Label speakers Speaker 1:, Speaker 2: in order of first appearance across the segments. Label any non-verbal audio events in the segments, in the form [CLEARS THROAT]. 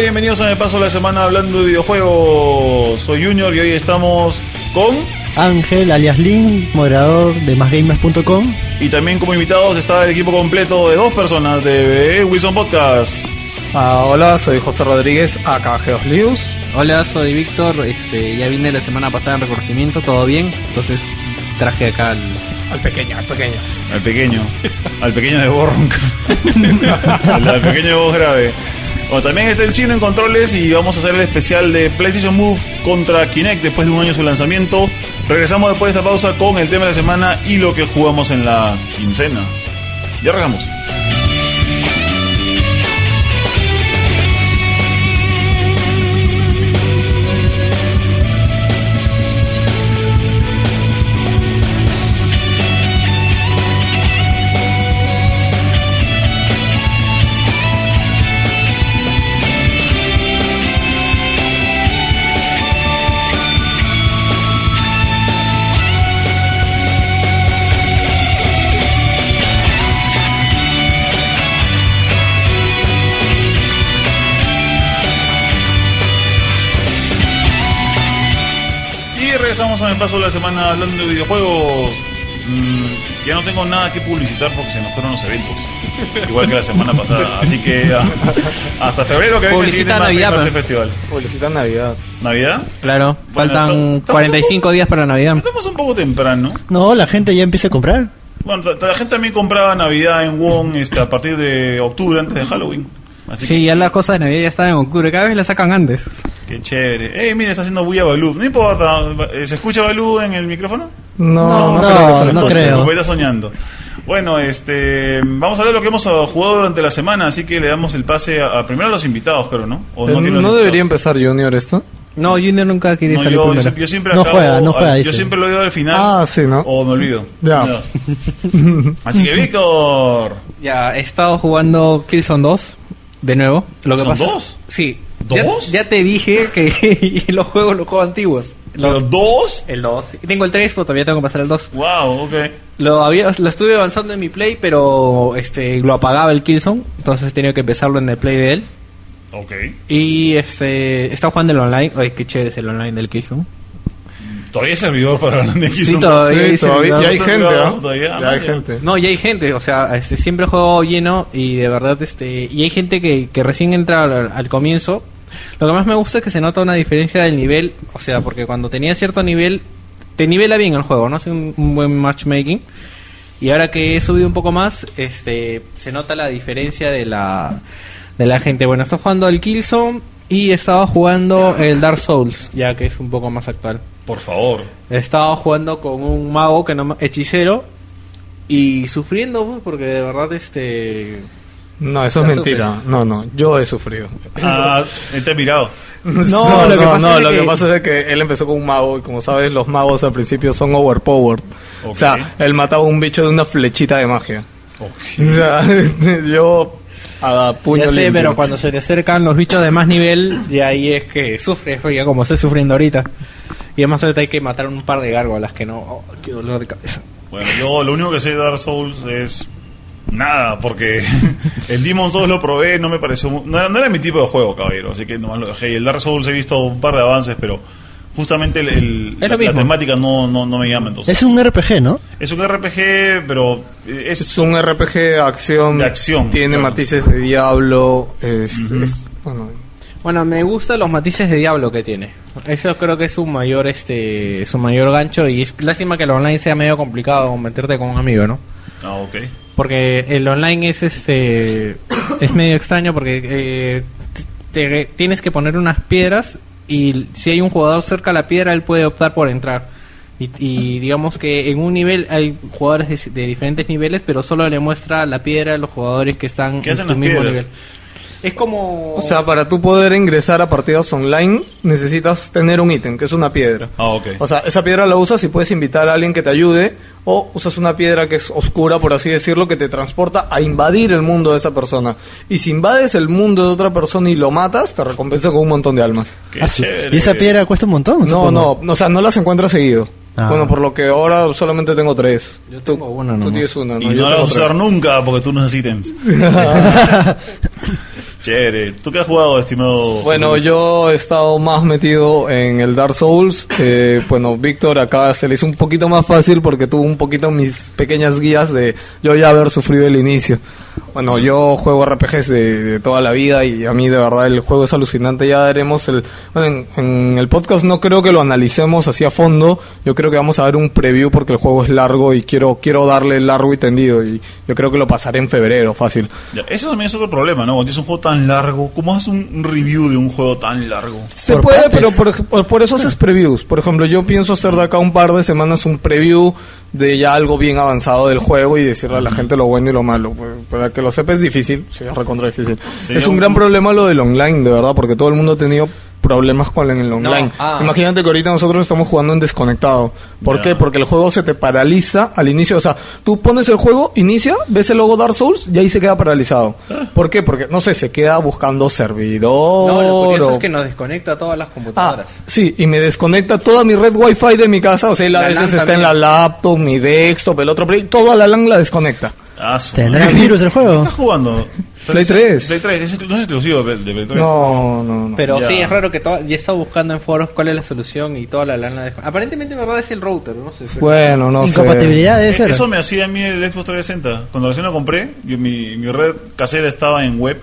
Speaker 1: bienvenidos a Me Paso la Semana hablando de videojuegos. Soy Junior y hoy estamos con...
Speaker 2: Ángel, alias Link, moderador de másgamers.com.
Speaker 1: Y también como invitados está el equipo completo de dos personas de Wilson Podcast.
Speaker 3: Ah, hola, soy José Rodríguez, acá Geos Lius.
Speaker 4: Hola, soy Víctor. Este, ya vine la semana pasada en reconocimiento, todo bien. Entonces traje acá al,
Speaker 3: Al pequeño, al pequeño.
Speaker 1: Al pequeño. Al pequeño de voz ronca. [LAUGHS] al, al pequeño de voz grave. Bueno, también está el chino en controles y vamos a hacer el especial de PlayStation Move contra Kinect después de un año de su lanzamiento. Regresamos después de esta pausa con el tema de la semana y lo que jugamos en la quincena. Ya regamos. Y regresamos a mi paso de la semana hablando de videojuegos. Mm, ya no tengo nada que publicitar porque se nos fueron los eventos. Igual que la semana pasada. Así que ah, hasta febrero que viene el siguiente
Speaker 4: Publicita
Speaker 1: Marte-
Speaker 4: Navidad,
Speaker 1: Marte
Speaker 4: pero-
Speaker 1: festival.
Speaker 3: Publicidad Navidad.
Speaker 1: ¿Navidad?
Speaker 4: Claro,
Speaker 1: Bueno, estamos-
Speaker 4: faltan
Speaker 1: estamos
Speaker 4: 45 días para Navidad.
Speaker 1: Estamos un poco temprano.
Speaker 2: No, la gente ya empieza a comprar.
Speaker 1: Bueno, ta- ta- la gente también compraba Navidad en Wong este, a partir de octubre, antes de Halloween. Así
Speaker 4: Sí, ya las cosas de Navidad ya están en octubre, cada vez la sacan antes.
Speaker 1: que, qué chévere. Ey, mire, está haciendo bulla Balú. No importa, eh, ¿se escucha Balú en el micrófono?
Speaker 2: No, no, no
Speaker 1: Entonces,
Speaker 2: creo.
Speaker 1: el
Speaker 3: Eh,
Speaker 1: Boy está soñando. Bueno, este, vamos a hablar de lo que hemos jugado durante la semana, así que le damos el pase a, a- primero a los invitados, creo, ¿no? ¿O
Speaker 3: ¿No,
Speaker 1: quieren los
Speaker 3: debería
Speaker 1: invitados?
Speaker 3: empezar Junior esto?
Speaker 4: No, Junior nunca quiere
Speaker 1: No,
Speaker 4: salir
Speaker 1: yo,
Speaker 4: primero.
Speaker 1: yo- yo siempre
Speaker 2: No
Speaker 1: acabo-
Speaker 2: juega, no juega,
Speaker 1: al- Yo
Speaker 2: dice.
Speaker 1: siempre lo digo al final.
Speaker 3: Ah, sí, ¿no?
Speaker 1: O me olvido.
Speaker 3: Ya.
Speaker 1: Así que, Víctor.
Speaker 4: Ya, he estado jugando Killzone 2 de nuevo. Lo que
Speaker 1: ¿Killzone
Speaker 4: pasa,
Speaker 1: 2?
Speaker 4: Sí.
Speaker 1: ¿Dos?
Speaker 4: Ya, ya te dije que [LAUGHS] los juegos los juegos antiguos. Lo-
Speaker 1: ¿Los dos?
Speaker 4: el 2. Tengo el 3, pero todavía tengo que pasar el 2.
Speaker 1: Wow, ok.
Speaker 4: Lo había, lo estuve avanzando en mi play, pero este lo apagaba el Killzone, entonces tenía que empezarlo en el play de él.
Speaker 1: Ok.
Speaker 4: Y este está jugando el online. Ay, qué chévere es el online del Killzone.
Speaker 1: Todavía hay servidor para [LAUGHS] hablar de
Speaker 4: Sí,
Speaker 1: Killzone.
Speaker 4: todavía.
Speaker 3: Sí,
Speaker 4: hay
Speaker 3: todavía.
Speaker 4: servidor.
Speaker 3: Ya hay
Speaker 1: servidores.
Speaker 3: gente, ¿ah?
Speaker 1: Todavía,
Speaker 3: Ya hay
Speaker 1: maño.
Speaker 3: gente.
Speaker 4: No, y hay gente, o sea, este, siempre juego lleno y de verdad, este, y hay gente que, que recién entra al, al comienzo. Lo que más me gusta es que se nota una diferencia del nivel, o sea, porque cuando tenía cierto nivel, te nivela bien el juego, ¿no? Hace un, un buen matchmaking. Y ahora que he subido un poco más, este, se nota la diferencia de la, de la gente. Bueno, estoy jugando al Killzone y estaba jugando el Dark Souls, ya que es un poco más actual.
Speaker 1: Por favor.
Speaker 4: Estaba jugando con un mago que no ma- hechicero y sufriendo pues, porque de verdad este
Speaker 3: No, eso es
Speaker 4: Ya
Speaker 3: mentira. No, no, yo he sufrido.
Speaker 1: Ah, él te ha mirado.
Speaker 3: [LAUGHS] No,
Speaker 4: lo que pasa
Speaker 3: no,
Speaker 4: es
Speaker 3: lo
Speaker 4: que-
Speaker 3: que pasa es que él empezó con un mago y como sabes, los magos al principio son overpowered.
Speaker 1: Ok.
Speaker 3: O sea, él mataba a un bicho de una flechita de magia.
Speaker 1: Ok.
Speaker 3: O sea, [LAUGHS] yo a puño
Speaker 4: ya sé
Speaker 3: limpio.
Speaker 4: pero cuando se te acercan los bichos de más nivel y ahí es que sufres pues, ya como estoy sufriendo ahorita y además ahorita hay que matar un par de gárgolas que no oh, qué dolor de cabeza
Speaker 1: Bueno, yo lo único que sé de Dark Souls es nada, porque [LAUGHS] el Demon Souls lo probé, no me pareció. mu- No era, no era mi tipo de juego, caballero, así que nomás lo dejé. Y el Dark Souls he visto un par de avances, pero justamente el, el-
Speaker 4: Es lo
Speaker 1: la, la
Speaker 4: mismo.
Speaker 1: temática no, no, no me llama. Entonces,
Speaker 2: Es un RPG, ¿no?
Speaker 1: es un RPG, pero es,
Speaker 3: Es un RPG de acción.
Speaker 1: De acción,
Speaker 3: Tiene
Speaker 1: claro.
Speaker 3: matices de diablo. Es, es- bueno,
Speaker 4: bueno me gustan los matices de diablo que tiene eso creo que es su mayor este su mayor gancho y es lástima que el online sea medio complicado meterte con un amigo no
Speaker 1: Ah, ok.
Speaker 4: Porque el online es este es medio extraño porque eh, te- tienes que poner unas piedras y si hay un jugador cerca de la piedra él puede optar por entrar. Y, y digamos que en un nivel hay jugadores de, de diferentes niveles, pero solo le muestra la piedra a los jugadores que están
Speaker 1: ¿Qué hacen
Speaker 4: en
Speaker 1: las
Speaker 4: tu mismo
Speaker 1: piedras?
Speaker 4: nivel. Es como
Speaker 3: O sea, para tú poder ingresar a partidas online, necesitas tener un ítem, que es una piedra.
Speaker 1: Ah, ok.
Speaker 3: O sea, esa piedra la usas y puedes invitar a alguien que te ayude, o usas una piedra que es oscura, por así decirlo, que te transporta a invadir el mundo de esa persona. Y si invades el mundo de otra persona y lo matas, te recompensa con un montón de almas.
Speaker 1: Qué
Speaker 2: Ah, sí.
Speaker 1: chévere.
Speaker 2: y esa piedra cuesta un montón.
Speaker 3: No,
Speaker 2: supongo.
Speaker 3: no, o sea, no las encuentras seguido.
Speaker 2: Ah.
Speaker 3: Bueno, por lo que ahora solamente tengo tres.
Speaker 4: Yo tengo
Speaker 3: Tú-
Speaker 4: una
Speaker 3: Tú
Speaker 4: nomás.
Speaker 3: tienes una,
Speaker 1: Y no
Speaker 3: Yo
Speaker 1: la
Speaker 3: tengo
Speaker 1: vas a
Speaker 3: tres.
Speaker 1: usar nunca porque tú no necesitas ítems. [LAUGHS] Chévere. ¿Tú qué has jugado, estimado?
Speaker 3: Bueno,
Speaker 1: Jesús?
Speaker 3: yo he estado más metido en el Dark Souls. Eh, bueno, Víctor acá se le hizo un poquito más fácil porque tuvo un poquito mis pequeñas guías de yo ya haber sufrido el inicio. Bueno, yo juego RPGs de, de toda la vida y a mí de verdad el juego es alucinante. Ya daremos el... Bueno, en, en el podcast no creo que lo analicemos así a fondo. Yo creo que vamos a dar un preview porque el juego es largo y quiero, quiero darle largo y tendido. Y yo creo que lo pasaré en febrero, fácil.
Speaker 1: Ya, eso también es otro problema, ¿no? Cuando es un juego tan largo, ¿cómo haces un review de un juego tan largo?
Speaker 3: Se
Speaker 2: Por
Speaker 3: puede,
Speaker 2: partes.
Speaker 3: pero por, ej- por- por eso haces previews. Por ejemplo, yo pienso hacer de acá un par de semanas un preview de ya algo bien avanzado del juego y decirle a la gente lo bueno y lo malo. Pues, Para que lo sepa es difícil, sí, es recontra difícil.
Speaker 1: Sí,
Speaker 3: es
Speaker 1: yo-
Speaker 3: un gran problema lo del online, de verdad, porque todo el mundo ha tenido problemas con el online.
Speaker 4: ah.
Speaker 3: Imagínate que ahorita nosotros estamos jugando en desconectado. ¿Por
Speaker 1: Ya.
Speaker 3: qué? Porque el juego se te paraliza al inicio. O sea, tú pones el juego, inicia, ves el logo Dark Souls y ahí se queda paralizado.
Speaker 4: Ah.
Speaker 3: ¿Por qué? Porque, no sé, se queda buscando servidor.
Speaker 4: No, lo curioso
Speaker 3: o-
Speaker 4: es que nos desconecta a todas las
Speaker 3: Ah,
Speaker 4: computadoras.
Speaker 3: sí, y me desconecta toda mi red wifi de mi casa. O sea, él a
Speaker 4: La
Speaker 3: veces
Speaker 4: LAN
Speaker 3: está en
Speaker 4: también.
Speaker 3: la laptop, mi desktop, el otro play. Toda la LAN la desconecta.
Speaker 1: Ah, su
Speaker 2: ¿Tendrá
Speaker 1: madre.
Speaker 2: virus el
Speaker 1: ¿Qué
Speaker 2: juego?
Speaker 1: estás jugando?
Speaker 3: Play 3.
Speaker 1: Play 3, es exclu- no es exclusivo de de Play 3.
Speaker 3: No, no, no.
Speaker 4: Pero
Speaker 1: Ah, Ya.
Speaker 4: sí, es raro que todo. Ya he estado buscando en foros cuál es la solución y toda la lana de. Aparentemente, en verdad es el router, no sé. si-
Speaker 3: bueno, no sé.
Speaker 2: Incompatibilidad
Speaker 1: Eh,
Speaker 2: debe ser.
Speaker 1: Eso me hacía a mí el Xbox 360. Cuando recién lo compré, yo- mi, mi red casera estaba en web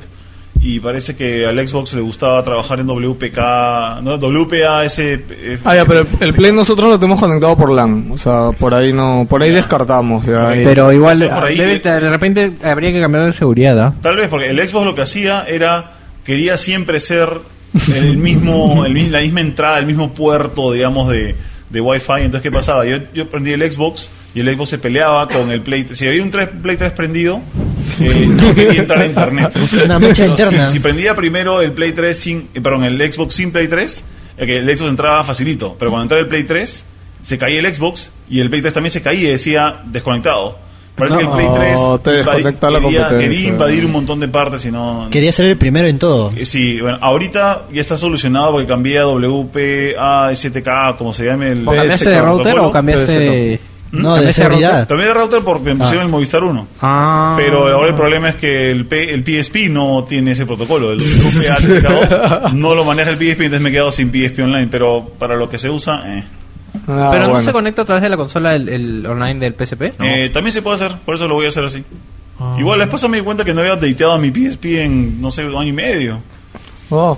Speaker 1: y parece que al Xbox le gustaba trabajar en WPK, no, WPA, ese... eh,
Speaker 3: Ah, ya, pero el, el play nosotros lo tenemos conectado por LAN. O sea, por ahí no, por ahí descartamos. ya, ahí-
Speaker 4: Pero igual,
Speaker 1: Eso por ahí. eh.
Speaker 4: debe- de repente habría que cambiar de seguridad. ¿ah?
Speaker 1: Tal vez porque el Xbox lo que hacía era quería siempre ser el
Speaker 2: [LAUGHS]
Speaker 1: mismo, el, mi- la misma entrada, el mismo puerto, digamos de, de Wi-Fi. Entonces qué pasaba? Yo, yo prendí el Xbox y el Xbox se peleaba con el Play. 3. Si había un 3 Play 3 prendido, eh, no quería entrar a internet.
Speaker 2: [LAUGHS] Una mecha
Speaker 1: Pero si-
Speaker 2: interna.
Speaker 1: Si, prendía primero el Play 3 sin, eh, perdón, el Xbox sin Play 3, eh, que el Xbox entraba facilito, pero cuando entraba el Play 3 se caía el Xbox y el Play 3 también se caía y decía desconectado. Parece que el Play
Speaker 3: No,
Speaker 1: 3
Speaker 3: te desconecta la
Speaker 1: quería,
Speaker 3: competencia.
Speaker 1: quería invadir un montón de partes y no...
Speaker 2: Quería ser el primero en todo.
Speaker 1: Eh, Sí, bueno, ahorita ya está solucionado porque cambié a WPA, 7K, como se llame el...
Speaker 4: ¿O cambiaste de
Speaker 1: protocolo.
Speaker 4: router o ¿Mm? cambiaste de.?
Speaker 2: No, de
Speaker 4: Cambiaste de
Speaker 2: seguridad.
Speaker 1: Cambié de router porque me pusieron el Movistar 1.
Speaker 4: Ah.
Speaker 1: Pero ahora el problema es que el, P- el PSP no tiene ese protocolo.
Speaker 4: [LAUGHS]
Speaker 1: El WPA 7K2 no lo maneja el PSP, entonces me he quedado sin PSP online. Pero para lo que se usa, eh.
Speaker 3: Ah,
Speaker 4: Pero no
Speaker 3: bueno.
Speaker 4: se conecta a través de la consola el, el online del PSP.
Speaker 1: Eh, también se puede hacer, por eso lo voy a hacer así.
Speaker 4: Ah.
Speaker 1: Igual después me di cuenta que no había updateado a mi PSP en, no sé, un año y medio.
Speaker 3: Oh.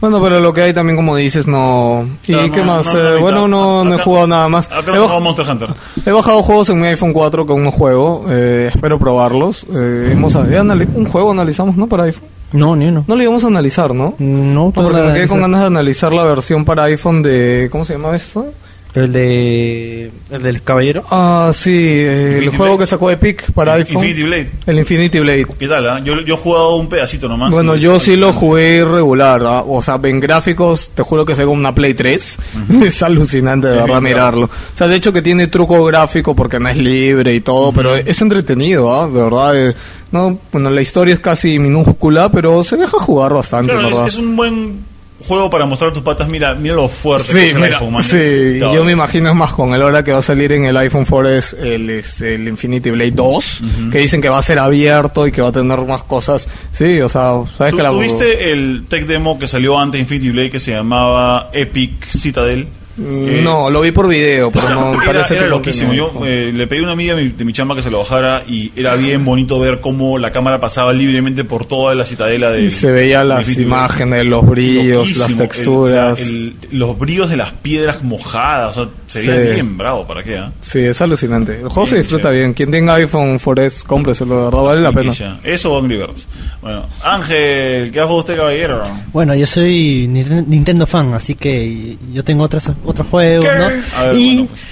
Speaker 3: Bueno, pero lo que hay también, como dices, no. ¿Y
Speaker 1: Claro,
Speaker 3: qué
Speaker 1: no-
Speaker 3: más?
Speaker 1: no- no he
Speaker 3: Eh,
Speaker 1: habitado.
Speaker 3: bueno, no, no he
Speaker 1: Acá-
Speaker 3: jugado nada más.
Speaker 1: Acá
Speaker 3: He
Speaker 1: no jugaba
Speaker 3: baj-
Speaker 1: Monster Hunter.
Speaker 3: He bajado juegos en mi iPhone 4 que aún no juego. eh, espero probarlos. Eh, hemos, eh, anali- un juego analizamos, ¿no? Para iPhone.
Speaker 2: No, ni uno.
Speaker 3: No lo íbamos a analizar, ¿no?
Speaker 2: No, pues
Speaker 3: No, porque me quedé con ganas de analizar la versión para iPhone de. ¿Cómo se llama esto?
Speaker 4: El de. El del caballero.
Speaker 3: Ah, sí, eh, el
Speaker 1: Infinity
Speaker 3: juego
Speaker 1: Blade.
Speaker 3: que sacó Epic para iPhone.
Speaker 1: Eh, Infinity Blade.
Speaker 3: El Infinity Blade.
Speaker 1: ¿Qué tal? ah? Yo, yo he jugado un pedacito nomás.
Speaker 3: Bueno,
Speaker 1: Y-
Speaker 3: yo sí lo jugué irregular, ¿ah? o sea, en gráficos, te juro que se como una Play 3. [LAUGHS] es alucinante, de
Speaker 1: Es
Speaker 3: verdad,
Speaker 1: bien bravo.
Speaker 3: mirarlo. O sea, de hecho que tiene truco gráfico porque no es libre y todo, pero es entretenido, ¿ah? de verdad. eh, no, bueno, la historia es casi minúscula, pero se deja jugar bastante,
Speaker 1: Claro,
Speaker 3: ¿verdad?
Speaker 1: es, es un buen juego para mostrar tus patas. Mira, mira lo fuerte que
Speaker 3: Sí,
Speaker 1: es el ¿eh?
Speaker 3: mira,
Speaker 1: iPhone, man.
Speaker 3: sí, y
Speaker 1: Todo.
Speaker 3: yo me imagino es más con el hora que va a salir en el iPhone 4 es el, es el Infinity Blade 2, que dicen que va a ser abierto y que va a tener más cosas. Sí, o sea, sabes
Speaker 1: ¿Tú,
Speaker 3: que la
Speaker 1: tú viste el tech demo que salió antes de Infinity Blade que se llamaba Epic Citadel? Eh,
Speaker 3: No, lo vi por video, pero
Speaker 1: [LAUGHS]
Speaker 3: no
Speaker 1: era,
Speaker 3: parece
Speaker 1: era
Speaker 3: que
Speaker 1: loquísimo.
Speaker 3: no.
Speaker 1: Yo eh, le pedí a una amiga de mi, de mi chamba que se lo bajara y era bien bonito ver cómo la cámara pasaba libremente por toda la citadela de.
Speaker 3: Y se veían las
Speaker 1: Infinity Blade.
Speaker 3: imágenes, los brillos,
Speaker 1: Loquísimo,
Speaker 3: las
Speaker 1: el-
Speaker 3: texturas.
Speaker 1: el- los brillos de las piedras mojadas. O sea, se
Speaker 3: Sí.
Speaker 1: veía bien bravo, ¿para qué? ah?
Speaker 3: Sí, es alucinante. El juego
Speaker 1: Bien,
Speaker 3: se disfruta
Speaker 1: chévere.
Speaker 3: bien. Quien tenga iPhone 4 es cómpreselo, de verdad vale la pena.
Speaker 1: Quilla. Eso o Angry Birds. Bueno, Ángel, ¿qué ha jugado usted, caballero?
Speaker 2: Bueno, yo soy Niten- Nintendo fan, así que yo tengo otros, otros juegos,
Speaker 1: ¿Qué?
Speaker 2: ¿no?
Speaker 1: A ver,
Speaker 2: y...
Speaker 1: bueno, pues.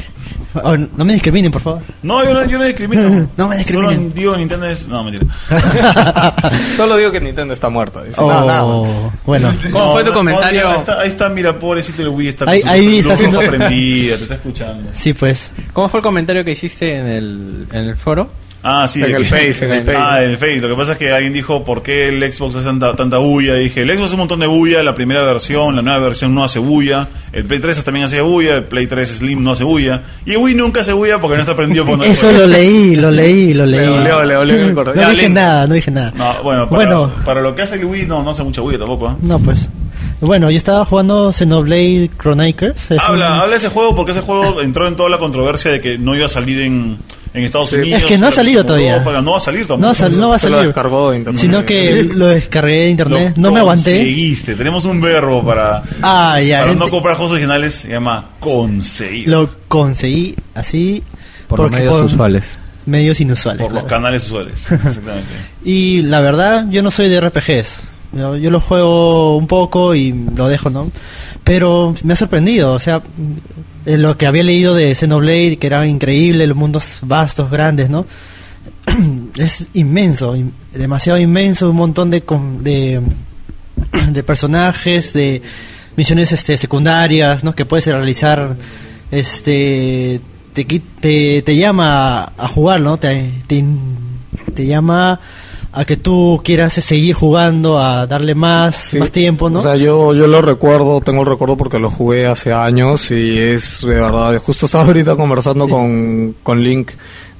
Speaker 2: Oh, no me discriminen, por favor.
Speaker 1: No, yo no, yo no discrimino.
Speaker 2: [LAUGHS] No me discriminen. Ah,
Speaker 1: Solo digo Nintendo es. No, mentira.
Speaker 3: Solo digo que Nintendo está muerta. dice,
Speaker 2: Oh,
Speaker 3: nada, nada más.
Speaker 1: [LAUGHS]
Speaker 2: Bueno,
Speaker 4: ¿Cómo fue tu comentario?
Speaker 1: mira, ahí, está, ahí está, mira, pobrecito el Wii está
Speaker 2: Ahí-
Speaker 1: su-
Speaker 2: ahí
Speaker 1: luz
Speaker 2: está haciendo-
Speaker 1: prendida, te está escuchando.
Speaker 2: sí, pues.
Speaker 4: ¿Cómo fue el comentario que hiciste en el, en el foro?
Speaker 1: Ah, sí.
Speaker 3: En
Speaker 1: de
Speaker 3: el
Speaker 1: que-
Speaker 3: Face, en el Face.
Speaker 1: [LAUGHS] Ah, en el Face. Lo que pasa es que alguien dijo, ¿por qué el Xbox hace tanta, tanta bulla? Y dije, el Xbox hace un montón de bulla, la primera versión, la nueva versión no hace bulla, el Play 3 también hace bulla, el Play 3 Slim no hace bulla, y el Wii nunca hace bulla porque no está prendido por
Speaker 2: Eso lo leí, lo leí, lo leí.
Speaker 3: dolió, le dolió en el corazón.
Speaker 2: No
Speaker 3: Ya,
Speaker 2: dije
Speaker 3: Lin.
Speaker 2: nada, no dije nada.
Speaker 1: No, bueno, para,
Speaker 2: bueno,
Speaker 1: para lo que hace el Wii no, no hace mucha bulla tampoco. ¿ah?
Speaker 2: no pues. Bueno, yo estaba jugando Xenoblade Chronicles. es
Speaker 1: Habla,
Speaker 2: un-
Speaker 1: habla ese juego porque ese juego entró en toda la controversia de que no iba a salir en, en Estados
Speaker 3: Sí.
Speaker 1: Unidos.
Speaker 2: Es que no ha
Speaker 1: pero
Speaker 2: salido
Speaker 1: como
Speaker 2: todavía.
Speaker 1: Europa, no va a salir tampoco.
Speaker 2: No ha sal- no va a
Speaker 3: Se lo
Speaker 2: salir.
Speaker 3: descargó de internet.
Speaker 2: Sino que lo descargué de internet,
Speaker 1: Lo
Speaker 2: no me aguanté.
Speaker 1: Conseguiste, tenemos un verbo para,
Speaker 2: Ah, ya.
Speaker 1: para
Speaker 2: ent-
Speaker 1: no comprar juegos originales, se llama conseguir.
Speaker 2: lo conseguí así
Speaker 5: Por los
Speaker 2: porque
Speaker 5: medios usuales.
Speaker 2: medios inusuales.
Speaker 1: por los
Speaker 2: claro.
Speaker 1: canales usuales. [LAUGHS]
Speaker 2: [LAUGHS]
Speaker 1: Exactamente.
Speaker 2: Y la verdad, yo no soy de RPGs. Yo, yo lo juego un poco y lo dejo, ¿no? Pero me ha sorprendido, o sea, eh, lo que había leído de Xenoblade, que era increíble, los mundos vastos, grandes, ¿no? [CLEARS THROAT] es inmenso, in- demasiado inmenso, un montón de, con- de, [CLEARS THROAT] de personajes, de misiones este, secundarias, ¿no? Que puedes realizar, este, te, qui- te, te llama a jugar, ¿no? Te, te, in- te llama a que tú quieras eh, seguir jugando, a darle más,
Speaker 3: Sí.
Speaker 2: más tiempo, ¿no?
Speaker 3: O sea, yo, yo lo recuerdo, tengo el recuerdo porque lo jugué hace años y es de verdad. Justo estaba ahorita conversando con, con Link.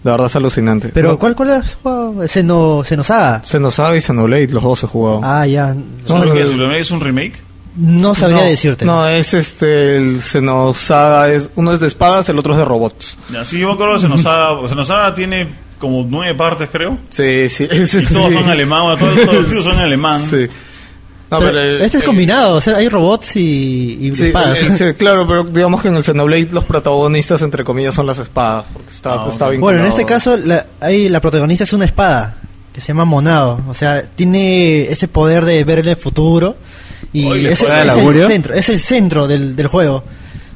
Speaker 3: De verdad es alucinante.
Speaker 2: Pero ¿cuál, cuál has jugado? Xeno- Xenosaga.
Speaker 3: Se nos sabe y se los dos he jugado.
Speaker 2: Ah, ya.
Speaker 1: ¿Sabes
Speaker 3: no,
Speaker 1: que
Speaker 3: no.
Speaker 1: Xenoblade es un remake?
Speaker 2: No sabría decirte.
Speaker 3: No, es este, el Xenosaga, es, uno es de espadas, el otro es de robots.
Speaker 1: Ya, Sí, yo me acuerdo de Xenosaga. Xenosaga tiene como nueve partes, creo.
Speaker 3: Sí, sí, [LAUGHS] ese
Speaker 1: Y
Speaker 3: sí.
Speaker 1: todos son alemán, bueno, todos, todos los tíos son alemán.
Speaker 3: Sí. No,
Speaker 2: Pero
Speaker 3: pero el-
Speaker 2: este es
Speaker 3: el-
Speaker 2: combinado, o sea, hay robots y, y
Speaker 3: Sí,
Speaker 2: espadas.
Speaker 3: el- sí, claro, pero digamos que en el Xenoblade los protagonistas, entre comillas, son las espadas, porque está,
Speaker 1: Ah,
Speaker 3: está
Speaker 1: ok.
Speaker 3: vinculado.
Speaker 2: bueno, en este caso, la, ahí la protagonista es una espada que se llama Monado. O sea, tiene ese poder de ver el futuro. Y
Speaker 1: Oye, ¿le
Speaker 2: es, el-
Speaker 1: juega el
Speaker 2: es el
Speaker 5: augurio?
Speaker 2: centro, es el centro del, del juego.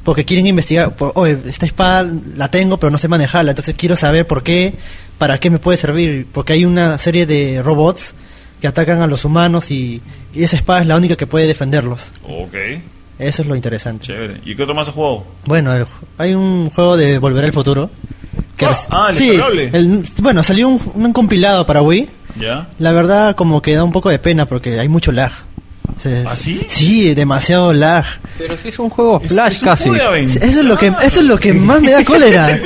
Speaker 2: Porque quieren investigar, por, oye, esta espada la tengo, pero no sé manejarla. Entonces quiero saber por qué, para qué me puede servir. Porque hay una serie de robots que atacan a los humanos y, y esa espada es la única que puede defenderlos.
Speaker 1: Ok,
Speaker 2: Eso es lo interesante.
Speaker 1: chévere. ¿Y qué otro más has jugado?
Speaker 2: Bueno, el ju- hay un juego de Volver al Futuro.
Speaker 1: Ah,
Speaker 2: reci-
Speaker 1: ah, el
Speaker 2: sí,
Speaker 1: descargable.
Speaker 2: el- Bueno, salió un, un compilado para Wii.
Speaker 1: ¿Ya?
Speaker 2: La verdad, como que da un poco de pena porque hay mucho lag. Se-
Speaker 1: ¿Ah, sí?
Speaker 2: Sí, demasiado lag.
Speaker 5: Pero si es un juego
Speaker 1: Es-
Speaker 5: flash
Speaker 1: es un
Speaker 5: casi.
Speaker 1: juego de aventura.
Speaker 2: Eso es lo que, eso es lo que más
Speaker 1: [LAUGHS]
Speaker 2: me da cólera.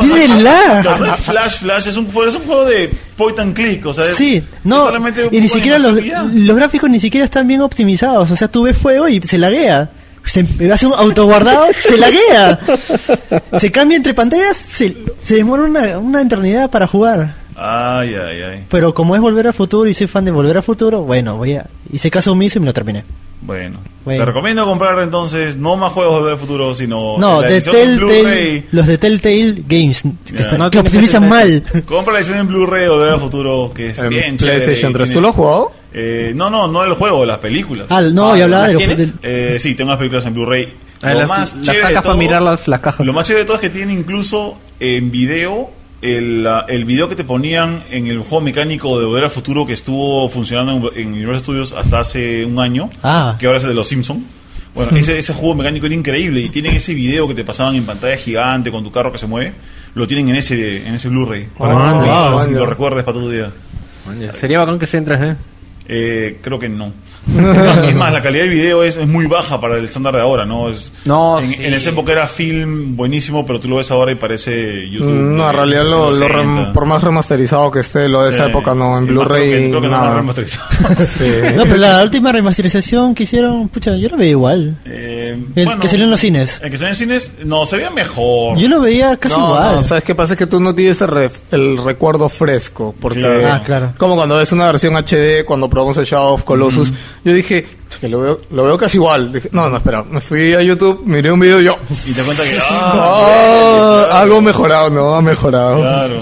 Speaker 2: Tiene
Speaker 1: No, no
Speaker 2: lag.
Speaker 1: es Flash, Flash es un, juego- es un juego de point and click, o sea, es-
Speaker 2: Sí,
Speaker 1: es
Speaker 2: no.
Speaker 1: solamente un
Speaker 2: Y
Speaker 1: poco
Speaker 2: ni
Speaker 1: de
Speaker 2: siquiera los,
Speaker 1: animación y ya.
Speaker 2: los gráficos ni siquiera están bien optimizados. O sea, tú ves fuego y se laguea. Se eh, hace un autoguardado,
Speaker 1: [LAUGHS]
Speaker 2: se laguea. Se cambia entre pantallas, se, se demora una, una eternidad para jugar.
Speaker 1: Ay, ay, ay.
Speaker 2: Pero como es Volver al Futuro y soy fan de Volver al Futuro, bueno, voy a... Hice caso omiso y me lo terminé.
Speaker 1: Bueno,
Speaker 2: Bueno.
Speaker 1: te recomiendo comprar entonces no más juegos de Volver al Futuro, sino
Speaker 2: No,
Speaker 1: la
Speaker 2: de
Speaker 1: edición
Speaker 2: Telltale,
Speaker 1: Blu-ray.
Speaker 2: los de Telltale Games, que,
Speaker 1: Ya.
Speaker 2: están-
Speaker 4: No
Speaker 2: que
Speaker 4: tienes
Speaker 2: optimizan mal.
Speaker 4: Telltale.
Speaker 1: Compra la edición en Blu-ray de Volver al Futuro, que es
Speaker 3: En
Speaker 1: bien chévere.
Speaker 3: PlayStation 3.
Speaker 1: Tiene-
Speaker 3: ¿Tú lo has jugado?
Speaker 1: Eh, no, no, no el juego, las películas.
Speaker 2: Ah, no,
Speaker 4: Ah,
Speaker 2: y hablaba
Speaker 4: ¿las
Speaker 2: de los...
Speaker 4: tienes?
Speaker 2: del-
Speaker 1: Eh, sí, tengo las películas en Blu-ray.
Speaker 5: Ah,
Speaker 1: Lo
Speaker 5: las-
Speaker 1: más
Speaker 5: las
Speaker 1: chévere de
Speaker 5: sacas pa'
Speaker 1: todo-
Speaker 5: mirar las- las cajas.
Speaker 1: Lo más chévere de todo es que tiene incluso en video el, la- el video que te ponían en el juego mecánico de Volver al Futuro que estuvo funcionando en, en Universal Studios hasta hace un año,
Speaker 2: Ah.
Speaker 1: que ahora es el de los Simpsons. Bueno, ese, ese juego mecánico era increíble y tienen ese video que te pasaban en pantalla gigante con tu carro que se mueve, lo tienen en ese en ese Blu-ray. Para
Speaker 4: Ah,
Speaker 1: que lo
Speaker 3: wow.
Speaker 1: veas y lo recuerdes para tu día.
Speaker 4: Sería bacán que se entres, ¿eh?
Speaker 1: Eh, creo que no. es más, la calidad del video es, es muy baja para el estándar de ahora, ¿no? Es,
Speaker 5: No,
Speaker 1: en,
Speaker 5: sí.
Speaker 1: en esa época era film buenísimo, pero tú lo ves ahora y parece YouTube.
Speaker 3: Mm, No,
Speaker 1: de
Speaker 3: en realidad lo, lo
Speaker 1: 1960.
Speaker 3: rem- por más remasterizado que esté, lo de esa
Speaker 1: Sí.
Speaker 3: época no,
Speaker 1: Y más
Speaker 3: en
Speaker 1: Creo
Speaker 3: Blu-ray.
Speaker 1: que, creo que no lo
Speaker 3: nada.
Speaker 1: han
Speaker 3: [LAUGHS]
Speaker 1: remasterizado.
Speaker 3: Sí.
Speaker 2: No, pero la última remasterización que hicieron, pucha, yo lo veía igual.
Speaker 1: Eh,
Speaker 2: El que salió en los cines.
Speaker 1: El que salió en cines, no, se veía mejor.
Speaker 2: Yo lo veía casi
Speaker 3: No,
Speaker 2: igual.
Speaker 3: no, ¿sabes qué pasa? Es que tú no tienes el, ref- el recuerdo fresco. Porque
Speaker 1: Claro.
Speaker 2: Ah, claro.
Speaker 3: Como cuando ves una versión HD, cuando probamos el Shadow of Colossus, yo dije, "Es que lo veo, lo veo casi igual. Dije, no, no, espera, me fui a YouTube, miré un video y yo,
Speaker 1: Y te
Speaker 2: [LAUGHS]
Speaker 1: cuenta que.
Speaker 3: [LAUGHS] "Ah,
Speaker 1: ¡Ah!
Speaker 3: algo mejorado, no, ha mejorado.
Speaker 1: Claro.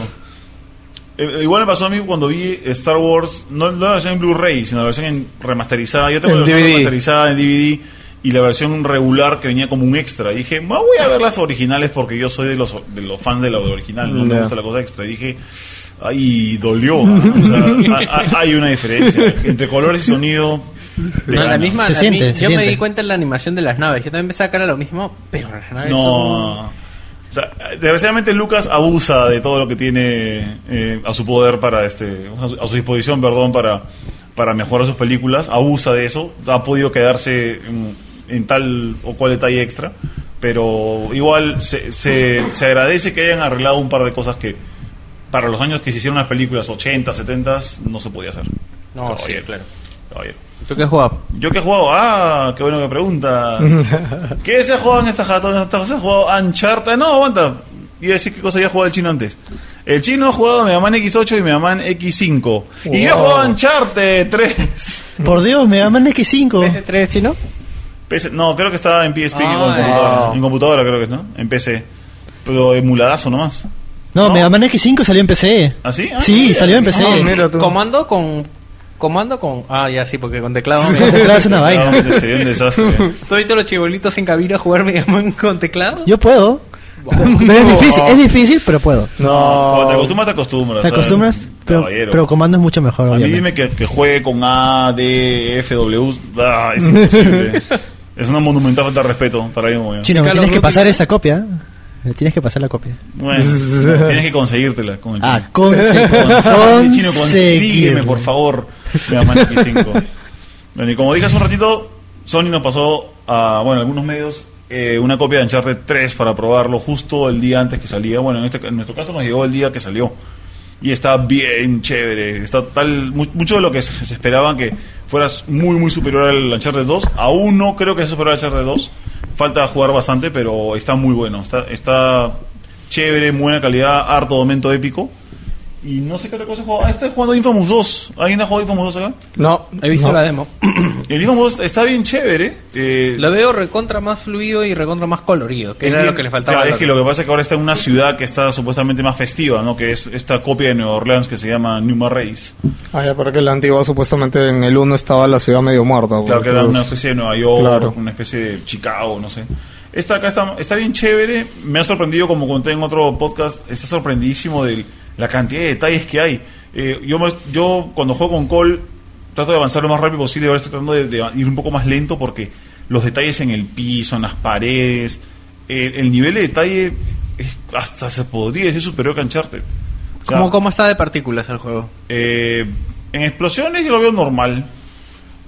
Speaker 1: Eh, Igual me pasó a mí cuando vi Star Wars, no, no la versión en Blu-ray, sino la versión en remasterizada. Yo tengo
Speaker 3: En
Speaker 1: la versión
Speaker 3: DVD.
Speaker 1: remasterizada en DVD y la versión regular que venía como un extra. Y dije, "Ma, voy a ver las originales porque yo soy de los, de los fans de la original, no me
Speaker 3: Ya.
Speaker 1: gusta la cosa extra. Y dije, ay, dolió. ¿no? O sea,
Speaker 3: [LAUGHS]
Speaker 1: ha- ha- hay una diferencia entre colores y sonido. te
Speaker 4: No, la
Speaker 1: ganas.
Speaker 4: misma,
Speaker 2: Se
Speaker 4: la
Speaker 2: siente,
Speaker 4: mi-
Speaker 2: se
Speaker 4: yo me
Speaker 2: siente.
Speaker 4: di cuenta en la animación de las naves. Yo también pensaba que era lo mismo, pero las naves
Speaker 1: No.
Speaker 4: son
Speaker 1: O sea, desgraciadamente Lucas abusa de todo lo que tiene eh, a su poder para este, a su, a su disposición, perdón, para, para mejorar sus películas, abusa de eso, ha podido quedarse en, en tal o cual detalle extra, pero igual se, se, se agradece que hayan arreglado un par de cosas que para los años que se hicieron las películas 80, 70 no se podía hacer.
Speaker 4: No, sí, claro.
Speaker 1: caballero.
Speaker 6: ¿Tú qué jugabas?
Speaker 1: ¿Yo qué he jugado? Ah, qué bueno que
Speaker 2: [LAUGHS]
Speaker 1: preguntas. ¿Qué se ha jugado en esta jato? ¿En esta se ha jugado Uncharted? No, aguanta. Iba a decir qué cosa había jugado el chino antes. El chino ha jugado Mega Man X8 y Mega Man X5. Y yo he
Speaker 3: Wow.
Speaker 1: jugado Uncharted 3. [LAUGHS]
Speaker 2: Por Dios, me llaman X5.
Speaker 4: ¿PS3 chino?
Speaker 1: PC no, creo que estaba en PSP y en
Speaker 4: Ah,
Speaker 1: computadora.
Speaker 3: wow.
Speaker 1: En computadora creo que es, ¿no? En PC. Pero emuladazo nomás.
Speaker 2: No,
Speaker 1: ¿No?
Speaker 2: me llaman X5 salió en PC.
Speaker 1: ¿Ah, sí? Ah,
Speaker 2: Sí,
Speaker 1: mira.
Speaker 2: salió en PC.
Speaker 3: Ah, mira tú.
Speaker 4: Comando con. Comando con. Ah, ya sí, porque con teclado.
Speaker 2: [LAUGHS] El
Speaker 4: mira.
Speaker 2: teclado es una
Speaker 1: Ah,
Speaker 2: vaina.
Speaker 1: sería un
Speaker 2: [LAUGHS]
Speaker 1: desastre.
Speaker 4: ¿Tú has visto los chibolitos en cabina jugar Mega Man con teclado?
Speaker 2: Yo puedo. Pero es difícil, es difícil, pero puedo.
Speaker 1: Cuando te
Speaker 3: No.
Speaker 1: acostumbras, te acostumbras.
Speaker 2: ¿Te
Speaker 1: ¿sabes?
Speaker 2: acostumbras? Pero,
Speaker 1: Caballero.
Speaker 2: pero comando es mucho mejor,
Speaker 1: A mí
Speaker 2: obviamente.
Speaker 1: dime que, que juegue con A, D, F, W. ah, es
Speaker 2: [LAUGHS]
Speaker 1: imposible. es una monumental falta de respeto para alguien como yo.
Speaker 2: Chino, me
Speaker 4: Call of
Speaker 2: tienes que
Speaker 4: Duty,
Speaker 2: pasar
Speaker 4: ¿no?
Speaker 2: esta copia. ¿eh? Me tienes que pasar la copia.
Speaker 1: Bueno, tienes que conseguírtela con el chino.
Speaker 2: Ah, conse-
Speaker 1: Consigue,
Speaker 2: [LAUGHS]
Speaker 1: chino,
Speaker 2: conseguirlo.
Speaker 1: consígueme, por favor. Me llaman X5. Bueno, y como dije hace un ratito, Sony nos pasó a, bueno, algunos medios eh, una copia de Uncharted 3 para probarlo justo el día antes que salía. Bueno, en, este, en nuestro caso nos llegó el día que salió. Y está bien chévere. Está tal, mu- mucho de lo que se, se esperaban que fueras muy, muy superior al Uncharted 2. Aún no creo que sea superior al Uncharted 2. Falta jugar bastante, pero está muy bueno. Está, está chévere, buena calidad, harto momento épico. Y no sé qué otra cosa he jugado. Ah, estoy jugando Infamous 2. ¿Alguien ha jugado Infamous 2 acá?
Speaker 3: No.
Speaker 4: He visto
Speaker 3: no.
Speaker 4: la demo.
Speaker 1: El Infamous 2 está bien chévere. eh,
Speaker 4: Lo veo recontra más fluido y recontra más colorido, que
Speaker 1: es
Speaker 4: era
Speaker 1: bien-
Speaker 4: lo que le faltaba.
Speaker 1: claro,
Speaker 4: al
Speaker 1: es que
Speaker 4: otro.
Speaker 1: lo que pasa es que ahora está en una ciudad que está supuestamente más festiva, ¿no? Que es esta copia de Nueva Orleans que se llama New Marrays.
Speaker 3: Ah, ya, pero que la antigua supuestamente en el 1 estaba la ciudad medio muerta.
Speaker 1: Claro, que
Speaker 3: porque
Speaker 1: era una
Speaker 3: los-
Speaker 1: especie de Nueva York,
Speaker 3: Claro.
Speaker 1: una especie de Chicago, no sé. Esta acá está, está bien chévere. Me ha sorprendido, como conté en otro podcast, está sorprendidísimo de la cantidad de detalles que hay. Eh, yo, me- yo cuando juego con Cole trato de avanzar lo más rápido posible. Ahora estoy tratando de, de ir un poco más lento porque los detalles en el piso, en las paredes, el, el nivel de detalle es- hasta se podría decir superior que Uncharted. O sea,
Speaker 4: ¿Cómo, ¿Cómo está de partículas el juego?
Speaker 1: eh, en explosiones yo lo veo normal.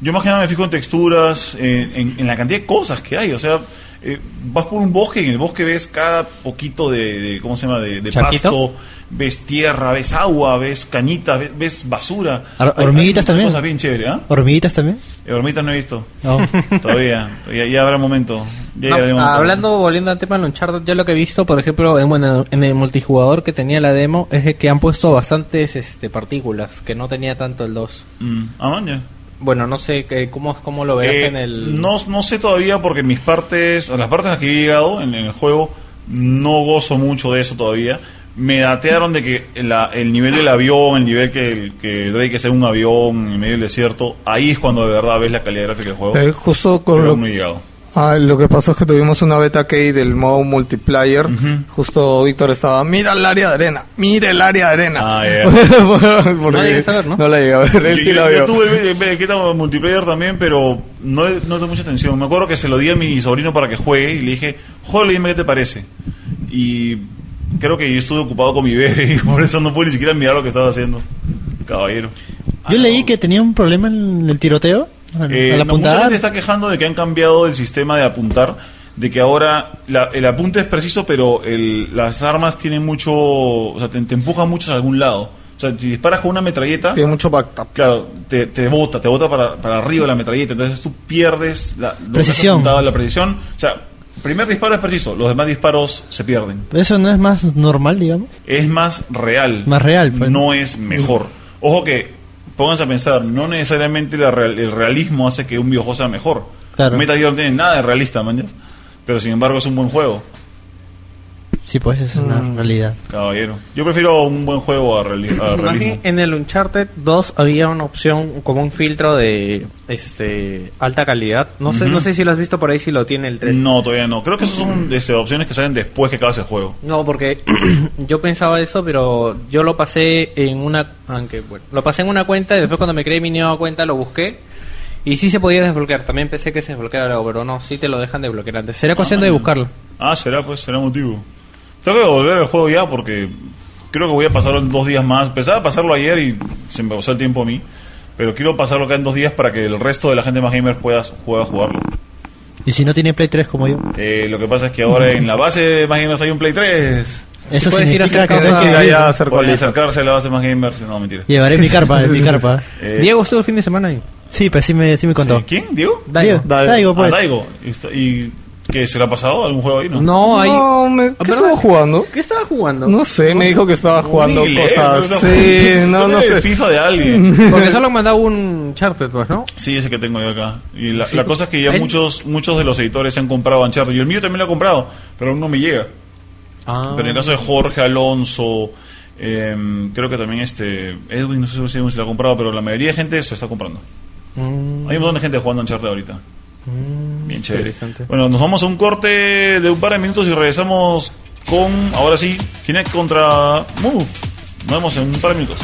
Speaker 1: Yo más que nada me fijo en texturas, en, en- en la cantidad de cosas que hay. O sea, eh, vas por un bosque y en el bosque ves cada poquito de, de- ¿cómo se llama? De, de
Speaker 4: Charquito.
Speaker 1: pasto, ves tierra, ves agua, ves cañitas, ves, ves basura.
Speaker 2: Ar-
Speaker 1: Hay- hay
Speaker 2: hormiguitas
Speaker 1: muchas
Speaker 2: también.
Speaker 1: Cosas bien chévere, ¿ah?
Speaker 2: ¿Hormiguitas también?
Speaker 1: Eh, Hormiguitas no he
Speaker 2: [LAUGHS]
Speaker 1: visto. [LAUGHS]
Speaker 2: No.
Speaker 1: Todavía. ya, ya habrá momento. Ya
Speaker 4: No,
Speaker 1: llegará el momento.
Speaker 4: hablando, volviendo al tema de Uncharted, yo lo que he visto, por ejemplo, en, bueno, en el multijugador que tenía la demo, es de que han puesto bastantes este, partículas, que no tenía tanto el 2.
Speaker 1: Mm, ah, man, ya.
Speaker 4: Bueno, no sé qué- cómo, cómo lo verás
Speaker 1: Eh,
Speaker 4: en el...
Speaker 1: No, no sé todavía porque mis partes, las partes a las que he llegado en, en el juego, no gozo mucho de eso todavía. Me datearon de que la- el nivel del avión, el nivel que, el- que Drake es en un avión en medio del desierto, ahí es cuando de verdad ves la calidad gráfica del juego.
Speaker 3: Eh, justo con
Speaker 1: Pero
Speaker 3: lo,
Speaker 1: aún no he llegado.
Speaker 3: Ah, lo que pasó es que tuvimos una beta key del modo multiplayer. Justo Víctor estaba, mira el área de arena, mira el área de arena. [LAUGHS]
Speaker 1: Ah, ya.
Speaker 3: Porque
Speaker 4: No la llegué a ver, ¿no?
Speaker 3: No la llegué a ver, [LAUGHS] él
Speaker 1: Yo-
Speaker 3: sí
Speaker 1: yo,
Speaker 3: la
Speaker 1: yo
Speaker 3: vio.
Speaker 1: tuve eh, el- el Vegeta multiplayer también, pero no, le- no tengo mucha atención. Me acuerdo que se lo di a mi sobrino para que juegue y le dije, joder, dime qué te parece. Y creo que yo estuve ocupado con mi bebé [LAUGHS] y por eso no pude ni siquiera mirar lo que estaba haciendo. Caballero.
Speaker 2: Yo leí que tenía un problema en el tiroteo. A,
Speaker 1: Ah, Eh,
Speaker 2: a la
Speaker 1: no, mucha
Speaker 2: puntada.
Speaker 1: gente está quejando de que han cambiado el sistema de apuntar, de que ahora la- el apunte es preciso, pero el- las armas tienen mucho, o sea, te, te empujan mucho a algún lado. O sea, si disparas con una metralleta,
Speaker 3: Tiene mucho backup.
Speaker 1: Claro, te, te bota, te bota para, para arriba la metralleta, entonces tú pierdes la lo que has
Speaker 2: Precisión.
Speaker 1: apuntado, la precisión. O sea, primer disparo es preciso, los demás disparos se pierden.
Speaker 2: Eso no es más normal, digamos.
Speaker 1: Es más real.
Speaker 2: Más real, pues.
Speaker 1: No es mejor. Ojo que, pónganse a pensar, no necesariamente la real- el realismo hace que un videojuego sea mejor.
Speaker 2: Claro.
Speaker 1: Metal Gear no tiene nada de realista, mañas. Pero sin embargo es un buen juego,
Speaker 2: Sí, pues es una
Speaker 3: Mm.
Speaker 2: realidad.
Speaker 1: caballero. Yo prefiero un buen juego a, reali- a
Speaker 4: Más bien,
Speaker 1: realismo.
Speaker 4: en el Uncharted 2 había una opción como un filtro de este alta calidad. No sé
Speaker 1: Ujú.
Speaker 4: no sé si lo has visto por ahí, si lo tiene el 3.
Speaker 1: No, todavía no. Creo que esas son este, opciones que salen después que acabas el juego.
Speaker 4: No, porque [CLEARS THROAT] yo pensaba eso, pero yo lo pasé en una, aunque bueno, lo pasé en una cuenta y después cuando me creé mi nueva cuenta lo busqué y sí se podía desbloquear. También pensé que se desbloqueara algo, pero no, sí te lo dejan desbloquear antes. Será cuestión de
Speaker 1: maña.
Speaker 4: buscarlo.
Speaker 1: Ah, será, pues, será motivo. Tengo que volver al juego ya porque creo que voy a pasarlo en dos días más. Pensaba pasarlo ayer y se me pasó el tiempo a mí. Pero quiero pasarlo acá en dos días para que el resto de la gente más gamer pueda, pueda jugarlo.
Speaker 2: Y si no tiene Play 3 como yo.
Speaker 1: Eh, lo que pasa es que ahora en la base de más gamers hay un Play 3.
Speaker 2: Eso
Speaker 7: puedes ir a
Speaker 2: significa
Speaker 7: hacer
Speaker 2: que
Speaker 8: causa-
Speaker 2: tengo que
Speaker 8: Ya,
Speaker 2: ir-
Speaker 8: ya. Hacer
Speaker 1: Por
Speaker 8: cualito.
Speaker 1: acercarse a la base de más gamers, no mentira.
Speaker 2: Llevaré mi
Speaker 4: [LAUGHS]
Speaker 2: carpa, mi carpa.
Speaker 1: Eh,
Speaker 7: Diego estuvo el fin de semana ahí.
Speaker 2: Sí, pues sí me, sí me contó.
Speaker 1: sí, ¿Quién? ¿Diego?
Speaker 2: Diego,
Speaker 8: Daigo.
Speaker 2: Daigo, pues.
Speaker 1: Ah, Daigo. ¿Y está- ¿Y qué? ¿Se le ha pasado algún juego ahí? No.
Speaker 7: No, ahí.
Speaker 8: No, me-
Speaker 7: Ah,
Speaker 8: ¿qué
Speaker 7: ¿verdad?
Speaker 8: estaba jugando?
Speaker 7: ¿Qué estaba jugando?
Speaker 8: No sé, me dijo que estaba jugando
Speaker 1: Ni leer,
Speaker 8: cosas.
Speaker 1: no, [LAUGHS]
Speaker 8: Sí, no, no
Speaker 1: Ponle
Speaker 8: sé.
Speaker 1: FIFA de alguien.
Speaker 7: Porque solo han mandado un charter, pues, ¿no?
Speaker 1: Sí, ese que tengo yo acá. Y la,
Speaker 7: Sí.
Speaker 1: la cosa es que ya
Speaker 7: Ahí-
Speaker 1: muchos muchos de los editores se han comprado Uncharted. Y el mío también lo he comprado, pero aún no me llega.
Speaker 7: Ah.
Speaker 1: Pero en el caso de Jorge Alonso, em, creo que también este Edwin, no sé si Edwin se lo ha comprado, pero la mayoría de gente se está comprando.
Speaker 4: Mm.
Speaker 7: Mm.
Speaker 1: Hay un montón de gente jugando Uncharted ahorita. Bien chévere.
Speaker 7: interesante.
Speaker 1: Bueno, nos vamos a un corte de un par de minutos y regresamos con, ahora sí, Kinect contra Move. Nos vemos en un par de minutos.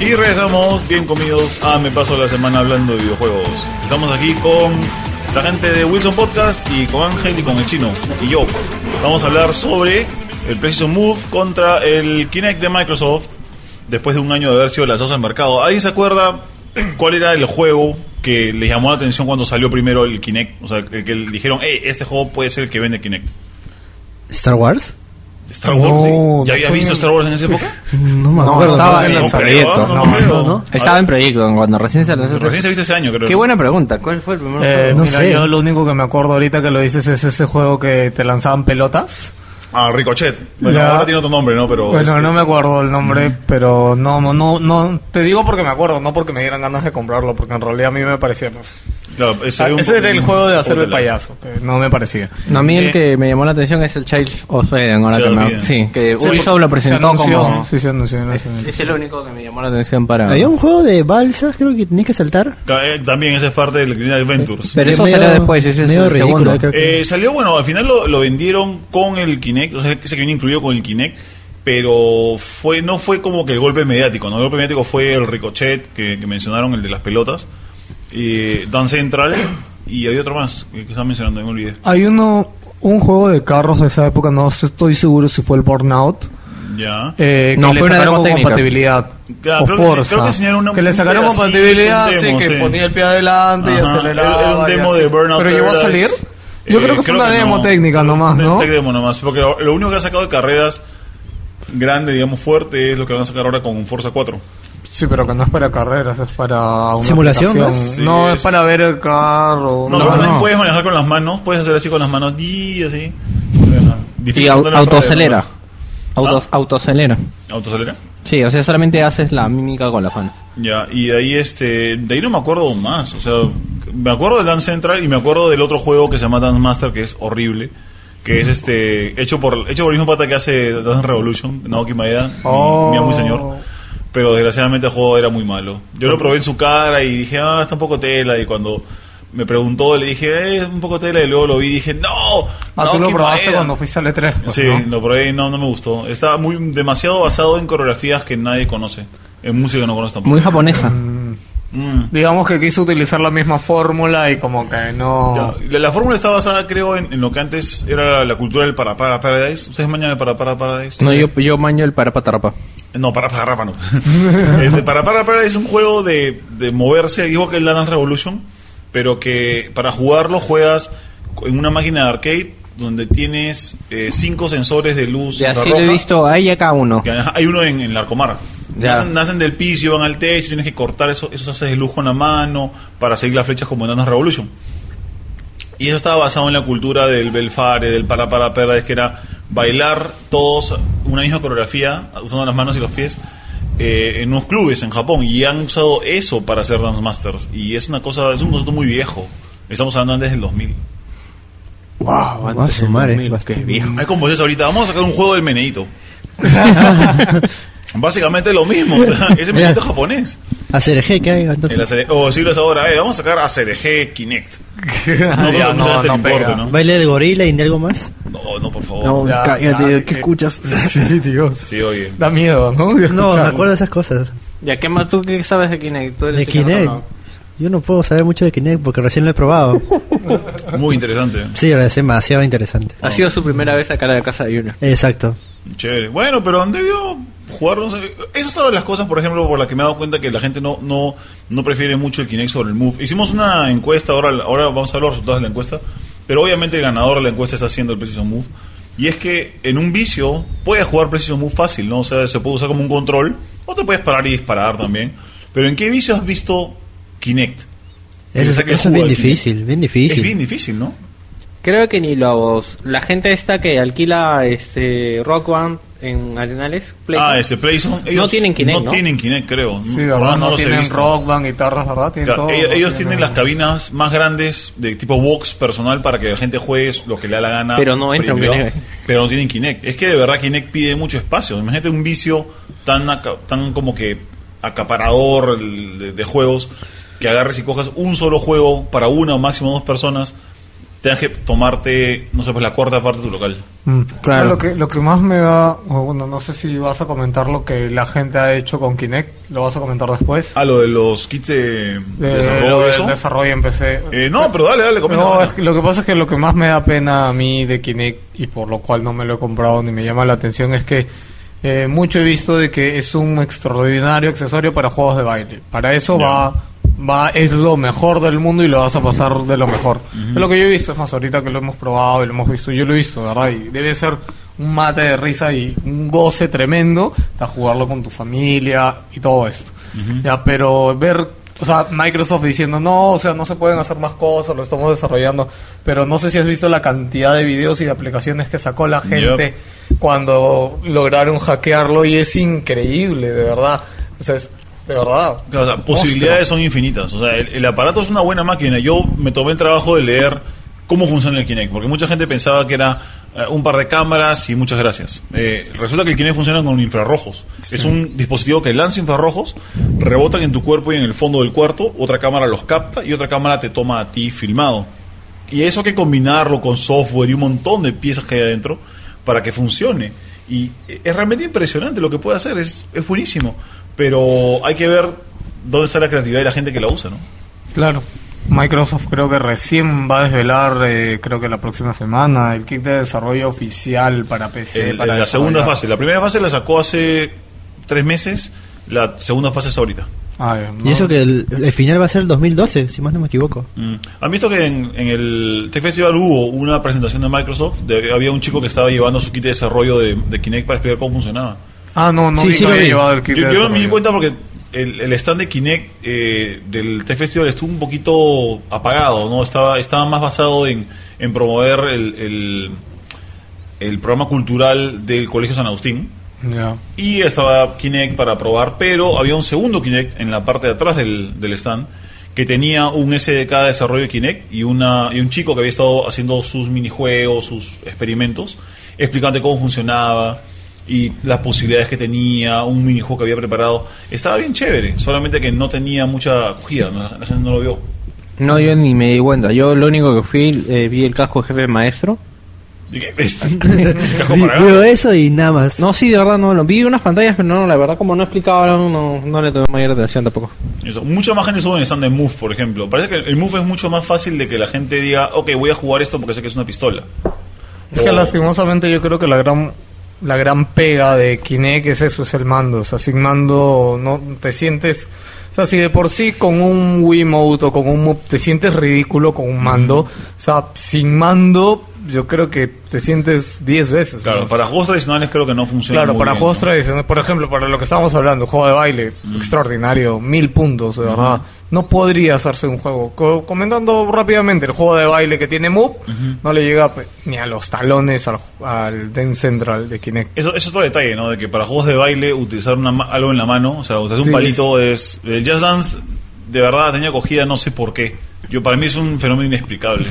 Speaker 1: Y regresamos bien comidos a Me Paso la Semana hablando de videojuegos. Estamos aquí con la gente de Wilson Podcast y con Ángel y con el chino y yo. Vamos a hablar sobre el Precision Move contra el Kinect de Microsoft después de un año de haber sido lanzados al mercado. ¿Alguien se acuerda cuál era el juego que les llamó la atención cuando salió primero el Kinect? O sea, el que dijeron, hey, este juego puede ser el que vende Kinect.
Speaker 2: ¿Star Wars?
Speaker 1: Star Wars,
Speaker 4: No,
Speaker 1: ¿sí?
Speaker 4: no
Speaker 1: ¿Ya habías
Speaker 4: fue
Speaker 1: visto
Speaker 4: en-
Speaker 1: Star Wars en esa
Speaker 4: [LAUGHS]
Speaker 1: época?
Speaker 2: No me
Speaker 4: No,
Speaker 2: acuerdo.
Speaker 4: estaba en
Speaker 1: creo,
Speaker 4: lanzamiento.
Speaker 1: no,
Speaker 4: No,
Speaker 1: creo.
Speaker 2: no, no.
Speaker 4: Estaba en proyecto cuando recién se lanzó.
Speaker 1: Recién se viste ese año, creo.
Speaker 4: Qué buena pregunta. ¿Cuál fue el primer
Speaker 3: Eh,
Speaker 4: juego?
Speaker 2: No
Speaker 3: mira,
Speaker 2: sé.
Speaker 3: yo lo único que me acuerdo ahorita que lo dices es ese juego que te lanzaban pelotas.
Speaker 1: Ah, Ricochet. Bueno,
Speaker 3: Ya.
Speaker 1: ahora tiene otro nombre, ¿no? Pero
Speaker 3: bueno,
Speaker 1: este,
Speaker 3: no me acuerdo el nombre, pero no, no, no, no, te digo porque me acuerdo, no porque me dieran ganas de comprarlo, porque en realidad a mí me parecía... pues,
Speaker 1: claro, ese,
Speaker 3: ah,
Speaker 1: era un
Speaker 3: ese
Speaker 1: poco-
Speaker 3: era el juego de hacer el
Speaker 1: Puta,
Speaker 3: payaso, que no me parecía.
Speaker 4: No, a mí el
Speaker 3: Eh,
Speaker 4: que me llamó la atención es el Child of Eden. Ahora
Speaker 1: Child
Speaker 4: que
Speaker 1: of
Speaker 4: me-
Speaker 1: Eden.
Speaker 4: Sí, que
Speaker 3: sí,
Speaker 4: Ubisoft lo presentó
Speaker 3: se anunció,
Speaker 4: como.
Speaker 3: Sí, se anunció. no sé.
Speaker 4: Es el único que me llamó la atención para.
Speaker 2: Había un juego de balsas, creo que tenías que saltar.
Speaker 1: la- eh, También esa es parte del Green Adventures.
Speaker 3: [LAUGHS]
Speaker 4: Pero
Speaker 2: Que
Speaker 4: eso
Speaker 2: medio-
Speaker 4: será después, ese es
Speaker 2: medio
Speaker 4: el
Speaker 2: ridículo,
Speaker 4: segundo.
Speaker 2: creo que-
Speaker 1: Eh, salió, bueno, al final lo, lo vendieron con el Kinect, o sea, ese que viene incluido con el Kinect, pero fue no fue como que el golpe mediático, ¿no? El golpe mediático fue el Ricochet, que, que mencionaron, el de las pelotas, eh, Dan Central, y había otro más que estaba mencionando, me olvidé.
Speaker 3: Hay uno, un juego de carros de esa época, no estoy seguro si fue el Burnout.
Speaker 1: Ya.
Speaker 3: Eh, que
Speaker 4: No,
Speaker 3: le
Speaker 4: fue una
Speaker 3: sacaron
Speaker 4: demo técnica.
Speaker 3: compatibilidad.
Speaker 1: Claro,
Speaker 3: o
Speaker 1: creo que sí,
Speaker 3: Forza.
Speaker 1: creo que enseñaron una-
Speaker 3: le
Speaker 1: un
Speaker 3: sacaron
Speaker 1: pedacito,
Speaker 3: compatibilidad,
Speaker 1: un demo,
Speaker 3: sí, que
Speaker 1: sí.
Speaker 3: ponía el pie adelante y
Speaker 1: Ajá,
Speaker 3: aceleraba.
Speaker 1: era- era un
Speaker 3: y
Speaker 1: demo
Speaker 3: así.
Speaker 1: de Burnout
Speaker 3: Pero llegó a
Speaker 1: Paradise.
Speaker 3: salir. Yo
Speaker 1: Eh,
Speaker 3: creo que fue una demo
Speaker 1: no.
Speaker 3: técnica nomás,
Speaker 1: Una
Speaker 3: ¿no?
Speaker 1: tec- demo nomás, porque lo, lo único que ha sacado de carreras grande, digamos fuerte, es lo que van a sacar ahora con Forza 4.
Speaker 3: Sí, pero que no es para carreras, es para una
Speaker 2: Simulación,
Speaker 3: aplicación.
Speaker 2: ¿no?
Speaker 1: Sí,
Speaker 3: no,
Speaker 1: es-
Speaker 3: es para ver el carro.
Speaker 1: No, pero también puedes manejar con las manos, puedes hacer así con las manos y así. Ajá.
Speaker 4: Y
Speaker 1: Difícil
Speaker 4: au-
Speaker 1: andar en la
Speaker 4: autoacelera.
Speaker 1: radio, Ah.
Speaker 4: Autos, Autoacelera.
Speaker 1: ¿no? ¿Autoacelera?
Speaker 4: Sí, o sea, solamente haces la mímica con las manos.
Speaker 1: Ya, y de ahí este, de ahí no me acuerdo más, o sea, me acuerdo del Dance Central y me acuerdo del otro juego que se llama Dance Master que es horrible, que es este hecho por hecho por el mismo pata que hace Dance Revolution, Naoki Maeda, mi-
Speaker 3: Oh.
Speaker 1: mi amo y señor. pero desgraciadamente el juego era muy malo. Yo lo probé en su cara y dije, ah, está un poco tela. Y cuando me preguntó, le dije, eh, un poco tela. Y luego lo vi y dije, no.
Speaker 3: Ah,
Speaker 1: no,
Speaker 3: tú lo
Speaker 1: qué
Speaker 3: probaste
Speaker 1: madera".
Speaker 3: cuando fuiste al E3. pues,
Speaker 1: Sí,
Speaker 3: ¿no?
Speaker 1: lo probé y no, no me gustó. Estaba muy demasiado basado en coreografías que nadie conoce. En música que no conozco tampoco.
Speaker 4: Muy japonesa.
Speaker 1: Mm.
Speaker 3: Digamos que quiso utilizar la misma fórmula y como que
Speaker 1: Ya,
Speaker 3: no...
Speaker 1: La, la fórmula está basada, creo, en, en lo que antes era la, cultura del para para paradise. ¿Ustedes mañana el para para paradise?
Speaker 4: No, yo, yo maño el parapatarapa.
Speaker 1: No, para para rapa no. [LAUGHS] Este, para para paradise es un juego de, de moverse, igual que el Dance Revolution, pero que para jugarlo juegas en una máquina de arcade donde tienes eh, cinco sensores de luz.
Speaker 4: Y así lo
Speaker 1: infrarroja.
Speaker 4: he visto ahí acá uno.
Speaker 1: Que Hay uno en, en Larcomar.
Speaker 4: Ya.
Speaker 1: Nacen, nacen del piso, van al techo, tienes que cortar eso- esos haces de luz con la mano para seguir las flechas como en Dance Revolution. Y eso estaba basado en la cultura del belfare, del para para para, es que era bailar todos una misma coreografía, usando las manos y los pies, eh, en unos clubes en Japón. Y han usado eso para hacer Dance Masters. Y es una cosa, es un concepto muy viejo. Estamos hablando antes del 2000.
Speaker 2: Wow, Ah, a su madre, bastante.
Speaker 3: [LAUGHS]
Speaker 1: Hay como eso ahorita, vamos a sacar un juego del meneito. Básicamente lo mismo, o sea, ese
Speaker 2: Mira.
Speaker 1: meneito japonés.
Speaker 2: [LAUGHS] Hacer eje que hay. entonces.
Speaker 1: El acere- o decirles ahora, eh, vamos a sacar ACRG Kinect. No, creo
Speaker 3: Ah, Ya,
Speaker 1: que mucha gente le importe,
Speaker 3: pega.
Speaker 1: ¿no?
Speaker 2: Baile del gorila y de algo más.
Speaker 1: No, no, por favor.
Speaker 4: No,
Speaker 3: Ya,
Speaker 4: cállate,
Speaker 3: ya,
Speaker 4: ¿qué
Speaker 3: eh.
Speaker 4: escuchas?
Speaker 3: Sí, Dios.
Speaker 1: Sí, oye.
Speaker 3: Da miedo, ¿no? [LAUGHS] De
Speaker 2: No, me
Speaker 3: escucharlo.
Speaker 2: acuerdo de esas cosas.
Speaker 4: ¿Ya qué más tú qué sabes de Kinect? Tú eres
Speaker 2: De
Speaker 4: el que no
Speaker 2: Kinect.
Speaker 4: conoce.
Speaker 2: Yo no puedo saber mucho de Kinect porque recién lo he
Speaker 4: [LAUGHS]
Speaker 2: probado.
Speaker 1: Muy interesante.
Speaker 2: Sí, ahora es demasiado interesante.
Speaker 4: Ha sido su primera vez acá a la casa de Junior.
Speaker 2: Exacto.
Speaker 1: Chévere. Bueno, pero han debido jugar, no sé. Eso es una de las cosas, por ejemplo, por la que me he dado cuenta que la gente no, no, no prefiere mucho el Kinect sobre el Move. Hicimos una encuesta, ahora, ahora vamos a ver los resultados de la encuesta, pero obviamente el ganador de la encuesta está haciendo el Precision Move. Y es que en un vicio puedes jugar Precision Move fácil, ¿no? O sea, se puede usar como un control, o te puedes parar y disparar también. Pero ¿en qué vicio has visto Kinect? Que le
Speaker 2: Eso,
Speaker 1: saque el
Speaker 2: eso
Speaker 1: jugo
Speaker 2: es bien
Speaker 1: al Kinect.
Speaker 2: difícil, bien difícil.
Speaker 1: Es bien difícil, ¿no?
Speaker 4: Creo que ni los la gente esta que alquila este Rock Band en Arenales Play
Speaker 1: Ah, este PlayStation. ellos
Speaker 4: tienen Kinect, ¿no?
Speaker 1: tienen Kinect, creo.
Speaker 3: Sí,
Speaker 1: Por lo
Speaker 3: ¿verdad?
Speaker 1: menos
Speaker 3: No,
Speaker 1: los he
Speaker 3: tienen
Speaker 1: visto.
Speaker 3: rock band, guitarras, ¿verdad? Tienen
Speaker 1: Claro,
Speaker 3: todo.
Speaker 1: ellos, ellos tienen las cabinas más grandes de tipo box personal para que la gente juegue lo que le da la gana.
Speaker 4: Pero no entra un
Speaker 1: privado,
Speaker 4: Kinect.
Speaker 1: Pero no tienen Kinect. Es que de verdad Kinect pide mucho espacio. Imagínate un vicio tan, aca- tan como que acaparador el- de, de juegos que agarres y cojas un solo juego para una o máximo dos personas. Tengas que tomarte, no sé, pues la cuarta parte de tu local.
Speaker 4: claro.
Speaker 3: Lo que, lo que más me da... o bueno, no sé si vas a comentar lo que la gente ha hecho con Kinect. Lo vas a comentar después.
Speaker 1: Ah, lo de los kits de, de
Speaker 3: Eh,
Speaker 1: desarrollo,
Speaker 3: lo del
Speaker 1: eso.
Speaker 3: desarrollo en PC.
Speaker 1: Eh, no, pero dale, dale, comenta.
Speaker 3: No,
Speaker 1: comenta.
Speaker 3: es que lo que pasa es que lo que más me da pena a mí de Kinect y por lo cual no me lo he comprado ni me llama la atención es que eh, mucho he visto de que es un extraordinario accesorio para juegos de baile. Para eso va, va es lo mejor del mundo y lo vas a pasar de lo mejor. Es lo que yo he visto, es más, ahorita que lo hemos probado y lo hemos visto, yo lo he visto, de ¿verdad? Y debe ser un mate de risa y un goce tremendo a jugarlo con tu familia y todo esto. Ya, pero ver o sea, Microsoft diciendo, no, o sea, no se pueden hacer más cosas, lo estamos desarrollando. Pero no sé si has visto la cantidad de videos y de aplicaciones que sacó la gente cuando lograron hackearlo y es increíble, de verdad. O sea, es- de verdad.
Speaker 1: Claro, o sea, posibilidades son infinitas. O sea, el, el aparato es una buena máquina. Yo me tomé el trabajo de leer cómo funciona el Kinect, porque mucha gente pensaba que era eh, un par de cámaras y muchas gracias. Eh, resulta que el Kinect funciona con infrarrojos. Es un dispositivo que lanza infrarrojos, rebotan en tu cuerpo y en el fondo del cuarto, otra cámara los capta y otra cámara te toma a ti filmado. Y eso hay que combinarlo con software y un montón de piezas que hay adentro para que funcione. Y es realmente impresionante lo que puede hacer, es, es buenísimo. Pero hay que ver dónde está la creatividad de la gente que la usa, ¿no?
Speaker 3: Claro. Microsoft creo que recién va a desvelar, eh, creo que la próxima semana, el kit de desarrollo oficial para PC.
Speaker 1: El-
Speaker 3: para
Speaker 1: la segunda
Speaker 3: desarrollar.
Speaker 1: fase. La primera fase la sacó hace tres meses, la segunda fase es ahorita.
Speaker 3: Ah, ya,
Speaker 2: Y
Speaker 3: no.
Speaker 2: eso que el, el final va a ser el 2012, si más no me equivoco.
Speaker 1: Mm. ¿Han visto que en, en el Tech Festival hubo una presentación de Microsoft? De- había un chico que estaba llevando su kit de desarrollo de, de Kinect para explicar cómo funcionaba.
Speaker 3: Ah, no, no
Speaker 2: Sí,
Speaker 3: vi
Speaker 2: sí
Speaker 3: que
Speaker 2: lo
Speaker 3: había
Speaker 2: vi.
Speaker 3: llevado el kit
Speaker 1: Yo,
Speaker 3: de
Speaker 1: yo me di
Speaker 3: desarrollo.
Speaker 1: cuenta porque el, el stand de Kinect eh, del Tech Festival estuvo un poquito apagado, ¿no? Estaba, estaba más basado en, en promover el, el, el programa cultural del Colegio San Agustín.
Speaker 3: Ya.
Speaker 1: Y estaba Kinect para probar, pero había un segundo Kinect en la parte de atrás del, del stand que tenía un SDK de desarrollo de Kinect y, una, y un chico que había estado haciendo sus minijuegos, sus experimentos, explicando cómo funcionaba. y las posibilidades que tenía, un minijuego que había preparado. Estaba bien chévere, solamente que no tenía mucha acogida, ¿no? la gente no lo vio.
Speaker 4: No, yo ni me di cuenta. Yo lo único que fui, eh, vi el casco de jefe maestro.
Speaker 1: Dije, "Este, casco para
Speaker 2: Veo eso y nada más.
Speaker 4: No, sí, de verdad no lo vi unas pantallas, pero no, la verdad como no explicaba, no, no, no le tomé mayor atención tampoco.
Speaker 1: Eso. Mucha más gente sube en stand de Move, por ejemplo. Parece que el Move es mucho más fácil de que la gente diga, ok, voy a jugar esto porque sé que es una pistola.
Speaker 3: Es que
Speaker 1: O-
Speaker 3: lastimosamente yo creo que la gran la gran pega de Kinect es eso, es el mando. O sea, sin mando no te sientes... O sea, si de por sí con un Wiimote o con un Move te sientes ridículo con un mando, o sea, sin mando yo creo que te sientes 10 veces.
Speaker 1: Claro,
Speaker 3: más.
Speaker 1: para juegos tradicionales creo que no funciona.
Speaker 3: Claro,
Speaker 1: muy
Speaker 3: para
Speaker 1: bien, Mm.
Speaker 3: juegos
Speaker 1: ¿no?
Speaker 3: tradicionales, por ejemplo, para lo que estábamos hablando, juego de baile, extraordinario, mil puntos, de verdad. No podría hacerse un juego. Co- comentando rápidamente, el juego de baile que tiene Move no le llega pe- ni a los talones al, al Dance Central de Kinect.
Speaker 1: Eso, eso es otro detalle, ¿no? De que para juegos de baile utilizar una ma- algo en la mano, o sea, utilizar un
Speaker 3: Sí,
Speaker 1: palito es... El Jazz Dance, de verdad, tenía acogida, no sé por qué. Yo, para mí es un fenómeno inexplicable.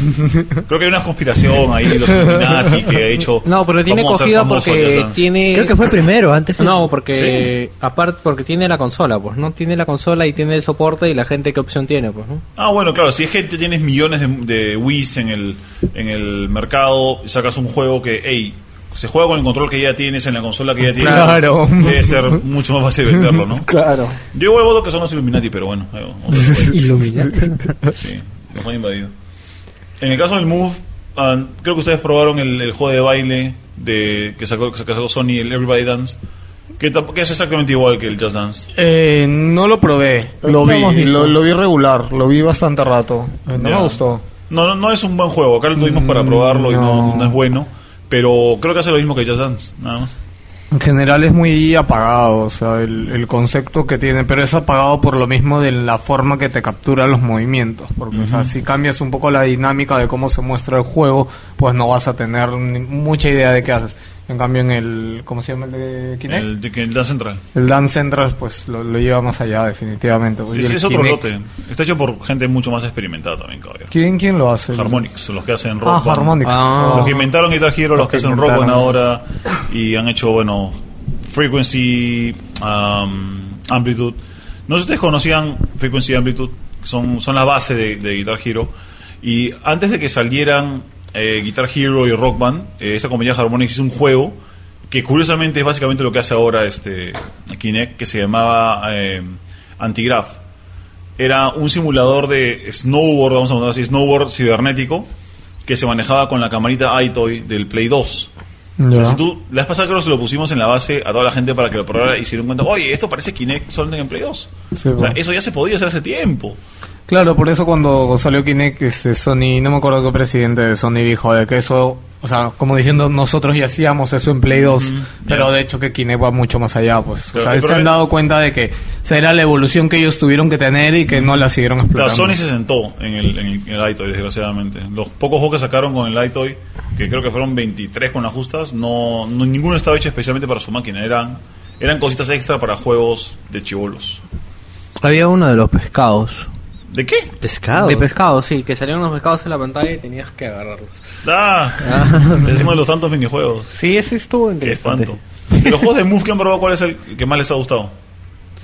Speaker 1: Creo que hay una conspiración ahí, los Illuminati, que ha dicho...
Speaker 4: No, pero tiene
Speaker 1: "Vamos a hacer
Speaker 4: cogida
Speaker 1: famoso al Jazz
Speaker 4: porque
Speaker 1: Dance".
Speaker 4: tiene...
Speaker 3: eh,
Speaker 2: Creo que fue primero, antes que...
Speaker 4: No, porque aparte porque tiene la consola, pues, ¿no? Tiene la consola y tiene el soporte y la gente qué opción tiene, pues, ¿no?
Speaker 1: Ah, bueno, claro, si es que tú tienes millones de, de Wii's en el, en el mercado, sacas un juego que, hey, se juega con el control que ya tienes, en la consola que ya tienes.
Speaker 3: Claro.
Speaker 1: Debe ser mucho más fácil venderlo, ¿no?
Speaker 3: Claro.
Speaker 1: Yo igual voto que son los Illuminati, pero bueno. ahí va-
Speaker 3: [LAUGHS]
Speaker 1: otro juego. [LAUGHS]
Speaker 2: Illuminati.
Speaker 1: Sí, nos han invadido. En el caso del Move, ah, creo que ustedes probaron el, el juego de baile de que sacó, que sacó Sony, el Everybody Dance, que, tamp- que es exactamente igual que el Just Dance.
Speaker 3: Eh, no lo probé, lo
Speaker 4: no
Speaker 3: vi,
Speaker 4: hemos visto.
Speaker 3: lo, lo vi regular, lo vi bastante rato. Eh, No
Speaker 1: Ya.
Speaker 3: me gustó.
Speaker 1: No, no, no es un buen juego. Acá lo tuvimos para probarlo y no,
Speaker 3: Mm, no.
Speaker 1: no es bueno. Pero creo que hace lo mismo que Just Dance, nada más.
Speaker 3: En general es muy apagado, o sea, el, el concepto que tiene, pero es apagado por lo mismo de la forma que te captura los movimientos, porque o sea, si cambias un poco la dinámica de cómo se muestra el juego, pues no vas a tener ni- mucha idea de qué haces. En cambio en el, ¿cómo se llama el de Kinect? El,
Speaker 1: El, de- que el Dance Central.
Speaker 3: Dance Central pues lo, lo lleva más allá definitivamente. pues, y
Speaker 1: Es,
Speaker 3: el
Speaker 1: es otro
Speaker 3: Kinect-
Speaker 1: lote. Está hecho por gente mucho más experimentada también, cabrón.
Speaker 3: ¿Quién, quién lo hace?
Speaker 1: Harmonix, los que hacen rock.
Speaker 3: Ah,
Speaker 1: band.
Speaker 3: Harmonix.
Speaker 4: Ah.
Speaker 1: Los que inventaron Guitar Hero, los
Speaker 3: Los
Speaker 1: que
Speaker 3: que
Speaker 1: hacen rock band
Speaker 3: inventaron.
Speaker 1: ahora y han hecho, bueno, Frequency, um, Amplitude. No sé si ustedes conocían Frequency y Amplitude, que son, son la base de, de Guitar Hero. Y antes de que salieran eh, Guitar Hero y Rock Band, eh, esta compañía Harmonix hizo un juego que curiosamente es básicamente lo que hace ahora este Kinect, que se llamaba eh, Antigraph era un simulador de snowboard, vamos a ponerlo así, snowboard cibernético, que se manejaba con la camarita iToy del Play 2.
Speaker 3: Ya.
Speaker 1: O sea, si tú, la vez pasada creo que se lo pusimos en la base a toda la gente para que lo probara y se dieron cuenta, oye, esto parece Kinect solamente en Play 2. o
Speaker 3: Sí,
Speaker 1: sea,
Speaker 3: bueno.
Speaker 1: eso ya se podía hacer hace tiempo.
Speaker 3: Claro, por eso cuando salió Kinect, este, Sony, no me acuerdo qué presidente de Sony dijo de que eso, o sea, como diciendo nosotros ya hacíamos eso en Play 2, pero
Speaker 1: ya.
Speaker 3: de hecho que Kinect va mucho más allá, pues.
Speaker 1: Claro,
Speaker 3: o sea,
Speaker 1: el
Speaker 3: se han
Speaker 1: problema-
Speaker 3: dado cuenta de que será la evolución que ellos tuvieron que tener y que no la siguieron
Speaker 1: La
Speaker 3: explorando.
Speaker 1: Sony se sentó en el, en el- en el iToy, desgraciadamente. Los pocos juegos que sacaron con el iToy, que creo que fueron 23 con las justas, no, no- ninguno estaba hecho especialmente para su máquina. Eran, eran cositas extra para juegos de chivolos.
Speaker 4: Había uno de los pescados.
Speaker 1: ¿De qué?
Speaker 2: Pescado.
Speaker 4: De pescados, sí, que salían unos pescados en la pantalla y tenías que agarrarlos.
Speaker 1: Ah, es uno de los tantos minijuegos.
Speaker 4: Sí, ese estuvo
Speaker 1: Qué
Speaker 4: interesante.
Speaker 1: espanto. De los juegos de Move que han probado, ¿cuál es el que más les ha gustado?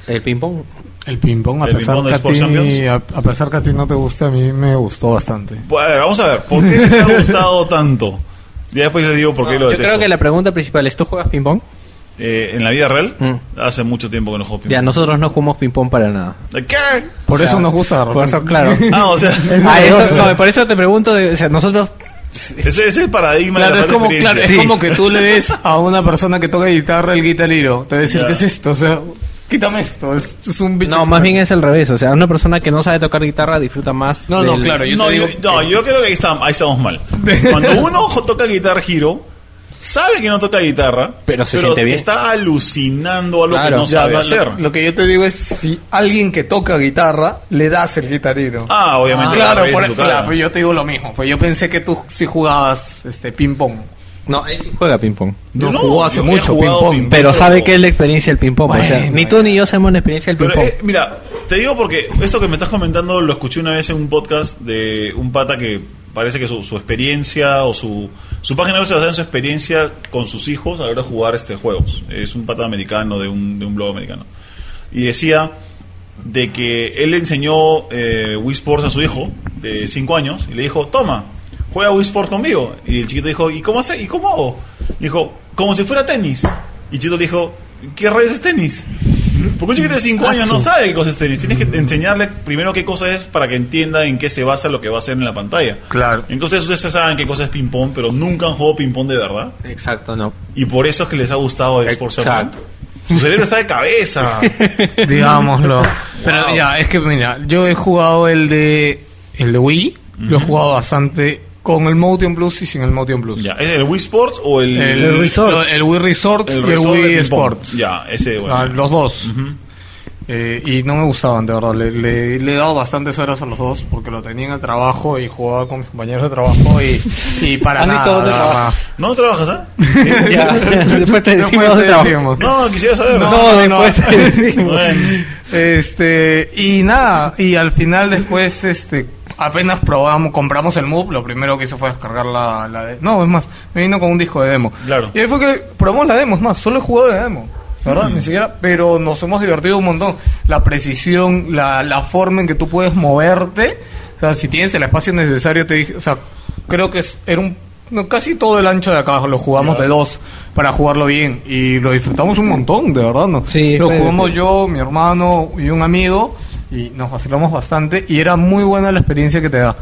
Speaker 4: El ping pong.
Speaker 3: El ping-pong, a,
Speaker 1: El
Speaker 3: pesar
Speaker 1: ping-pong de
Speaker 3: que a
Speaker 1: Sports
Speaker 3: ti- a,
Speaker 1: Champions.
Speaker 3: a pesar que a ti no te guste, a mí me gustó bastante.
Speaker 1: Pues, a ver, vamos a ver, ¿por qué les ha gustado tanto? Ya después les digo por qué
Speaker 4: No,
Speaker 1: lo
Speaker 4: yo
Speaker 1: detesto.
Speaker 4: creo que la pregunta principal es, ¿tú juegas ping pong?
Speaker 1: Eh, ¿En la vida real?
Speaker 4: Mm.
Speaker 1: Hace mucho tiempo que no juego
Speaker 4: Ya,
Speaker 1: ping-pong.
Speaker 4: nosotros no jugamos ping pong para nada.
Speaker 1: ¿De ¿Qué?
Speaker 3: Por
Speaker 4: O sea,
Speaker 3: eso nos gusta. de
Speaker 4: Por eso,
Speaker 3: repente. [LAUGHS]
Speaker 4: claro.
Speaker 1: Ah, o sea,
Speaker 4: Ah, eso- no, por eso te pregunto, de- o sea, nosotros
Speaker 1: [LAUGHS] ese ese es el paradigma
Speaker 3: Claro,
Speaker 1: de la
Speaker 3: es
Speaker 1: falta
Speaker 3: como,
Speaker 1: de
Speaker 3: claro,
Speaker 1: experiencia.
Speaker 3: es como que tú le
Speaker 1: [LAUGHS]
Speaker 3: des a una persona que toca guitarra el guitarrero. Te va a decir,
Speaker 1: Ya.
Speaker 3: ¿qué es esto? O sea, quítame esto. Es, es un bicho.
Speaker 4: No, más
Speaker 3: extraño.
Speaker 4: bien es al revés. O sea, una persona que no sabe tocar guitarra disfruta más.
Speaker 3: No, no, claro, yo
Speaker 1: no,
Speaker 3: te
Speaker 1: yo,
Speaker 3: digo-
Speaker 1: no, yo creo que ahí estamos, ahí estamos mal. Cuando uno jo- toca Guitar Hero, sabe que no toca guitarra,
Speaker 4: Pero se siente bien.
Speaker 1: está alucinando algo que
Speaker 4: Claro.
Speaker 1: no
Speaker 3: Ya,
Speaker 1: sabe
Speaker 3: no,
Speaker 1: hacer.
Speaker 3: Lo, lo que yo te digo es si alguien que toca guitarra le das el guitarrero.
Speaker 1: Ah, obviamente.
Speaker 3: claro,
Speaker 1: la
Speaker 3: por-
Speaker 1: vez en tu cara.
Speaker 3: claro, pues yo te digo lo mismo. Pues yo pensé que tú sí jugabas este ping
Speaker 4: [LAUGHS]
Speaker 3: pong.
Speaker 4: No, él sí juega ping-pong.
Speaker 3: No,
Speaker 1: No,
Speaker 3: jugó hace
Speaker 1: yo he
Speaker 3: mucho ping
Speaker 1: jugado
Speaker 3: pong.
Speaker 1: ping-pong.
Speaker 4: Pero
Speaker 1: Pero-
Speaker 4: sabe que es la experiencia del ping-pong. o sea,
Speaker 3: Bueno,
Speaker 4: ni tú ni yo sabemos la experiencia del
Speaker 1: Pero
Speaker 4: ping-pong.
Speaker 1: eh, mira, te digo porque esto que me estás comentando lo escuché una vez en un podcast de un pata que parece que su, su experiencia o su, Su página web se basa en su experiencia con sus hijos a la hora de jugar este juegos. Es un pata americano de un, de un blog americano. Y decía de que él le enseñó eh, Wii Sports a su hijo de 5 años y le dijo, toma, juega Wii Sports conmigo. Y el chiquito dijo, ¿y cómo hace? ¿Y cómo hago? Dijo, como si fuera tenis. Y el chiquito le dijo, ¿qué rayos es tenis? Porque un chiquito de 5 años no sabe qué cosa es tenis. Tienes que enseñarle primero qué cosa es para que entienda en qué se basa lo que va a hacer en la pantalla.
Speaker 3: Claro.
Speaker 1: Entonces ustedes saben qué cosa es ping-pong, pero nunca han jugado ping-pong de verdad.
Speaker 4: Exacto, no.
Speaker 1: Y por eso es que les ha gustado Sports
Speaker 4: Exacto.
Speaker 1: Su cerebro está de
Speaker 3: [LAUGHS]
Speaker 1: cabeza.
Speaker 3: digámoslo. Pero ya, es que mira, yo he jugado el de el de Wii, lo he jugado bastante con el Motion Plus y sin el Motion Plus.
Speaker 1: ya, ¿Es el Wii Sports o el,
Speaker 3: El,
Speaker 2: El Resort.
Speaker 3: lo- el Wii Resort y el
Speaker 1: resort de
Speaker 3: Wii
Speaker 1: ping-pong?
Speaker 3: Sports. Ah,
Speaker 1: Ya, ese,
Speaker 3: O
Speaker 1: bueno.
Speaker 3: sea, los dos.
Speaker 1: Ujú.
Speaker 3: Eh, y no me gustaban, de verdad. Le, le- le he dado bastantes horas a los dos porque lo tenía en el trabajo y jugaba con mis compañeros de trabajo y, y para
Speaker 7: ¿Han
Speaker 3: nada.
Speaker 7: visto dónde
Speaker 3: nada
Speaker 7: trabaja?
Speaker 1: [LAUGHS]
Speaker 3: más.
Speaker 1: ¿No trabajas,
Speaker 3: [LAUGHS]
Speaker 1: ah? [LAUGHS]
Speaker 2: Ya, después te decimos
Speaker 3: Después
Speaker 2: dónde
Speaker 3: te
Speaker 2: trabaja.
Speaker 3: decimos.
Speaker 1: No, quisiera saber.
Speaker 3: No,
Speaker 7: No,
Speaker 3: no,
Speaker 7: después
Speaker 3: [LAUGHS] no.
Speaker 7: te decimos.
Speaker 1: Bueno,
Speaker 3: Este, y nada, y al final después, este, apenas probamos, compramos el MOOC, lo primero que hizo fue descargar la, la de- No, es más, me vino con un disco de demo.
Speaker 1: Claro.
Speaker 3: Y ahí fue que probamos la demo, es más, solo he jugado la demo. ¿Verdad? Ni siquiera, pero nos hemos divertido un montón. La precisión, la, la forma en que tú puedes moverte, o sea, si tienes el espacio necesario, te dije, o sea, creo que es, era un... No, casi todo el ancho de acá lo jugamos de dos para jugarlo bien y lo disfrutamos un montón, de verdad, ¿no?
Speaker 7: Sí,
Speaker 3: lo
Speaker 7: fue
Speaker 3: jugamos
Speaker 7: divertido.
Speaker 3: yo, mi hermano y un amigo y nos vacilamos bastante y era muy buena la experiencia que te da.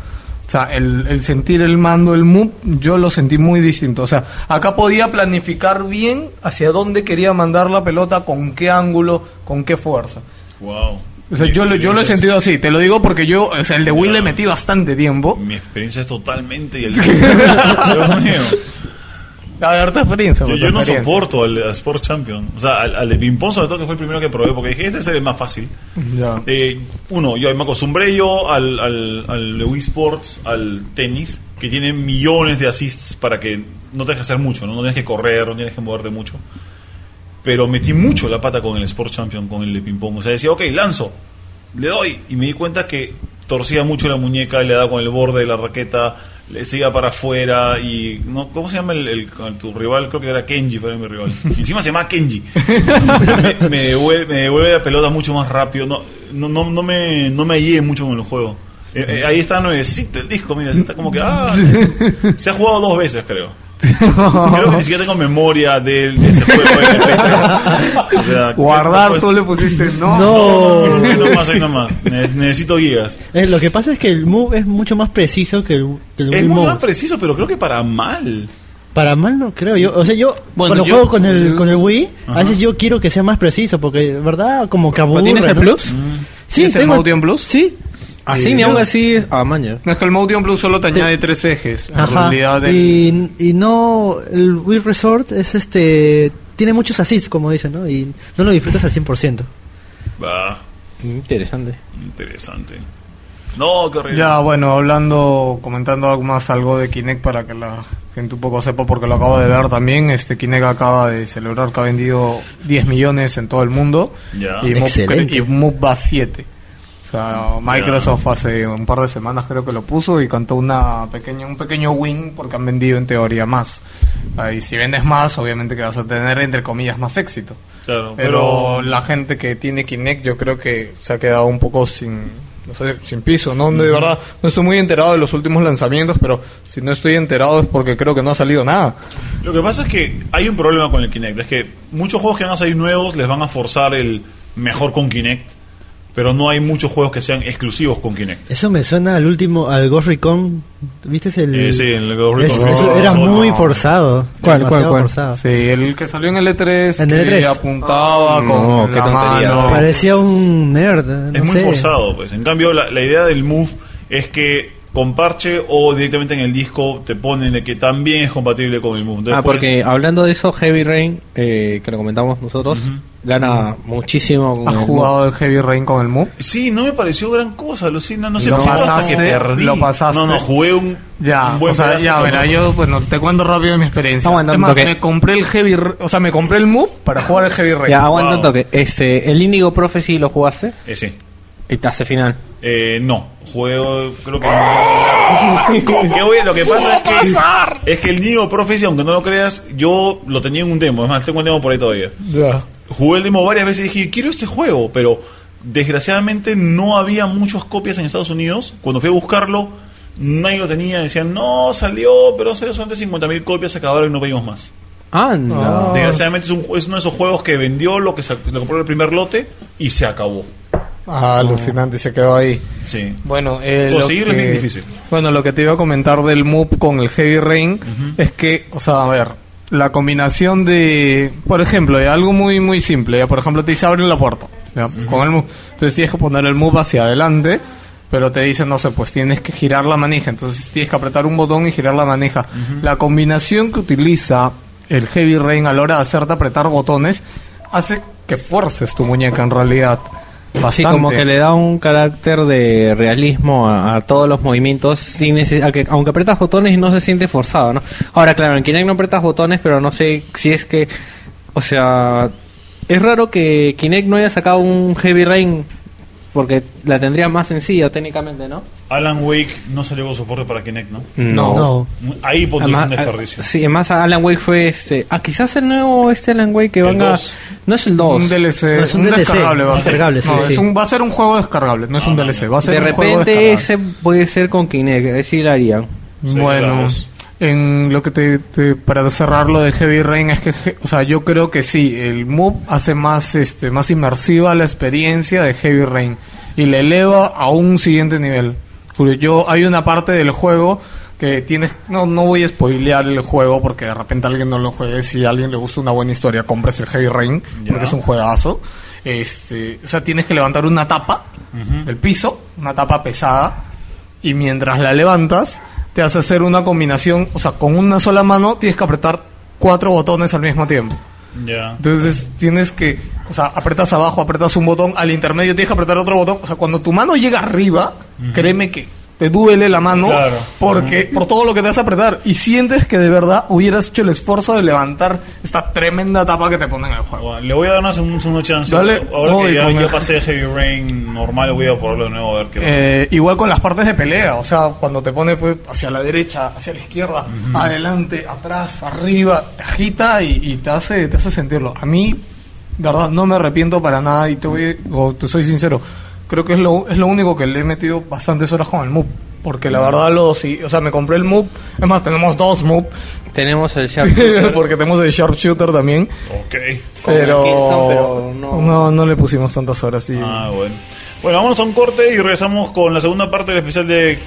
Speaker 3: O sea, el, el sentir el mando, el move, yo lo sentí muy distinto. O sea, acá podía planificar bien hacia dónde quería mandar la pelota, con qué ángulo, con qué fuerza.
Speaker 1: wow.
Speaker 3: O sea, yo, lo- yo lo he sentido así. Te lo digo porque yo, o sea, el de Will le metí bastante tiempo.
Speaker 1: Mi experiencia es
Speaker 3: [LAUGHS]
Speaker 1: totalmente y el. Dios mío.
Speaker 3: La verdad, tu experiencia.
Speaker 1: Yo,
Speaker 3: tu
Speaker 1: yo no
Speaker 3: experiencia.
Speaker 1: soporto al, al Sport Champion. O sea, al, al de ping-pong, sobre todo, que fue el primero que probé, porque dije, este es el más fácil.
Speaker 3: Ya.
Speaker 1: Eh, uno, yo me acostumbré yo al, al, al de Wii Sports, al tenis, que tiene millones de assists para que no tengas que hacer mucho, ¿no? No tienes que correr, no tienes que moverte mucho. Pero metí mucho la pata con el Sport Champion, con el de ping-pong. O sea, decía, ok, lanzo, le doy. Y me di cuenta que torcía mucho la muñeca, le daba con el borde de la raqueta, le se iba para afuera. y no ¿Cómo se llama el, el- con tu rival? Creo que era Kenji, fue mi rival. Y encima se llama Kenji. me, me devuelve, me devuelve la pelota mucho más rápido. No, no, no, no me, no me hallé mucho con el juego. Eh, eh, ahí está nuevecito el disco, mira, está como que. ah, se ha jugado dos veces, creo. Creo que ni siquiera tengo memoria de, de ese juego. de MP3. O sea,
Speaker 3: Guardar,
Speaker 1: pues,
Speaker 3: tú le pusiste no.
Speaker 1: no,
Speaker 2: No.
Speaker 1: no, no, más, ahí nomás. Ne- Necesito guías.
Speaker 2: Eh, lo que pasa es que el move es mucho más preciso que el, que el
Speaker 1: Es
Speaker 2: Wii
Speaker 1: muy
Speaker 2: Move.
Speaker 1: más preciso, pero creo que para mal.
Speaker 2: Para mal no creo yo. O sea, yo
Speaker 3: Bueno,
Speaker 2: cuando
Speaker 3: yo-
Speaker 2: juego con el,
Speaker 3: yo-
Speaker 2: con el Wii,
Speaker 1: Ajá.
Speaker 2: a veces yo quiero que sea más preciso, porque, ¿verdad? Como que aburre,
Speaker 7: ¿Tienes el
Speaker 2: ¿no?
Speaker 7: plus?
Speaker 2: Sí,
Speaker 3: ¿Tienes el
Speaker 2: tengo-
Speaker 3: Motion Plus?
Speaker 2: Sí.
Speaker 7: Así, ni aún así. es- Ah, maña.
Speaker 3: No, es que el Motion Plus solo te añade tres ejes. En
Speaker 2: Ajá.
Speaker 3: realidad, el-
Speaker 2: Y, y no, el Wii Resort es este... Tiene muchos assists, como dicen, ¿no? Y no lo disfrutas al 100%.
Speaker 1: Bah,
Speaker 4: Interesante.
Speaker 1: Ah, interesante. No, qué horrible.
Speaker 3: Ya, bueno, hablando, comentando algo más algo de Kinect para que la gente un poco sepa porque lo acabo de ver también. Este Kinect acaba de celebrar que ha vendido 10 millones en todo el mundo
Speaker 1: Ya.
Speaker 3: y, Move,
Speaker 2: Excelente.
Speaker 3: y Move va 7. O sea, Microsoft hace un par de semanas creo que lo puso y cantó una pequeña, un pequeño win porque han vendido en teoría más. Ah, Y si vendes más, obviamente que vas a tener entre comillas más éxito.
Speaker 1: Claro,
Speaker 3: Pero, la gente que tiene Kinect yo creo que se ha quedado un poco sin no sé, sin piso, ¿no? De verdad, no estoy muy enterado de los últimos lanzamientos, pero si no estoy enterado es porque creo que no ha salido nada.
Speaker 1: Lo que pasa es que hay un problema con el Kinect. Es que muchos juegos que van a salir nuevos les van a forzar el mejor con Kinect. Pero no hay muchos juegos que sean exclusivos con Kinect.
Speaker 2: Eso me suena al último, al Ghost Recon. ¿Viste el...?
Speaker 1: Eh, sí, el Ghost
Speaker 2: Es-
Speaker 1: Recon.
Speaker 2: eso era
Speaker 1: No, no.
Speaker 2: muy forzado.
Speaker 7: ¿Cuál, cuál,
Speaker 2: demasiado
Speaker 7: cuál?
Speaker 2: forzado.
Speaker 3: Sí, el que salió en el E3,
Speaker 2: Ah. En el E
Speaker 3: que
Speaker 2: E3.
Speaker 3: apuntaba
Speaker 7: No,
Speaker 3: con
Speaker 7: qué
Speaker 3: la
Speaker 7: tontería.
Speaker 3: mano.
Speaker 2: Parecía un nerd. no
Speaker 1: es muy
Speaker 2: sé.
Speaker 1: forzado, pues. En cambio, la, la idea del Move es que con parche o directamente en el disco te ponen de que también es compatible con el Move. Entonces,
Speaker 7: Ah,
Speaker 1: pues,
Speaker 7: porque hablando de eso, Heavy Rain, eh, que lo comentamos nosotros, gana muchísimo. con
Speaker 3: ¿Has
Speaker 7: el-
Speaker 3: jugado el Heavy Rain con el Mu?
Speaker 1: Sí, no me pareció gran cosa, Lucina. No sé,
Speaker 3: Lo
Speaker 1: me siento hasta
Speaker 3: pasaste,
Speaker 1: que perdí.
Speaker 3: lo pasaste.
Speaker 1: No, no, jugué un,
Speaker 3: Ya,
Speaker 1: un buen
Speaker 3: o sea,
Speaker 1: pedazo
Speaker 3: ya,
Speaker 1: con-
Speaker 3: verá, yo, bueno, te cuento rápido mi experiencia.
Speaker 7: Aguanta,
Speaker 3: Además,
Speaker 7: ok.
Speaker 3: me compré el Heavy, R- o sea, me compré el Mu para jugar el Heavy Rain.
Speaker 7: Ya, aguanta
Speaker 1: Wow.
Speaker 7: un toque. Este, el Indigo Prophecy lo jugaste.
Speaker 1: Eh, sí.
Speaker 4: Y hasta el final.
Speaker 1: Eh, no, juego creo que
Speaker 3: [LAUGHS]
Speaker 1: no. ¿Qué voy? Lo que pasa es que, es que el Neo Prophecy, aunque no lo creas, yo lo tenía en un demo, es más, tengo un demo por ahí todavía.
Speaker 3: Ya.
Speaker 1: Jugué el demo varias veces y dije, quiero este juego, pero desgraciadamente no había muchas copias en Estados Unidos. Cuando fui a buscarlo, nadie lo tenía, decían, no, salió, pero salió solamente 50.000 copias, se acabaron y no pedimos más.
Speaker 4: Anda.
Speaker 3: Ah,
Speaker 1: Desgraciadamente es, un- es uno de esos juegos que vendió lo que sa- lo compró en el primer lote y se acabó.
Speaker 3: Ah, alucinante, se quedó ahí.
Speaker 1: Sí.
Speaker 3: Bueno, eh, lo
Speaker 1: Conseguirlo es
Speaker 3: que-
Speaker 1: bien difícil.
Speaker 3: Bueno, lo que te iba a comentar del MOOC con el Heavy Rain es que, o sea, a ver, la combinación de, por ejemplo, ya, algo muy muy simple, ya, por ejemplo, te dice abrir la puerta, ya, con el MOOC. Entonces tienes que poner el MOOC hacia adelante, pero te dicen, no sé, pues tienes que girar la manija, entonces tienes que apretar un botón y girar la manija. La combinación que utiliza el Heavy Rain a la hora de hacerte apretar botones hace que fuerces tu muñeca en realidad.
Speaker 4: Así
Speaker 3: Bastante.
Speaker 4: como que le da un carácter de realismo a, a todos los movimientos, sin neces- a que- aunque apretas botones no se siente forzado, ¿no? Ahora, claro, en Kinect no apretas botones, pero no sé si es que, o sea, es raro que Kinect no haya sacado un Heavy Rain, porque la tendría más sencilla técnicamente, ¿no?
Speaker 1: Alan Wake no salió con soporte para Kinect, ¿no?
Speaker 3: No. ah,
Speaker 2: No.
Speaker 1: Ahí ponte
Speaker 4: Además,
Speaker 1: un
Speaker 4: a-
Speaker 1: desperdicio.
Speaker 4: sí, además Alan Wake fue este... Ah, quizás el nuevo este Alan Wake que
Speaker 1: El
Speaker 4: van a...
Speaker 1: dos.
Speaker 4: No es el
Speaker 3: Un
Speaker 4: 2.
Speaker 3: DLC,
Speaker 2: No, es un
Speaker 3: un
Speaker 2: DLC,
Speaker 3: descargable va a ser.
Speaker 2: descargable, sí,
Speaker 3: No, es
Speaker 2: sí.
Speaker 3: un- va a ser un juego descargable, no es un
Speaker 1: Ah,
Speaker 3: DLC, va a ser
Speaker 4: De
Speaker 3: un juego
Speaker 4: repente
Speaker 3: descargable.
Speaker 4: ese puede ser con Kinect, sí la harían.
Speaker 1: Sí,
Speaker 3: Bueno,
Speaker 1: claro.
Speaker 3: en lo que te, te- para cerrar lo de Heavy Rain es que, je- o sea, yo creo que sí, el move hace más, este, más inmersiva la experiencia de Heavy Rain y la eleva a un siguiente nivel. Porque yo hay una parte del juego que tienes, no, no voy a spoilear el juego porque de repente alguien no lo juegue. Si a alguien le gusta una buena historia, compres el Heavy Rain
Speaker 1: Ya.
Speaker 3: porque es un juegazo. Este, o sea, tienes que levantar una tapa del piso, una tapa pesada y mientras la levantas te hace hacer una combinación, o sea, con una sola mano tienes que apretar cuatro botones al mismo tiempo.
Speaker 1: Ya.
Speaker 3: Entonces tienes que, o sea, apretas abajo, apretas un botón, al intermedio tienes que apretar otro botón, o sea, cuando tu mano llega arriba, créeme que te duele la mano
Speaker 1: Claro.
Speaker 3: porque por todo lo que te hace apretar y sientes que de verdad hubieras hecho el esfuerzo de levantar esta tremenda tapa que te ponen en el juego.
Speaker 1: Bueno, le voy a dar una segunda, segunda chance.
Speaker 3: Dale.
Speaker 1: Ahora
Speaker 3: Uy,
Speaker 1: que ya,
Speaker 3: con
Speaker 1: ya
Speaker 3: el-
Speaker 1: pasé Heavy Rain normal, voy a probarlo de nuevo a ver qué pasa.
Speaker 3: Eh, igual con las partes de pelea, o sea, cuando te pone pues, hacia la derecha, hacia la izquierda, adelante, atrás, arriba, te agita y, y te hace te hace sentirlo. A mí, de verdad, no me arrepiento para nada y te voy, o te soy sincero, creo que es lo, es lo único que le he metido bastantes horas con el MOOC, porque la verdad, lo, sí, o sea, me compré el MOOC, es más, tenemos dos MOOC,
Speaker 4: Tenemos el [LAUGHS]
Speaker 3: [LAUGHS]
Speaker 4: Sharp.
Speaker 3: porque tenemos el Sharpshooter también,
Speaker 1: Ok.
Speaker 4: Como el
Speaker 3: pero,
Speaker 4: Killzone, pero no-
Speaker 3: no. no le pusimos tantas horas y...
Speaker 1: Ah, bueno. Bueno, vámonos a un corte y regresamos con la segunda parte del especial de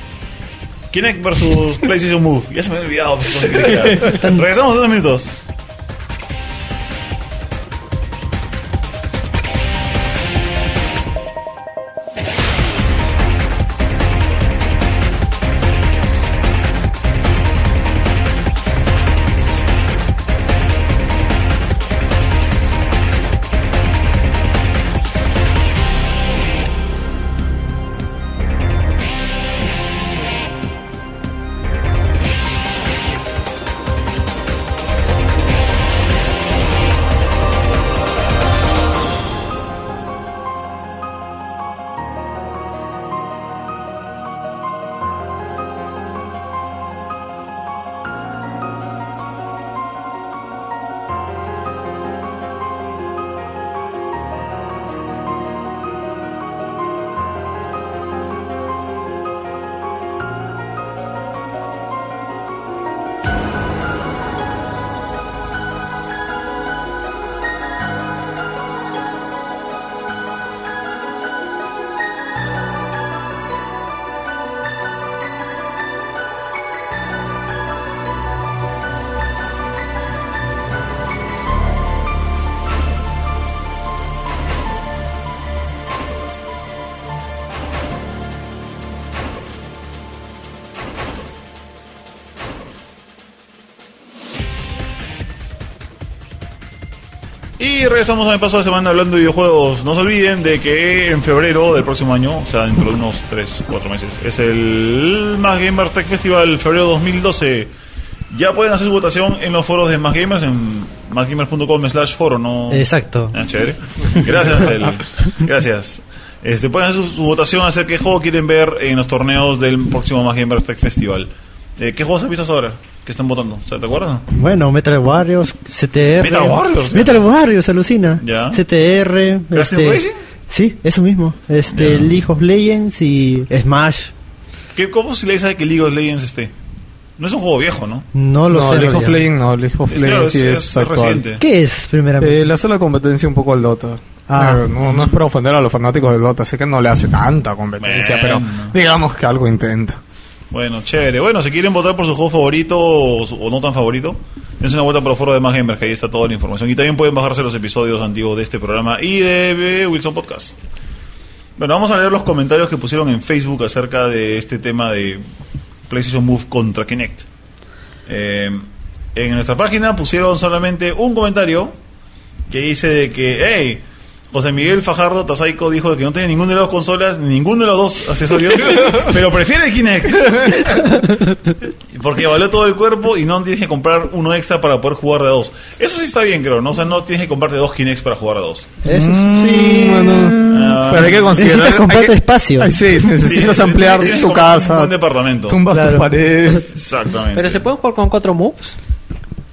Speaker 1: Kinect
Speaker 3: [LAUGHS]
Speaker 1: versus PlayStation Move. Ya se me había olvidado. pues, cómo se quería. regresamos en dos minutos. Y regresamos a mi paso de semana hablando de videojuegos. No se olviden de que en febrero del próximo año, o sea, dentro de unos 3, 4 meses, es el Más Gamer Tech Festival febrero 2012. Ya pueden hacer su votación en los foros de Más Gamers, en másgamers.com slash foro, ¿no?
Speaker 2: Exacto.
Speaker 1: Ah, chévere. Gracias, Ángel. Gracias. Este, pueden hacer su, su votación acerca de qué juego quieren ver en los torneos del próximo Magic Tech Festival. Eh, ¿Qué juegos has visto hasta ahora que están votando? O sea, ¿Te acuerdas?
Speaker 2: Bueno, Metal Warriors, CTR.
Speaker 1: Metal Warriors, ya.
Speaker 2: Metal Warriors, alucina.
Speaker 1: Ya.
Speaker 2: CTR.
Speaker 1: ¿Crash Team Racing?
Speaker 2: este, Sí, eso mismo.
Speaker 1: Ya.
Speaker 2: Este, League of Legends y Smash.
Speaker 1: ¿Qué, ¿Cómo se le dice que League of Legends esté? No es un juego viejo, ¿no?
Speaker 2: No lo
Speaker 8: no,
Speaker 2: sé. en
Speaker 8: League of
Speaker 2: realidad.
Speaker 8: Legends no, League of
Speaker 1: Es- claro,
Speaker 8: Legends sí
Speaker 1: es-
Speaker 8: es,
Speaker 1: es
Speaker 8: actual.
Speaker 1: reciente.
Speaker 2: ¿Qué es, primeramente?
Speaker 8: Eh, le hace la competencia un poco al Dota.
Speaker 2: Em. Ah.
Speaker 8: Eh,
Speaker 3: No, no es para ofender a los fanáticos del Dota, sé que no le hace tanta competencia,
Speaker 1: Bueno.
Speaker 3: pero digamos que algo intenta.
Speaker 1: Bueno, chévere. Bueno, si quieren votar por su juego favorito o, su- o no tan favorito, dense una vuelta por los foros de Más Gamers, que ahí está toda la información. Y también pueden bajarse los episodios antiguos de este programa y de eh, Wilson Podcast. Bueno, vamos a leer los comentarios que pusieron en Facebook acerca de este tema de PlayStation Move contra Kinect. Eh, en nuestra página pusieron solamente un comentario que dice de que, hey, José Miguel Fajardo Tasaico dijo de que no tiene ninguno de las dos consolas, ni ninguno de los dos accesorios, pero prefiere el Kinect. Porque valió todo el cuerpo y no tienes que comprar uno extra para poder jugar de a dos. Eso sí está bien, creo, ¿no? O sea, no tienes que comprarte dos Kinects para jugar de a dos.
Speaker 2: Eso es-
Speaker 3: Mm,
Speaker 2: sí.
Speaker 3: bueno.
Speaker 1: Ah,
Speaker 3: Pero hay que considerar.
Speaker 2: Necesitas comprarte
Speaker 3: hay que-
Speaker 2: espacio.
Speaker 3: Ay, sí, necesitas
Speaker 1: Sí,
Speaker 3: ampliar
Speaker 1: tienes
Speaker 3: tu
Speaker 1: como Un
Speaker 3: casa.
Speaker 1: buen departamento.
Speaker 3: Tumbas
Speaker 2: Claro.
Speaker 3: tus paredes.
Speaker 1: Exactamente.
Speaker 4: Pero se pueden jugar con cuatro moves.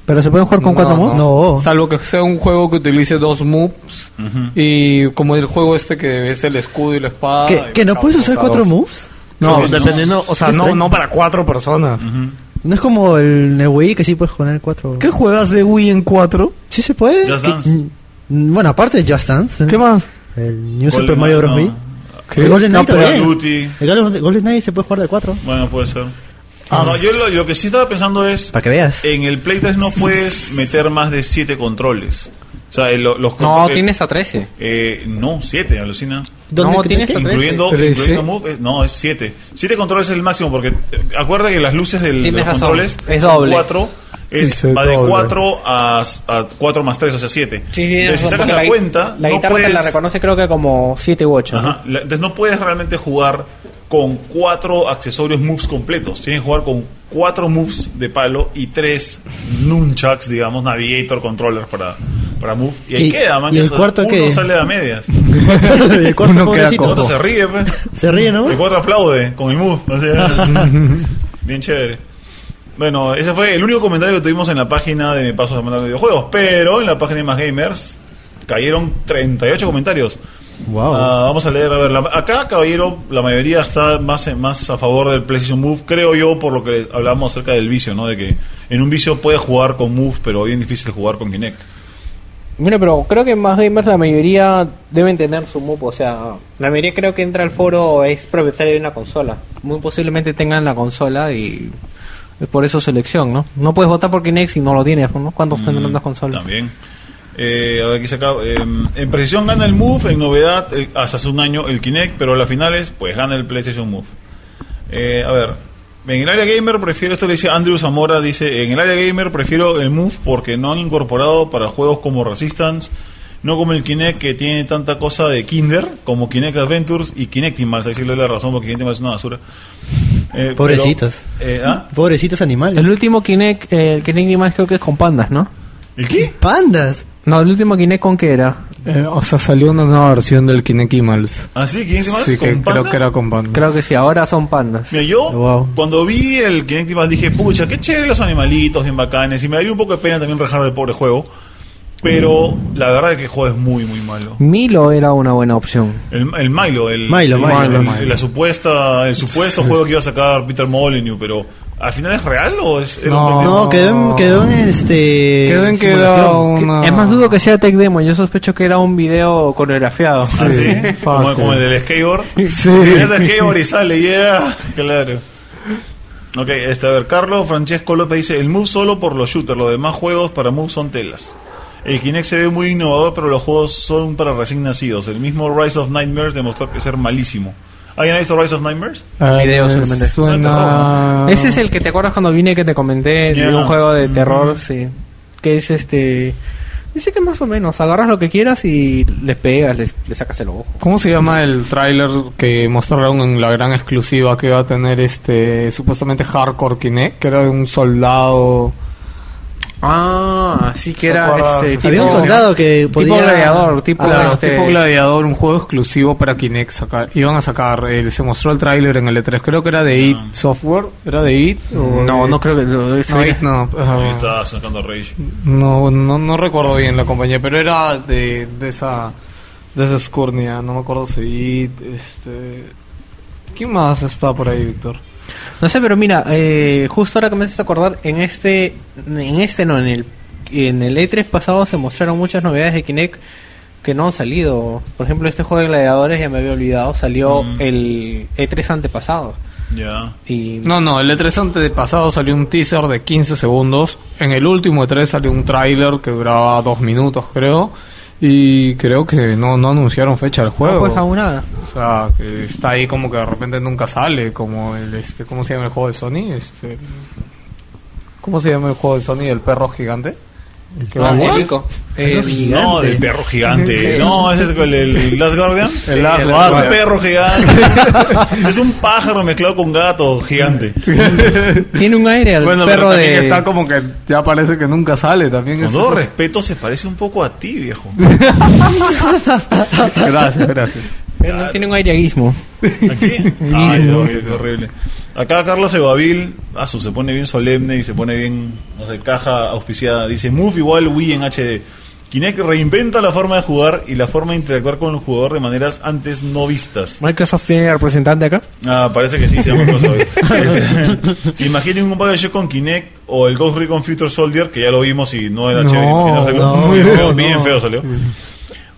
Speaker 4: Pero se pueden jugar con
Speaker 3: No,
Speaker 4: cuatro moves.
Speaker 2: No.
Speaker 3: Salvo que sea un juego que utilice dos moves. Y como el juego este que es el escudo y la espada.
Speaker 2: ¿Que,
Speaker 3: y
Speaker 2: que no
Speaker 3: cada
Speaker 2: puedes
Speaker 3: cosa,
Speaker 2: usar cuatro
Speaker 3: dos.
Speaker 2: moves?
Speaker 3: No, dependiendo. O sea,
Speaker 2: Qué
Speaker 3: no,
Speaker 2: extraño.
Speaker 3: no para cuatro personas.
Speaker 2: No es como el, en el Wii que sí puedes poner cuatro.
Speaker 3: ¿Qué juegas de Wii en cuatro?
Speaker 2: Sí se puede.
Speaker 1: Just
Speaker 2: Que-
Speaker 1: Dance.
Speaker 2: mm, Bueno, aparte de Just Dance. ¿eh?
Speaker 3: ¿Qué más?
Speaker 2: El New
Speaker 1: Golden
Speaker 2: Super Mario Bros.
Speaker 1: Knight,
Speaker 2: Wii.
Speaker 3: ¿Qué?
Speaker 2: El Golden
Speaker 1: No,
Speaker 2: Knight
Speaker 1: Call of
Speaker 2: también.
Speaker 1: Duty.
Speaker 2: El Golden, Golden Knight se puede jugar de cuatro.
Speaker 1: Bueno, puede ser. Ah, no, yo lo, lo que sí estaba pensando es.
Speaker 2: Para que veas.
Speaker 1: En el Play 3 no puedes meter más de 7 controles. O sea, el- lo- los
Speaker 4: No,
Speaker 1: controles.
Speaker 4: tienes a 13.
Speaker 1: Eh, no, 7, alucina.
Speaker 2: ¿Dónde
Speaker 4: no,
Speaker 2: que-
Speaker 4: tienes
Speaker 2: que- [LAUGHS]
Speaker 4: Son trece.
Speaker 1: Incluyendo,
Speaker 3: Trece.
Speaker 1: incluyendo Move, es- no, es 7. 7 controles es el máximo, porque eh, acuerda que las luces del, de
Speaker 4: Tienes
Speaker 1: los
Speaker 4: razón,
Speaker 1: controles
Speaker 4: es
Speaker 1: son
Speaker 4: doble.
Speaker 1: cuatro, es,
Speaker 3: Sí, sí,
Speaker 1: va de
Speaker 3: doble.
Speaker 1: 4 a, a 4 más 3, o sea 7.
Speaker 4: Sí, sí,
Speaker 1: Entonces, si
Speaker 4: porque
Speaker 1: sacas la, cuenta,
Speaker 4: la
Speaker 1: no
Speaker 4: guitarra te
Speaker 1: puedes,
Speaker 4: la reconoce creo que como 7 u 8.
Speaker 1: Ajá, la- entonces no puedes realmente jugar con 4 accesorios moves completos. Tienes que jugar con 4 moves de palo y 3 nunchucks, digamos, navigator controllers para, para move. Y ahí
Speaker 2: Sí,
Speaker 1: queda, man.
Speaker 2: ¿y el
Speaker 1: o sea,
Speaker 2: cuarto
Speaker 1: uno
Speaker 2: qué?
Speaker 1: sale a medias.
Speaker 2: Y el cuarto
Speaker 3: [LAUGHS] Uno queda
Speaker 2: pobrecito.
Speaker 1: El otro se ríe, pues.
Speaker 2: Se ríe, ¿no?
Speaker 1: El cuatro aplaude con el move. o
Speaker 2: [LAUGHS]
Speaker 1: sea, bien chévere. Bueno, ese fue el único comentario que tuvimos en la página de Mi Paso a Mandar Videojuegos. Pero en la página de Más Gamers cayeron 38 comentarios.
Speaker 2: Wow.
Speaker 1: Ah, vamos a leer, a ver, la- acá, caballero, la mayoría está más, en- más a favor del PlayStation Move, creo yo, por lo que hablábamos acerca del vicio, ¿no? De que en un vicio puedes jugar con Move, pero bien difícil jugar con Kinect.
Speaker 4: Mira, pero creo que más gamers la mayoría deben tener su MUP, o sea, la mayoría creo que entra al foro o es propietario de una consola. Muy posiblemente tengan la consola y es por eso selección, ¿no? No puedes votar por Kinect si no lo tienes, ¿no? ¿Cuántos tendrán las consolas?
Speaker 1: Mm, También. Eh, a ver, aquí se acaba. eh, en precisión gana el Move, en novedad, el- hasta hace un año el Kinect, pero a las finales, pues gana el PlayStation Move. Eh, a ver, en el área gamer prefiero, esto le dice Andrew Zamora, dice, en el área gamer prefiero el Move porque no han incorporado para juegos como Resistance, no como el Kinect que tiene tanta cosa de Kinder, como Kinect Adventures y Kinectimals, ahí sí le doy la razón porque Kinectimals es una basura. Eh,
Speaker 2: Pobrecitos.
Speaker 1: pero, eh, ¿ah?
Speaker 2: Pobrecitos animales.
Speaker 4: El último Kinect, eh, el Kinect más creo que es con pandas, ¿no?
Speaker 1: ¿El qué?
Speaker 2: Pandas.
Speaker 4: No, el último Kinect con qué era?
Speaker 3: Eh, o sea, salió una nueva versión del Kinectimals.
Speaker 1: ¿Ah, sí? ¿Kinectimals?
Speaker 3: Sí, que
Speaker 1: ¿Con
Speaker 3: creo
Speaker 1: pandas?
Speaker 3: que era con pandas.
Speaker 4: Creo que sí, ahora son pandas.
Speaker 1: Mira, yo
Speaker 2: Wow.
Speaker 1: cuando vi el Kinect Impact dije, pucha, qué chévere los animalitos, bien bacanes. Y me daría un poco de pena también rejar del pobre juego. Pero
Speaker 2: Mm.
Speaker 1: la verdad es que el juego es muy, muy malo.
Speaker 4: Milo era una buena opción.
Speaker 1: El, el Milo, el,
Speaker 2: Milo,
Speaker 1: el-
Speaker 2: Milo,
Speaker 1: el-
Speaker 2: Milo.
Speaker 1: la supuesta, el supuesto juego que iba a sacar Peter Molyneux, pero ¿al final es real o es era
Speaker 3: No.
Speaker 1: un-
Speaker 2: No, quedó en, quedó en este.
Speaker 3: Quedó en que
Speaker 2: simulación.
Speaker 3: era una...
Speaker 4: Es más dudo que sea Tech Demo, yo sospecho que era un video coreografiado.
Speaker 1: ¿Ah, sí?
Speaker 3: Sí,
Speaker 1: como,
Speaker 3: fácil.
Speaker 1: como el del skateboard. [LAUGHS]
Speaker 3: Sí.
Speaker 1: Mira el skateboard y sale, yeah. Claro. Ok, este, a ver, Carlos Francesco López dice, el move solo por los shooters, los demás juegos para move son telas. El Kinect se ve muy innovador, pero los juegos son para recién nacidos. El mismo Rise of Nightmares demostró que ser malísimo. ¿Alguien ha visto Rise of Nightmares?
Speaker 3: Eh,
Speaker 4: Video
Speaker 3: me
Speaker 4: solamente.
Speaker 2: Ah.
Speaker 3: Suena...
Speaker 4: Ese es el que te acuerdas cuando vine que te comenté
Speaker 1: Ya.
Speaker 4: de un juego
Speaker 2: Mm.
Speaker 4: de terror, sí. Que es este. Dice que más o menos, agarras lo que quieras y les pegas, les, le sacas el ojo.
Speaker 3: ¿Cómo se llama el tráiler que mostraron en la gran exclusiva que iba a tener este supuestamente Hardcore Kinect? Que era de un soldado
Speaker 4: Ah, así
Speaker 3: ¿Te
Speaker 4: que era
Speaker 3: acuerdas?
Speaker 4: ese
Speaker 2: Había un
Speaker 3: tipo-
Speaker 2: soldado que podía... Ah,
Speaker 4: tipo gladiador, tipo
Speaker 3: Claro,
Speaker 4: este-
Speaker 3: tipo Gladiador, un juego exclusivo para Kinect. sacar- iban a sacar, eh, se mostró el tráiler en el E3, creo que era de IT Software. ¿Era de IT? o
Speaker 4: No,
Speaker 3: de-
Speaker 4: no creo que
Speaker 3: No, IT no.
Speaker 1: Ahí
Speaker 3: ah,
Speaker 1: estaba sacando Rage.
Speaker 3: no, no, no recuerdo bien la compañía, pero era de, de esa de esa escurnia. No me acuerdo si IT. Este, ¿Quién más está por ahí, Víctor?
Speaker 4: No sé, pero mira, eh, justo ahora que me haces acordar, en este, en este no, en el, en el E3 pasado se mostraron muchas novedades de Kinect que no han salido. Por ejemplo, este juego de gladiadores ya me había olvidado, salió
Speaker 1: Mm.
Speaker 4: el E3 antepasado.
Speaker 1: Ya.
Speaker 4: Y
Speaker 3: No, no, el E3 antes de pasado salió un teaser de 15 segundos. En el último E3 salió un tráiler que duraba dos minutos, creo. Y creo que no, no anunciaron fecha del
Speaker 4: no,
Speaker 3: juego.
Speaker 4: pues aún nada.
Speaker 3: O sea, que está ahí como que de repente nunca sale, como el este, ¿cómo se llama el juego de Sony? Este ¿Cómo se llama el juego de Sony del perro gigante? Que va-
Speaker 4: Ah,
Speaker 3: ¿What?
Speaker 4: el Ico.
Speaker 2: Perro
Speaker 4: El-
Speaker 2: gigante.
Speaker 1: No, del perro
Speaker 3: [LAUGHS]
Speaker 1: gigante. No, ese es el, el Last Guardian.
Speaker 3: El Last
Speaker 1: Es
Speaker 3: Guardian.
Speaker 1: un perro gigante.
Speaker 3: [LAUGHS]
Speaker 1: es un pájaro mezclado con gato gigante.
Speaker 4: Tiene un aire al
Speaker 3: Bueno,
Speaker 4: perro
Speaker 3: pero también
Speaker 4: de...
Speaker 3: está como que ya parece que nunca sale también.
Speaker 1: Con
Speaker 3: es
Speaker 1: todo
Speaker 3: eso.
Speaker 1: respeto, se parece un poco a ti, viejo.
Speaker 4: [LAUGHS]
Speaker 3: Gracias, gracias.
Speaker 4: Pero no tiene un aire a Gizmo.
Speaker 1: Aquí. [LAUGHS] Ay, qué horrible, qué horrible. Acá Carla Sebavil, ah, su, se pone bien solemne y se pone bien, no sé, caja auspiciada. Dice, Move igual Wii en HD. Kinect reinventa la forma de jugar y la forma de interactuar con el jugador de maneras antes no vistas.
Speaker 4: Microsoft tiene representante acá.
Speaker 1: Ah, parece que sí, se
Speaker 3: [LAUGHS]
Speaker 1: llama crossover. Este, Imaginen un Bioshock con Kinect o el Ghost Recon Future Soldier, que ya lo vimos y no era
Speaker 3: No,
Speaker 1: chévere. Imagínate,
Speaker 3: no,
Speaker 1: bien,
Speaker 3: no,
Speaker 1: feo,
Speaker 3: no.
Speaker 1: bien feo salió.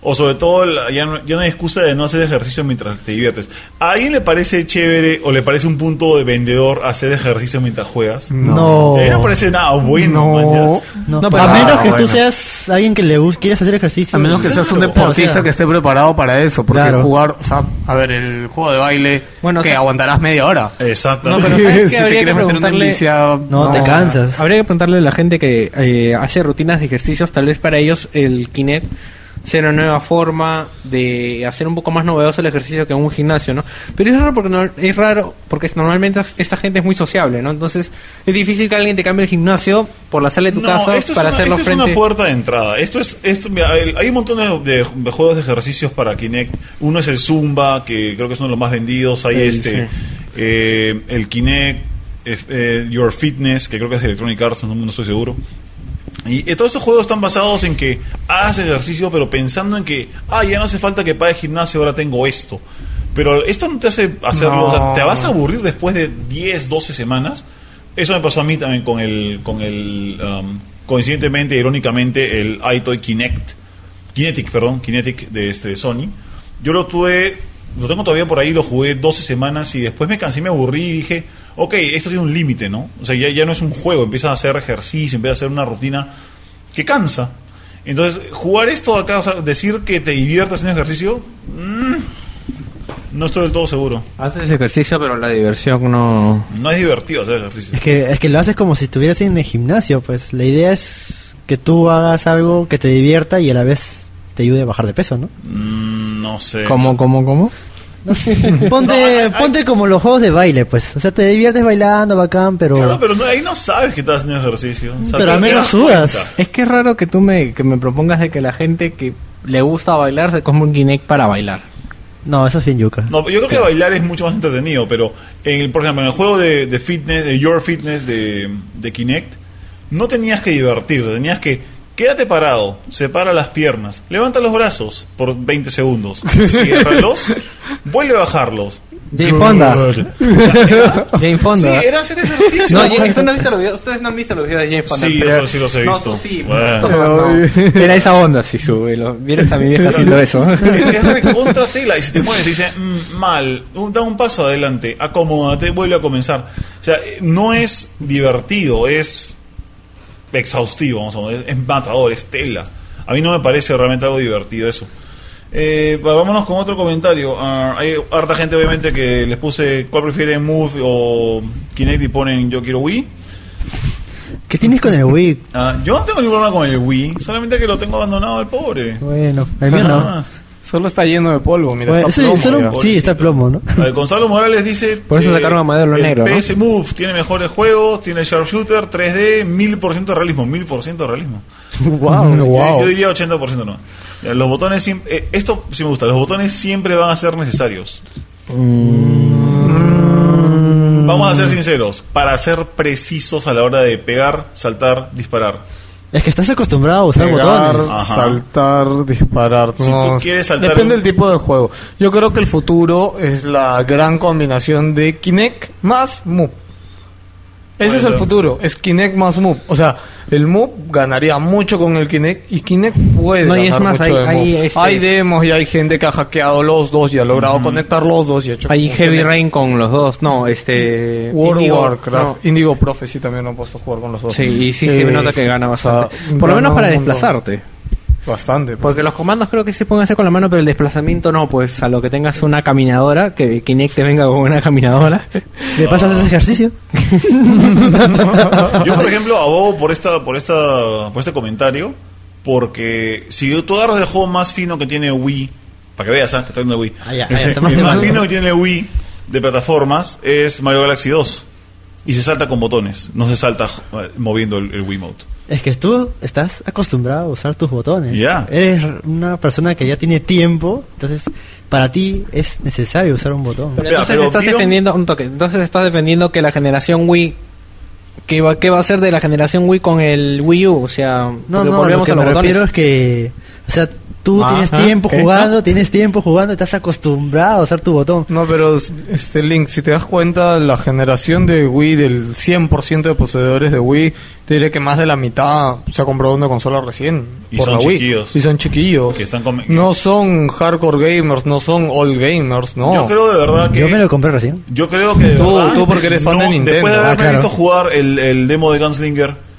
Speaker 1: O sobre todo, la- ya no, ya no hay excusa de no hacer ejercicio mientras te diviertes. ¿A alguien le parece chévere o le parece un punto de vendedor hacer ejercicio mientras juegas?
Speaker 2: No.
Speaker 1: A mí no parece nada bueno,
Speaker 3: No.
Speaker 1: man, ya.
Speaker 2: No,
Speaker 4: No,
Speaker 2: a
Speaker 4: pero-
Speaker 2: menos
Speaker 3: Ah,
Speaker 2: que
Speaker 3: bueno.
Speaker 2: tú seas alguien que le gus- quieres hacer ejercicio.
Speaker 3: A menos que seas un deportista
Speaker 2: O sea,
Speaker 3: que esté preparado para eso, porque
Speaker 2: Claro.
Speaker 3: jugar, o sea, a ver, el juego de baile,
Speaker 4: Bueno, o
Speaker 3: que
Speaker 4: sea-
Speaker 3: aguantarás media hora.
Speaker 4: No,
Speaker 1: Exactamente.
Speaker 4: [LAUGHS] pero ¿sabes qué?
Speaker 3: [LAUGHS] si te
Speaker 4: Habría que
Speaker 3: quieres meter una
Speaker 4: preguntarle-
Speaker 3: milicia,
Speaker 2: No, te cansas.
Speaker 4: Habría que preguntarle a la gente que eh, hace rutinas de ejercicios, tal vez para ellos el Kinect sea una nueva forma de hacer un poco más novedoso el ejercicio que en un gimnasio, ¿no? Pero es raro porque no- es raro porque es- normalmente es- esta gente es muy sociable, ¿no? Entonces es difícil que alguien te cambie el gimnasio por la sala de tu
Speaker 1: No,
Speaker 4: casa
Speaker 1: esto es
Speaker 4: para
Speaker 1: una-
Speaker 4: hacerlo
Speaker 1: esto
Speaker 4: frente.
Speaker 1: es una puerta de entrada. Esto es, esto, mira, el- hay un montón de, de- de juegos de ejercicios para Kinect. Uno es el Zumba, que creo que es uno de los más vendidos. Hay
Speaker 4: Sí,
Speaker 1: este,
Speaker 4: sí.
Speaker 1: eh, el Kinect, eh, eh, Your Fitness, que creo que es de Electronic Arts, no, no estoy seguro. Y eh, todos estos juegos están basados en que hagas ejercicio, pero pensando en que, ah, ya no hace falta que pague gimnasio, ahora tengo esto. Pero esto no te hace hacerlo,
Speaker 3: No.
Speaker 1: o sea, te vas a aburrir después de 10, 12 semanas. Eso me pasó a mí también con el, con el um, coincidentemente, irónicamente, el iToy Kinect, Kinetic, perdón, Kinetic de este de Sony. Yo lo tuve, lo tengo todavía por ahí, lo jugué 12 semanas y después me cansé, me aburrí y dije, ok, esto tiene un límite, ¿no? O sea, ya, ya no es un juego, empiezas a hacer ejercicio, empiezas a hacer una rutina que cansa. Entonces, jugar esto acá, o sea, decir que te diviertas en ejercicio, mm, no estoy del todo seguro.
Speaker 4: Haces ejercicio, pero la diversión no.
Speaker 1: No es divertido hacer ejercicio.
Speaker 2: [LAUGHS] Es que, es que lo haces como si estuvieras en el gimnasio, pues. La idea es que tú hagas algo que te divierta y a la vez te ayude a bajar de peso, ¿no?
Speaker 1: Mm, no sé.
Speaker 4: ¿Cómo, cómo, cómo?
Speaker 2: No sé.
Speaker 1: No, hay-
Speaker 2: [LAUGHS] Ponte,
Speaker 1: hay-
Speaker 2: ponte como los juegos de baile, pues. O sea, te diviertes bailando, bacán, pero...
Speaker 1: Claro, pero no, ahí no sabes que estás haciendo ejercicio. O sea,
Speaker 2: Pero
Speaker 1: te-
Speaker 2: al
Speaker 1: te
Speaker 2: menos
Speaker 1: das
Speaker 2: sudas.
Speaker 1: cuenta.
Speaker 4: Es que es raro que tú me, que me propongas de que la gente que le gusta bailar se compre un Kinect para bailar.
Speaker 2: No, eso es bien yuca.
Speaker 1: No, yo creo que bailar es mucho más entretenido, pero en, el- por ejemplo, en el juego de, de fitness, de Your Fitness de, de Kinect, no tenías que divertirte, tenías que quédate parado, separa las piernas, levanta los brazos por 20 segundos, ciérralos, vuelve a bajarlos.
Speaker 4: Jane Fonda. [LAUGHS]
Speaker 1: Sí,
Speaker 4: Jane Fonda.
Speaker 1: era hacer ejercicio.
Speaker 4: No, Jane- ¿tú no has visto los videos? ustedes no han visto los videos de Jane Fonda.
Speaker 1: Sí,
Speaker 4: pero-
Speaker 1: eso sí los he
Speaker 4: No,
Speaker 1: visto.
Speaker 4: tú sí,
Speaker 1: Bueno.
Speaker 4: tú
Speaker 3: [LAUGHS]
Speaker 4: no. Era esa onda si sube. Lo, vieras a mi vieja haciendo eso.
Speaker 1: Es recontra tela y si te mueves dice "Mm, mal, un- da un paso adelante, acomódate, vuelve a comenzar. O sea, eh, no es divertido, es exhaustivo, vamos a poner, es matador, es tela. A mí no me parece realmente algo divertido eso. Eh, va- vámonos con otro comentario. Ah, hay harta gente obviamente que les puse cuál prefieren Move o Kinect y ponen yo quiero Wii.
Speaker 2: ¿Qué tienes con el Wii?
Speaker 1: Ah, yo no tengo ningún problema con el Wii, solamente que lo tengo abandonado al pobre.
Speaker 2: Bueno, el mío no.
Speaker 1: Nada más.
Speaker 3: Solo está lleno de polvo, mira.
Speaker 2: Bueno,
Speaker 3: está
Speaker 2: sí,
Speaker 3: plomo
Speaker 2: solo-
Speaker 3: ya.
Speaker 2: sí, está plomo, ¿no?
Speaker 1: A ver, Gonzalo Morales dice.
Speaker 4: Por eso sacaron a Madero lo
Speaker 1: el
Speaker 4: negro, ¿no?
Speaker 1: PS Move tiene mejores juegos, tiene sharpshooter, 3D, 1000% de realismo, 1000% de realismo.
Speaker 3: [LAUGHS]
Speaker 4: [LAUGHS]
Speaker 3: Wow,
Speaker 4: Oh.
Speaker 1: Yo, yo diría 80% no. Ya, Los botones siempre. eh, esto sí me gusta, los botones siempre van a ser necesarios.
Speaker 4: Mm.
Speaker 1: Vamos a ser sinceros, para ser precisos a la hora de pegar, saltar, disparar.
Speaker 2: Es que estás acostumbrado a usar
Speaker 3: Pegar,
Speaker 2: botones.
Speaker 1: Ajá.
Speaker 3: saltar, disparar.
Speaker 1: Si tú quieres saltar
Speaker 3: Depende
Speaker 1: un-
Speaker 3: del tipo de juego. Yo creo que el futuro es la gran combinación de Kinect más Move. Ese es el
Speaker 1: Bueno.
Speaker 3: futuro, es Kinect más Move. O sea, el Move ganaría mucho con el Kinect y Kinect puede
Speaker 4: No, y es
Speaker 3: ganar
Speaker 4: más,
Speaker 3: mucho
Speaker 4: hay-
Speaker 3: de
Speaker 4: hay,
Speaker 3: Move.
Speaker 4: este-
Speaker 3: Hay demos y hay gente que ha hackeado los dos y ha logrado conectar los dos y ha hecho... que
Speaker 4: Hay Heavy
Speaker 3: funcione.
Speaker 4: Rain con los dos, no, este...
Speaker 3: World
Speaker 4: Indigo,
Speaker 3: of Warcraft,
Speaker 4: no.
Speaker 3: Indigo Prophecy también lo han puesto a jugar con los dos.
Speaker 4: Sí, y sí se
Speaker 3: Eh,
Speaker 4: nota que gana
Speaker 3: o sea,
Speaker 4: bastante. Por lo
Speaker 3: gana
Speaker 4: menos para
Speaker 3: Ah, un montón.
Speaker 4: desplazarte.
Speaker 3: Bastante. pues.
Speaker 4: Porque los comandos creo que se pueden hacer con la mano, pero el desplazamiento no, pues a lo que tengas una caminadora, que Kinect te venga con una caminadora.
Speaker 2: ¿Le pasas ese ejercicio?
Speaker 1: Yo, por ejemplo, abogo por esta, por esta, por este comentario, porque si tú agarras el juego más fino que tiene Wii, para que veas, ah, que está viendo Wii,
Speaker 2: Ah, ya,
Speaker 1: Este,
Speaker 2: ah, ya, está más
Speaker 1: el más
Speaker 2: temprano.
Speaker 1: fino que tiene Wii de plataformas es Mario Galaxy 2 y se salta con botones, no se salta eh, moviendo el, Wii Wiimote.
Speaker 2: Es que tú estás acostumbrado a usar tus botones.
Speaker 1: Ya.
Speaker 2: Eres una persona que ya tiene tiempo, entonces para ti es necesario usar un botón.
Speaker 4: Pero
Speaker 1: Espera,
Speaker 4: entonces
Speaker 1: pero
Speaker 4: estás
Speaker 1: Guido-
Speaker 4: defendiendo un toque, entonces estás defendiendo que la generación Wii que va qué va a ser de la generación Wii con el Wii U, o sea,
Speaker 2: No,
Speaker 4: porque
Speaker 2: no, lo
Speaker 4: volvemos
Speaker 2: que
Speaker 4: a los
Speaker 2: me
Speaker 4: botones.
Speaker 2: refiero es que, o sea, tú
Speaker 4: Ah,
Speaker 2: tienes
Speaker 4: ah,
Speaker 2: tiempo
Speaker 4: ok.
Speaker 2: jugando, tienes tiempo jugando, estás acostumbrado a usar tu botón.
Speaker 3: No, pero este Link, si te das cuenta, la generación de Wii, del 100% de poseedores de Wii, te diré que más de la mitad se ha comprado una consola recién.
Speaker 1: Y
Speaker 3: por
Speaker 1: son
Speaker 3: la Wii.
Speaker 1: chiquillos.
Speaker 3: Y son chiquillos.
Speaker 1: Que están con-
Speaker 3: No son hardcore gamers, no son all gamers, no.
Speaker 1: Yo creo de verdad que
Speaker 2: Yo me lo compré recién.
Speaker 1: yo creo que de
Speaker 3: Tú-
Speaker 1: verdad,
Speaker 3: tú porque eres fan de Nintendo.
Speaker 1: Después de haberme
Speaker 2: Ah, claro.
Speaker 1: visto jugar el, el demo de Gunslinger,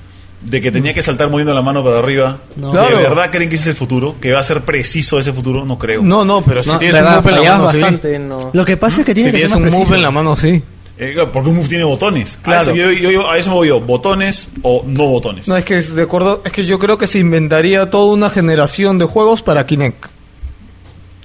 Speaker 1: de que tenía que saltar moviendo la mano para arriba,
Speaker 2: No.
Speaker 3: Claro.
Speaker 1: ¿de verdad creen que ese es el futuro? ¿Que va a ser preciso ese futuro? No creo.
Speaker 3: No, no, pero si
Speaker 4: No,
Speaker 3: tienes
Speaker 4: te
Speaker 3: un
Speaker 4: da-
Speaker 3: move en la
Speaker 4: fallabas
Speaker 3: mano, sí.
Speaker 4: bastante, no.
Speaker 2: Lo que pasa es que
Speaker 3: Si
Speaker 2: tiene que
Speaker 3: tienes
Speaker 2: ser
Speaker 3: un
Speaker 2: más preciso.
Speaker 3: move en la mano, sí.
Speaker 1: Eh, claro, porque un move tiene botones. A
Speaker 3: Claro.
Speaker 1: eso yo- yo- yo- A eso, me voy yo. ¿Botones o no botones?
Speaker 3: No, es que es de acuerdo, es que yo creo que se inventaría toda una generación de juegos para Kinect.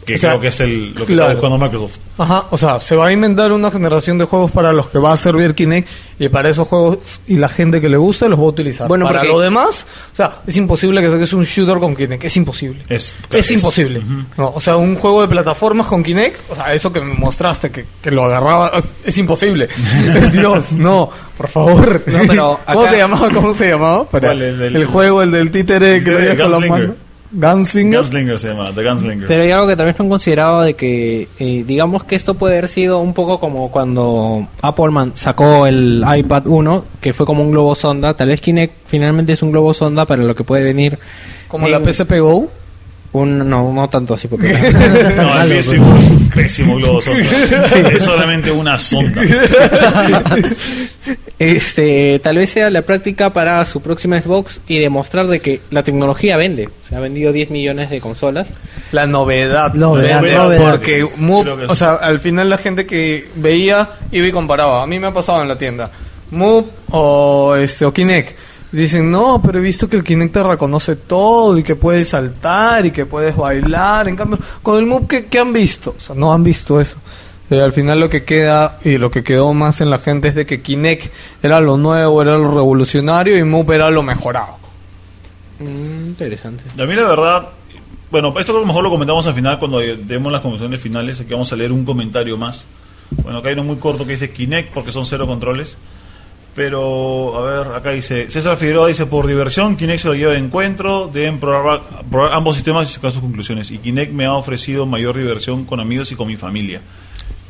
Speaker 1: que
Speaker 3: o sea,
Speaker 1: creo que es el, lo que está
Speaker 3: claro.
Speaker 1: buscando Microsoft.
Speaker 3: Ajá, o sea, se va a inventar una generación de juegos para los que va a servir Kinect y para esos juegos y la gente que le gusta los va a utilizar.
Speaker 4: Bueno,
Speaker 3: para
Speaker 4: porque-
Speaker 3: lo demás, o sea, es imposible que saques un shooter con Kinect, es imposible.
Speaker 1: Es, Eh, claro, es.
Speaker 3: imposible.
Speaker 1: Ujú.
Speaker 3: No, o sea, un juego de plataformas con Kinect, o sea, eso que me mostraste, que, que lo agarraba,
Speaker 1: [LAUGHS]
Speaker 3: es imposible. [LAUGHS] Dios, no, por favor.
Speaker 4: No, pero
Speaker 3: [LAUGHS] ¿Cómo
Speaker 4: acá-
Speaker 3: se llamaba? ¿Cómo se llamaba? Para-
Speaker 1: ¿Cuál? El del-
Speaker 3: juego, el del títere que
Speaker 1: El
Speaker 3: traías con la
Speaker 1: Gunslinger.
Speaker 3: mano. Gunslinger.
Speaker 1: Gunslinger se llama, The Gunslinger.
Speaker 4: Pero hay algo que también no han considerado de que eh, digamos que esto puede haber sido un poco como cuando Appleman sacó el iPad 1, que fue como un globo sonda, tal vez Kinect finalmente es un globo sonda para lo que puede venir
Speaker 3: Como
Speaker 4: en
Speaker 3: la PSP
Speaker 4: [LAUGHS]
Speaker 3: Go.
Speaker 4: un no no tanto
Speaker 2: [LAUGHS]
Speaker 4: así porque
Speaker 3: [LAUGHS]
Speaker 1: no, el PSP fue
Speaker 3: pues.
Speaker 1: un pésimo globo sonda. Es solamente una sonda.
Speaker 3: [LAUGHS]
Speaker 4: Este, tal vez sea la práctica para su próxima Xbox y demostrar de que la tecnología vende. Se ha vendido 10 millones de consolas.
Speaker 3: La novedad.
Speaker 2: Novedad, novedad.
Speaker 3: Porque, Move-
Speaker 1: Creo que
Speaker 3: o
Speaker 1: sí.
Speaker 3: sea, al final la gente que veía iba y comparaba. A mí me ha pasado en la tienda. Move o, este, o Kinect. Dicen, no, pero he visto que el Kinect te reconoce todo y que puedes saltar y que puedes bailar. En cambio, con el Move, ¿qué, qué han visto? O sea, no han visto eso. Eh, al final lo que queda y lo que quedó más en la gente es de que Kinect era lo nuevo, era lo revolucionario y Move era lo mejorado.
Speaker 4: interesante.
Speaker 1: A mí la verdad, bueno, esto a lo mejor lo comentamos al final cuando demos las conclusiones finales, aquí vamos a leer un comentario más. Bueno, acá hay uno muy corto que dice Kinect porque son cero controles. Pero, a ver, acá dice, César Figueroa dice, por diversión, Kinect se lo lleva de encuentro, deben probar, probar ambos sistemas y sacar sus conclusiones. Y Kinect me ha ofrecido mayor diversión con amigos y con mi familia.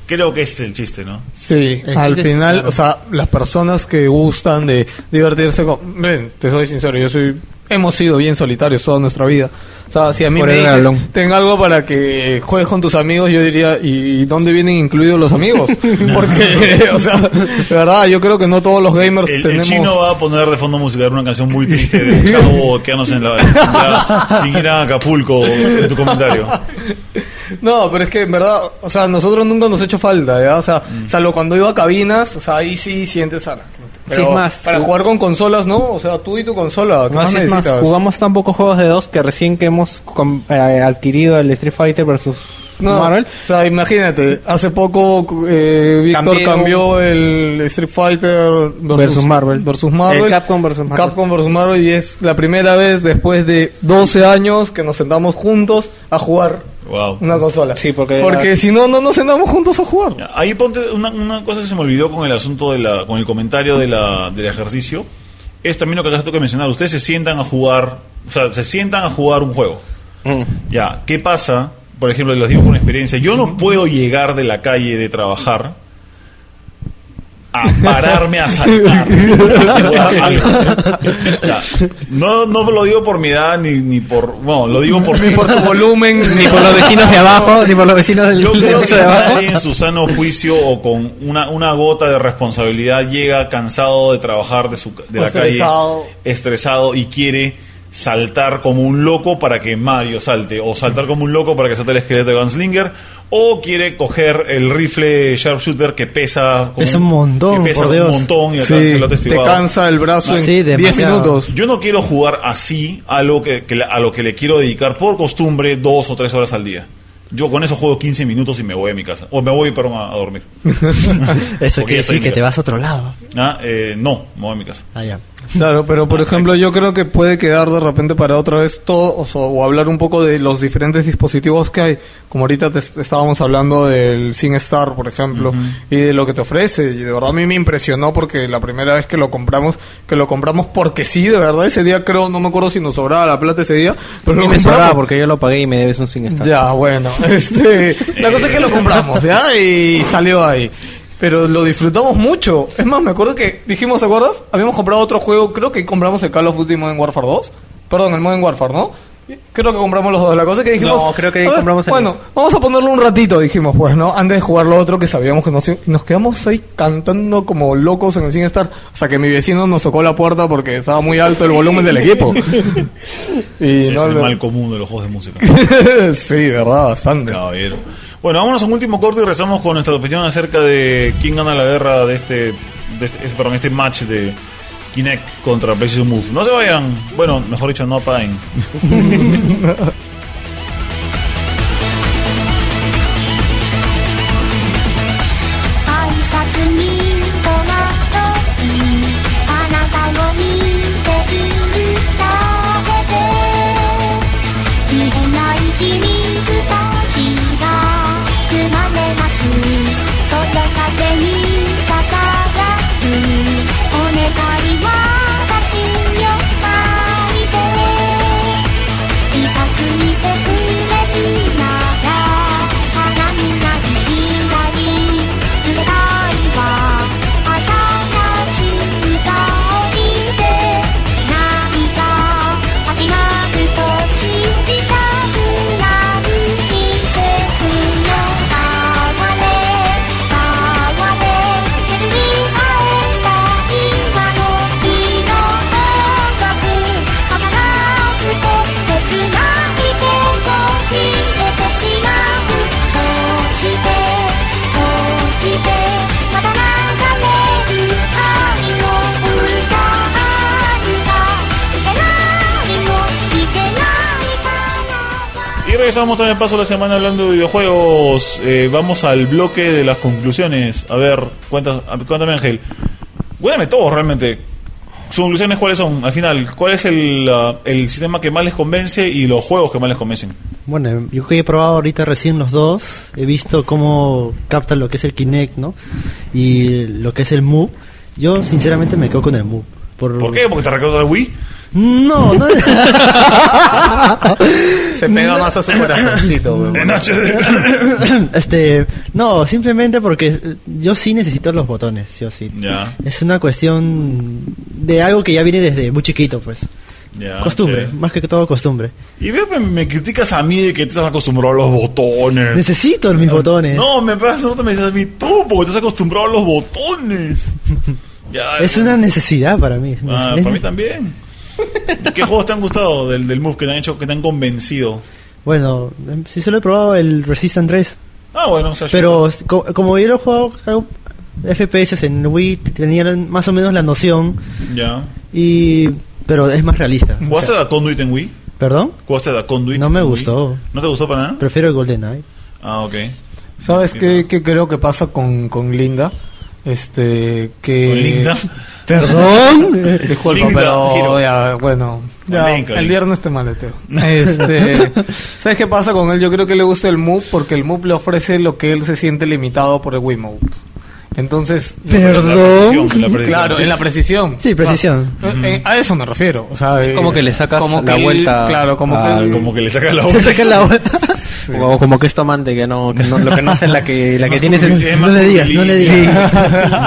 Speaker 1: Creo que ese es el chiste, ¿no?
Speaker 3: Sí,
Speaker 2: El
Speaker 3: al
Speaker 2: chiste es-
Speaker 3: final,
Speaker 2: claro.
Speaker 3: o sea, las personas que gustan de divertirse con... Ven, te soy sincero, yo soy... Hemos sido bien solitarios toda nuestra vida. O sea, si a mí
Speaker 4: Fuera
Speaker 3: me
Speaker 4: del
Speaker 3: dices,
Speaker 4: galón.
Speaker 3: ten algo para que juegues con tus amigos, yo diría, ¿y dónde vienen incluidos los amigos? Porque, [LAUGHS] o sea, de verdad, yo creo que no todos los gamers
Speaker 1: El, el
Speaker 3: tenemos...
Speaker 1: chino va a poner de fondo musical una canción muy triste de un chavo quedándose en la, sin ir a- sin ir a Acapulco en tu comentario.
Speaker 3: No, pero es que en verdad, o
Speaker 1: Mm.
Speaker 3: sea, nosotros nunca nos ha hecho falta, ¿ya? O sea, salvo cuando iba a cabinas, o sea, ahí sí sientes a...
Speaker 4: si es más,
Speaker 3: Para
Speaker 4: ju-
Speaker 3: jugar con consolas, ¿no? O sea, tú y tu consola. ¿qué
Speaker 4: no,
Speaker 3: más
Speaker 4: si es más,
Speaker 3: necesitas?
Speaker 4: jugamos tan pocos juegos de dos que recién que hemos com- eh, adquirido el Street Fighter versus
Speaker 3: No,
Speaker 4: Marvel.
Speaker 3: O sea, imagínate, hace poco eh, Víctor
Speaker 4: Cambié
Speaker 3: cambió el Street Fighter
Speaker 4: Versus Marvel.
Speaker 3: versus Marvel.
Speaker 4: El Capcom versus Marvel.
Speaker 3: Capcom versus Marvel y es la primera vez después de 12 años que nos sentamos juntos a jugar
Speaker 1: Wow.
Speaker 3: una consola.
Speaker 4: Sí, porque-
Speaker 3: si no, no nos sentamos juntos a jugar.
Speaker 1: Ya, Ahí ponte una, una cosa que se me olvidó con el asunto de la, con el comentario de la, del ejercicio. Es también lo que acá tengo que mencionar. Ustedes se sientan a jugar, o sea, se sientan a jugar un juego. Mm. Ya, ¿qué pasa? Por ejemplo, les digo por experiencia, yo no puedo llegar de la calle de trabajar a pararme a saltar. Ya, no, no lo digo por mi edad ni, ni por. Bueno, lo digo
Speaker 3: [LAUGHS]
Speaker 1: por
Speaker 3: Ni por tu
Speaker 1: [LAUGHS]
Speaker 3: volumen, ni
Speaker 4: Ni por los
Speaker 3: [LAUGHS]
Speaker 4: vecinos de abajo, ni por los vecinos del
Speaker 1: yo
Speaker 4: del
Speaker 1: creo que
Speaker 4: piso de abajo.
Speaker 1: nadie en su sano juicio o con una, una gota de responsabilidad llega cansado de trabajar de, su, de
Speaker 3: O
Speaker 1: la calle,
Speaker 3: estresado.
Speaker 1: estresado y quiere saltar como un loco para que Mario salte, o saltar como un loco para que salte el esqueleto de Gunslinger, o quiere coger el rifle sharpshooter que pesa, como
Speaker 2: Pesa un montón,
Speaker 1: que pesa
Speaker 2: por
Speaker 1: un
Speaker 2: Dios.
Speaker 1: montón y acá
Speaker 3: Sí,
Speaker 1: el otro
Speaker 3: te
Speaker 1: estibado.
Speaker 3: cansa el brazo
Speaker 4: Ah,
Speaker 3: en
Speaker 2: Sí,
Speaker 3: 10
Speaker 2: demasiado.
Speaker 3: minutos.
Speaker 1: Yo no quiero jugar así a lo que, que la- a lo que le quiero dedicar por costumbre dos o tres horas al día. Yo con eso juego 15 minutos y me voy a mi casa. O me voy, perdón, a, a dormir.
Speaker 2: Eso
Speaker 1: Ok,
Speaker 2: quiere
Speaker 1: estoy
Speaker 2: decir que
Speaker 1: en
Speaker 2: te
Speaker 1: mi
Speaker 2: vas a otro lado.
Speaker 3: Mm.
Speaker 1: Ah, eh, no, me voy a mi casa.
Speaker 2: Ah, ya.
Speaker 3: Claro, pero por ejemplo, yo creo que puede quedar de repente para otra vez todo, o, so- o hablar un poco de los diferentes dispositivos que hay. Como ahorita te est- estábamos hablando del SingStar, por ejemplo, y de lo que te ofrece. Y de verdad a mí me impresionó porque la primera vez que lo compramos, que lo compramos porque sí, de verdad, ese día creo, no me acuerdo si nos sobraba la plata ese día, pero lo
Speaker 4: Y me
Speaker 3: compramos.
Speaker 4: sobraba porque yo lo pagué y me debes un sin estar.
Speaker 3: Ya, bueno, [LAUGHS] este, la cosa es que lo compramos, ¿ya? Y salió ahí. Pero lo disfrutamos mucho. Es más, me acuerdo que dijimos, ¿te acuerdas? Habíamos comprado otro juego, creo que compramos el Call of Duty Modern Warfare 2. Perdón, el Modern Warfare, ¿no? Creo que compramos los dos. La cosa es que dijimos.
Speaker 4: No, creo que
Speaker 3: a ver,
Speaker 4: compramos el-
Speaker 3: Bueno, vamos a ponerlo un ratito, dijimos, pues, ¿no? Antes de jugar lo otro que sabíamos que nos, nos quedamos ahí cantando como locos en el SingStar. Hasta que mi vecino nos tocó la puerta porque estaba muy alto el volumen
Speaker 1: [LAUGHS]
Speaker 3: del equipo. y
Speaker 1: es
Speaker 3: no,
Speaker 1: el
Speaker 3: no-
Speaker 1: mal común de los juegos de música.
Speaker 3: [LAUGHS] sí, verdad, bastante.
Speaker 1: Caballero. Bueno, vámonos a un último corte y regresamos con nuestra opinión acerca de quién gana la guerra de este, de este, es- perdón, este match de Kinect contra PlayStation Move. No se vayan. Bueno, mejor dicho, no apaguen.
Speaker 9: 「あいさつにとまとい」「あなたを見ているだけで」「見えない秘密たちが生まれます」「そよ風にささやく」「お願いは私よ咲いて」「いかついてくれるなら花になり」「未来は新しい歌を聴いて」「何か始まると信じたくなる季節の変われ変われ」「巡り会えた今の」「君の音楽」「儚くて切ないけど消えてしまう」「そしてそしてまた流れる愛の歌がいけないのいけないから」
Speaker 1: Y regresamos también paso de la semana hablando de videojuegos. Eh, vamos al bloque de las conclusiones. A ver, cuentas, a- cuéntame Ángel. Cuéntame todos realmente. Sus conclusiones cuáles son al final. ¿Cuál es el, ah, el sistema que más les convence y los juegos que más les convencen?
Speaker 2: Bueno, yo que he probado ahorita recién los dos, he visto cómo captan lo que es el Kinect, ¿no? Y lo que es el Move. Yo sinceramente me quedo con el Move.
Speaker 1: ¿Por qué? Porque te recuerdo el Wii.
Speaker 2: No, no.
Speaker 3: Se pega más a su
Speaker 1: [LAUGHS]
Speaker 3: corazoncito,
Speaker 1: De
Speaker 3: weón.
Speaker 1: noche de-
Speaker 2: [LAUGHS] [LAUGHS] este, no, simplemente porque eh, yo sí necesito los botones, sí o sí.
Speaker 1: Ya.
Speaker 2: Es una cuestión de algo que ya viene desde muy chiquito, pues.
Speaker 1: Ya,
Speaker 2: costumbre,
Speaker 1: chévere.
Speaker 2: más que todo costumbre.
Speaker 1: Y veo que me criticas a mí de que tú estás acostumbrado a los botones.
Speaker 2: Necesito mis botones.
Speaker 1: Eh. Ah, No, me pasa, no te me dices a mí tú, porque estás acostumbrado a los botones. Ya,
Speaker 2: [LAUGHS] Es una necesidad para mí.
Speaker 1: Ah,
Speaker 2: Es-
Speaker 1: para mí también. ¿Qué juegos te han gustado del, del Move que te han hecho, que te han convencido?
Speaker 2: Bueno, eh, sí solo he probado el Resistance 3.
Speaker 1: Ah, bueno, o sea, yo-
Speaker 2: Pero co- como yo lo he jugado, FPS en Wii tenían más o menos la noción,
Speaker 1: Ya.
Speaker 2: y pero es más realista. O
Speaker 1: ¿Jugaste
Speaker 2: sea,
Speaker 1: a Conduit en Wii?
Speaker 2: ¿Perdón?
Speaker 1: ¿Jugaste a Conduit?
Speaker 2: No me
Speaker 1: en Wii?
Speaker 2: gustó. Eh,
Speaker 1: ¿No te gustó para nada?
Speaker 2: Prefiero
Speaker 1: [LAUGHS]
Speaker 2: el GoldenEye.
Speaker 1: Ah, ok.
Speaker 3: ¿Sabes
Speaker 1: Entiendo.
Speaker 3: qué, qué creo que pasa con, con Linda? Este, que...
Speaker 1: Con Linda.
Speaker 2: ¿Perdón?
Speaker 3: Disculpa,
Speaker 1: [LAUGHS] Linda,
Speaker 3: pero
Speaker 1: giro.
Speaker 3: oh, ya, bueno, ya,
Speaker 1: Lincoln, Lincoln.
Speaker 3: el viernes
Speaker 1: [LAUGHS]
Speaker 3: te maleteo. Este, ¿Sabes qué pasa con él? Yo creo que le gusta el MOOC porque el MOOC le ofrece lo que él se siente limitado por el Wiimote. Entonces,
Speaker 1: [LAUGHS] La
Speaker 2: Perdón.
Speaker 1: precisión, la precisión.
Speaker 3: claro, en la precisión.
Speaker 2: Sí, precisión.
Speaker 3: Ah, eh, a eso me refiero. O sea, eh,
Speaker 4: Como que le sacas
Speaker 3: como
Speaker 4: la
Speaker 3: que él-
Speaker 4: vuelta
Speaker 3: claro, como
Speaker 4: al-
Speaker 3: que él-
Speaker 1: Como que le saca la
Speaker 2: Te
Speaker 1: voz.
Speaker 2: [LAUGHS]
Speaker 1: [LAUGHS]
Speaker 2: saca la hue-
Speaker 4: O como que es tu amante, que no, que no- lo que no hace es la que, la que tienes el...
Speaker 2: No le digas, no le digas.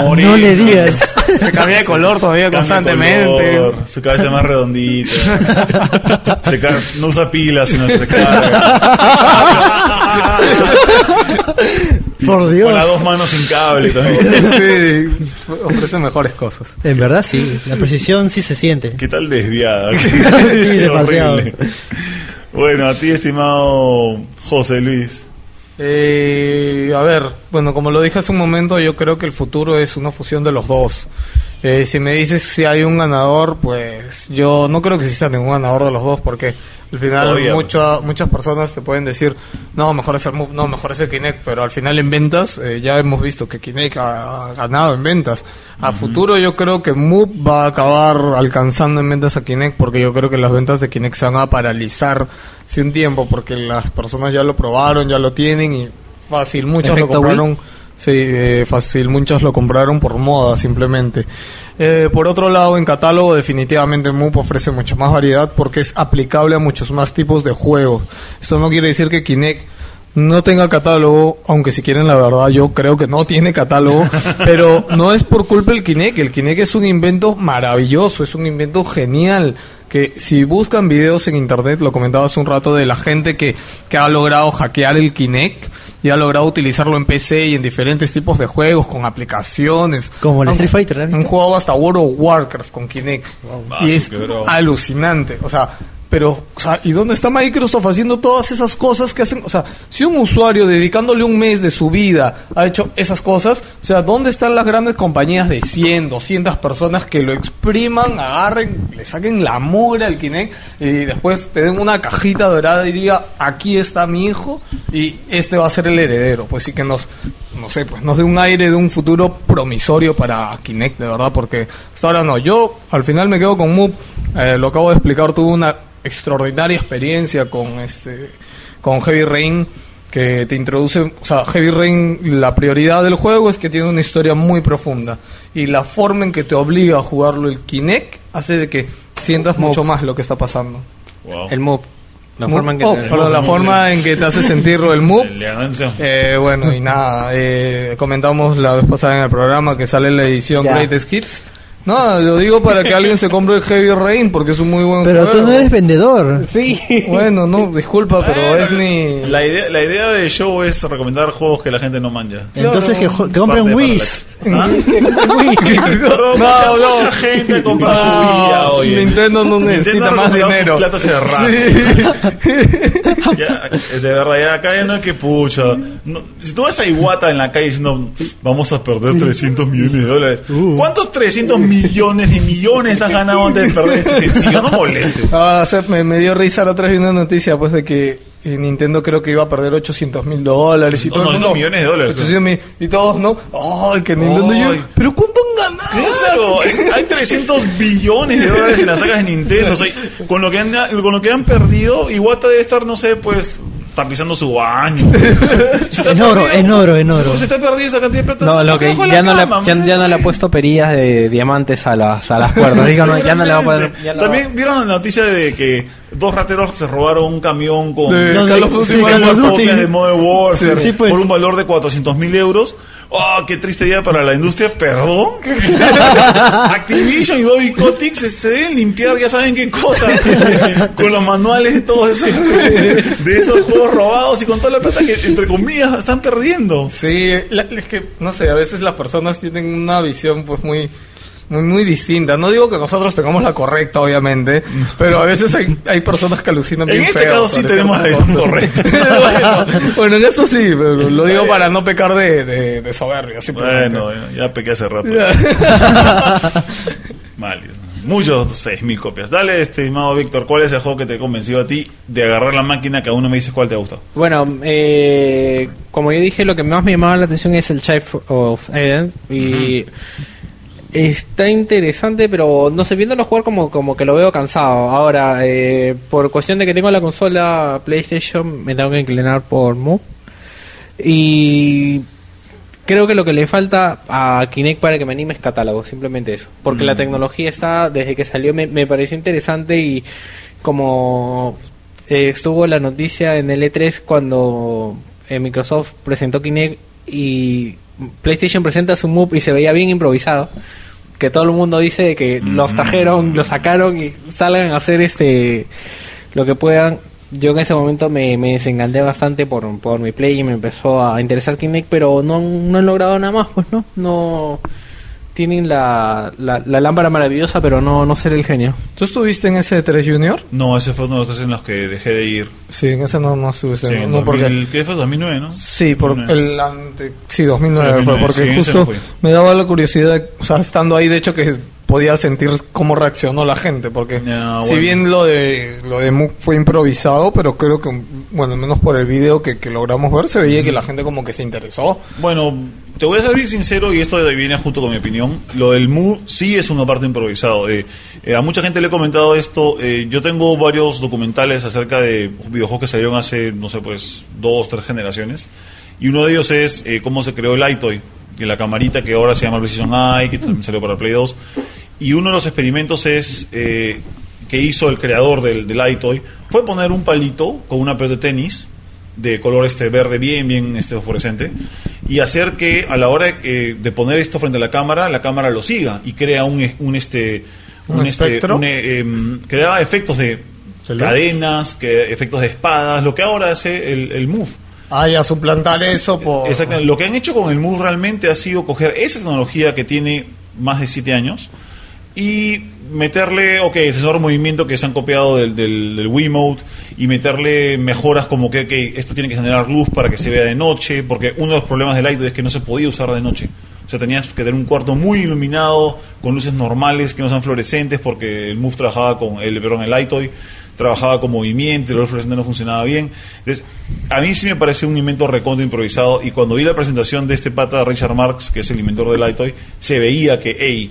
Speaker 2: No
Speaker 1: [LAUGHS]
Speaker 2: le digas.
Speaker 3: se cambia de color todavía constantemente.
Speaker 1: su cabeza es más
Speaker 2: [LAUGHS]
Speaker 1: redondita. Se car- no usa pilas, sino que se
Speaker 2: [LAUGHS]
Speaker 1: carga.
Speaker 2: Por
Speaker 1: Con las dos
Speaker 2: Dios.
Speaker 1: manos sin cable también.
Speaker 3: [LAUGHS] Sí, ofrece mejores cosas.
Speaker 2: En verdad sí, la precisión sí se siente.
Speaker 1: ¿Qué tal desviada? sí, [LAUGHS]
Speaker 2: demasiado.
Speaker 1: Bueno, a ti, estimado José Luis.
Speaker 3: Eh, a ver, bueno, como lo dije hace un momento, yo creo que el futuro es una fusión de los dos. Eh, si me dices si hay un ganador, pues yo no creo que exista ningún ganador de los dos, porque al
Speaker 1: Todavía,
Speaker 3: final
Speaker 1: pues.
Speaker 3: mucha- muchas personas te pueden decir, no, mejor es el Move, no, mejor es el Kinect, pero al final en ventas eh, ya hemos visto que Kinect ha, ha ganado en ventas. A futuro yo creo que Move va a acabar alcanzando en ventas a Kinect, porque yo creo que las ventas de Kinect se van a paralizar si un tiempo, porque las personas ya lo probaron, ya lo tienen y fácil, muchos lo
Speaker 4: ¿Efecto Wii?
Speaker 3: compraron. Sí, eh, fácil, muchos lo compraron por moda simplemente. Eh, por otro lado, en catálogo definitivamente Moop ofrece mucha más variedad porque es aplicable a muchos más tipos de juegos. Esto no quiere decir que Kinect no tenga catálogo, aunque si quieren la verdad yo creo que no tiene catálogo, pero no es por culpa del Kinect, el Kinect es un invento maravilloso, es un invento genial que si buscan videos en internet, lo comentaba hace un rato de la gente que, que ha logrado hackear el Kinect y ha logrado utilizarlo en PC y en diferentes tipos de juegos, con aplicaciones.
Speaker 2: Como el
Speaker 3: Aunque-
Speaker 2: Street Fighter, ¿has visto?
Speaker 3: Un juego hasta World of Warcraft con Kinect.
Speaker 1: Ah,
Speaker 3: y
Speaker 1: sí,
Speaker 3: es
Speaker 1: qué bravo.
Speaker 3: alucinante. O sea, pero, o sea, ¿y dónde está Microsoft haciendo todas esas cosas que hacen? O sea, si un usuario dedicándole un mes de su vida ha hecho esas cosas, o sea, ¿dónde están las grandes compañías de 100, 200 personas que lo expriman, agarren, le saquen la mugre al Kinect y después te den una cajita dorada y diga, aquí está mi hijo y este va a ser el heredero? Pues sí que nos, no sé, pues nos dé un aire de un futuro promisorio para Kinect, de verdad, porque hasta ahora no. Yo al final me quedo con Moop, eh, lo acabo de explicar, tuve una extraordinaria experiencia con este con Heavy Rain que te introduce, o sea, Heavy Rain la prioridad del juego es que tiene una historia muy profunda y la forma en que te obliga a jugarlo el Kinect hace de que sientas mucho más lo que está pasando.
Speaker 1: Wow.
Speaker 4: El move. La
Speaker 3: Moop-
Speaker 4: forma en que...
Speaker 3: oh,
Speaker 4: te-
Speaker 3: perdón, la
Speaker 1: Moop,
Speaker 3: forma en que te hace sentirlo el Moop
Speaker 1: Se Le anuncio.
Speaker 3: eh, bueno, y nada, eh, comentamos la vez pasada en el programa que sale la edición
Speaker 4: Ya.
Speaker 3: Greatest Hits. No, lo digo para que alguien se compre el Heavy Rain porque es un muy buen
Speaker 2: Pero
Speaker 3: juego.
Speaker 2: tú no eres vendedor.
Speaker 3: Bueno, no, disculpa, pero es mi...
Speaker 1: [LAUGHS] La idea, la idea del show es recomendar juegos que la gente no manja.
Speaker 2: Entonces que, jo- que
Speaker 1: Parte
Speaker 2: compre un
Speaker 1: de
Speaker 2: Wii.
Speaker 1: Parallax. ¿Ah? Pero mucha,
Speaker 3: No, no.
Speaker 1: mucha gente ha comprado su vida,
Speaker 3: No,
Speaker 1: oye.
Speaker 3: Nintendo no necesita
Speaker 1: ha
Speaker 3: más
Speaker 1: recuperado su
Speaker 3: dinero.
Speaker 1: plata hace rato.
Speaker 3: Sí.
Speaker 1: Ya, de verdad, ya acá ya no es que pucha. No, si tú ves a Iwata en la calle diciendo, vamos a perder 300 millones de dólares. ¿Cuántos 300 millones y millones has ganado antes de perder este sencillo? No molestes.
Speaker 3: Ah, o sea, me, me dio risa la otra vez vi una noticia pues de que eh, Nintendo creo que iba a perder 800 mil dólares y
Speaker 1: No,
Speaker 3: todo el
Speaker 1: 900
Speaker 3: mundo-
Speaker 1: millones de dólares,
Speaker 3: 800 mil- y todos no ay que Nintendo
Speaker 1: Ay.
Speaker 3: yo- pero cuánto han ganado
Speaker 1: Claro, es- hay 300 billones de dólares en las sagas de Nintendo. O sea, con, lo que han, con lo que han perdido, Iwata debe estar, no sé, pues tapizando su baño. Se está
Speaker 2: En oro,
Speaker 1: perdido-
Speaker 2: en oro, en oro.
Speaker 1: Se está perdiendo esa cantidad de plata.
Speaker 4: No, lo
Speaker 1: Acá
Speaker 4: que
Speaker 1: bajo la
Speaker 4: ya no, le,
Speaker 1: cama,
Speaker 4: ya,
Speaker 1: man.
Speaker 4: ya no le ha puesto perillas de diamantes a las, a las cuerdas. Digo, no, ya no le va a poner...
Speaker 1: Seguramente.
Speaker 4: ya no va-
Speaker 1: También vieron la noticia de que dos rateros se robaron un camión con
Speaker 3: Sí,
Speaker 1: seis-
Speaker 3: Call of Duty,
Speaker 1: seis
Speaker 3: Call of
Speaker 1: copias
Speaker 2: Duty.
Speaker 1: de Modern Warfare
Speaker 2: Sí, sí, pues.
Speaker 1: por un valor de 400 mil euros. ¡Ah, qué triste día para la industria!
Speaker 4: [LAUGHS]
Speaker 1: Perdón. Activision y Bobby Kotick se, se deben limpiar, ya saben qué
Speaker 4: [LAUGHS]
Speaker 1: cosa, con los manuales de todos esos, de esos juegos robados y con toda la plata que, entre comillas, están perdiendo.
Speaker 3: Sí, la- es que, no sé, a veces las personas tienen una visión pues muy
Speaker 8: muy, muy distinta. No digo que nosotros tengamos la correcta,
Speaker 1: [LAUGHS]
Speaker 8: obviamente, pero a veces hay, hay personas que alucinan
Speaker 1: En
Speaker 8: bien
Speaker 1: este
Speaker 8: feo
Speaker 1: caso sí
Speaker 8: sobre
Speaker 1: tenemos la
Speaker 8: ciertas
Speaker 1: visión
Speaker 8: cosas.
Speaker 3: [LAUGHS]
Speaker 1: correcta.
Speaker 8: bueno, bueno, en esto sí, pero lo digo para no pecar de, de, de soberbia.
Speaker 4: pues,
Speaker 8: simplemente.
Speaker 1: Bueno, ya pequé hace rato.
Speaker 3: [LAUGHS]
Speaker 1: Mal. Muchos 6.000 copias. Dale, estimado Víctor, ¿cuál es el juego que te convenció a ti de agarrar la máquina que aún no me dices cuál te ha gustado?
Speaker 4: Bueno, eh, como yo dije, lo que más me llamaba la atención es el Chief of Eden. Y está interesante, pero no sé, viéndolo jugar como, como que lo veo cansado. Ahora, eh, por cuestión de que tengo la consola PlayStation, me tengo que inclinar por Move. Y creo que lo que le falta a Kinect para que me anime es catálogo, simplemente eso. Porque la tecnología está, desde que salió, me, me pareció interesante y como eh, estuvo la noticia en el E3 cuando eh, Microsoft presentó Kinect y PlayStation presenta su Move y se veía bien improvisado. Que todo el mundo dice de que los trajeron, los sacaron y salgan a hacer este lo que puedan. Yo en ese momento me, me desenganté bastante por, por mi play y me empezó a interesar Kinect, pero no, no han logrado nada más, pues no. No tienen la, la, la lámpara maravillosa, pero no, no ser el genio.
Speaker 8: ¿Tú estuviste en ese 3 Junior?
Speaker 1: No, ese fue uno de los tres en los que dejé de ir.
Speaker 8: Sí, en ese no, no estuviste.
Speaker 1: Sí,
Speaker 8: no,
Speaker 1: en
Speaker 8: no, porque-
Speaker 1: 2000, ¿Qué fue? 2009, ¿no?
Speaker 8: Sí, por
Speaker 1: 2009.
Speaker 8: el ante... sí, 2009
Speaker 1: Sí,
Speaker 8: fue,
Speaker 1: 2009,
Speaker 8: porque
Speaker 1: sí, ese
Speaker 8: justo
Speaker 1: fue.
Speaker 8: me daba la curiosidad, o sea, estando ahí, de hecho, que podía sentir cómo reaccionó la gente, porque
Speaker 1: Ya,
Speaker 8: si
Speaker 1: bueno.
Speaker 8: bien lo de lo de Mook fue improvisado, pero creo que, bueno, al menos por el video que, que logramos ver, se veía que la gente como que se interesó.
Speaker 1: Bueno, te voy a ser bien sincero y esto viene junto con mi opinión. Lo del MU sí es una parte improvisado. Eh, eh, a mucha gente le he comentado esto. eh, yo tengo varios documentales acerca de videojuegos que salieron hace, no sé, pues dos, tres generaciones. Y uno de ellos es eh, cómo se creó el iToy, que la camarita que ahora se llama PlayStation Eye, que también salió para Play 2. Y uno de los experimentos es eh, que hizo el creador del, del iToy fue poner un palito con una pelota de tenis de color este verde bien bien este fluorescente y hacer que a la hora eh, de poner esto frente a la cámara la cámara lo siga y crea un, e- un este
Speaker 8: ¿Un
Speaker 1: este,
Speaker 8: espectro?
Speaker 1: un, eh, em, crea efectos de
Speaker 8: ¿De luz?
Speaker 1: cadenas que efectos de espadas lo que ahora hace el, el move Eh,
Speaker 8: Ah, ya suplantar eso por...
Speaker 1: Exactamente. Lo que han hecho con el MUS realmente ha sido coger esa tecnología que tiene más de 7 años y meterle, ok, el sensor de movimiento que se han copiado del, del, del Wiimote y meterle mejoras como que ok, esto tiene que generar luz para que se vea de noche, porque uno de los problemas del Light es que no se podía usar de noche. O sea, tenías que tener un cuarto muy iluminado, con luces normales que no sean fluorescentes, porque el Move trabajaba con el, perdón, el Lightoy trabajaba con movimiento, el olor fluorescente no funcionaba bien. Entonces, a mí sí me parece un invento recontra improvisado. Y cuando vi la presentación de este pata Richard Marx, que es el inventor del Lightoy, se veía que, hey,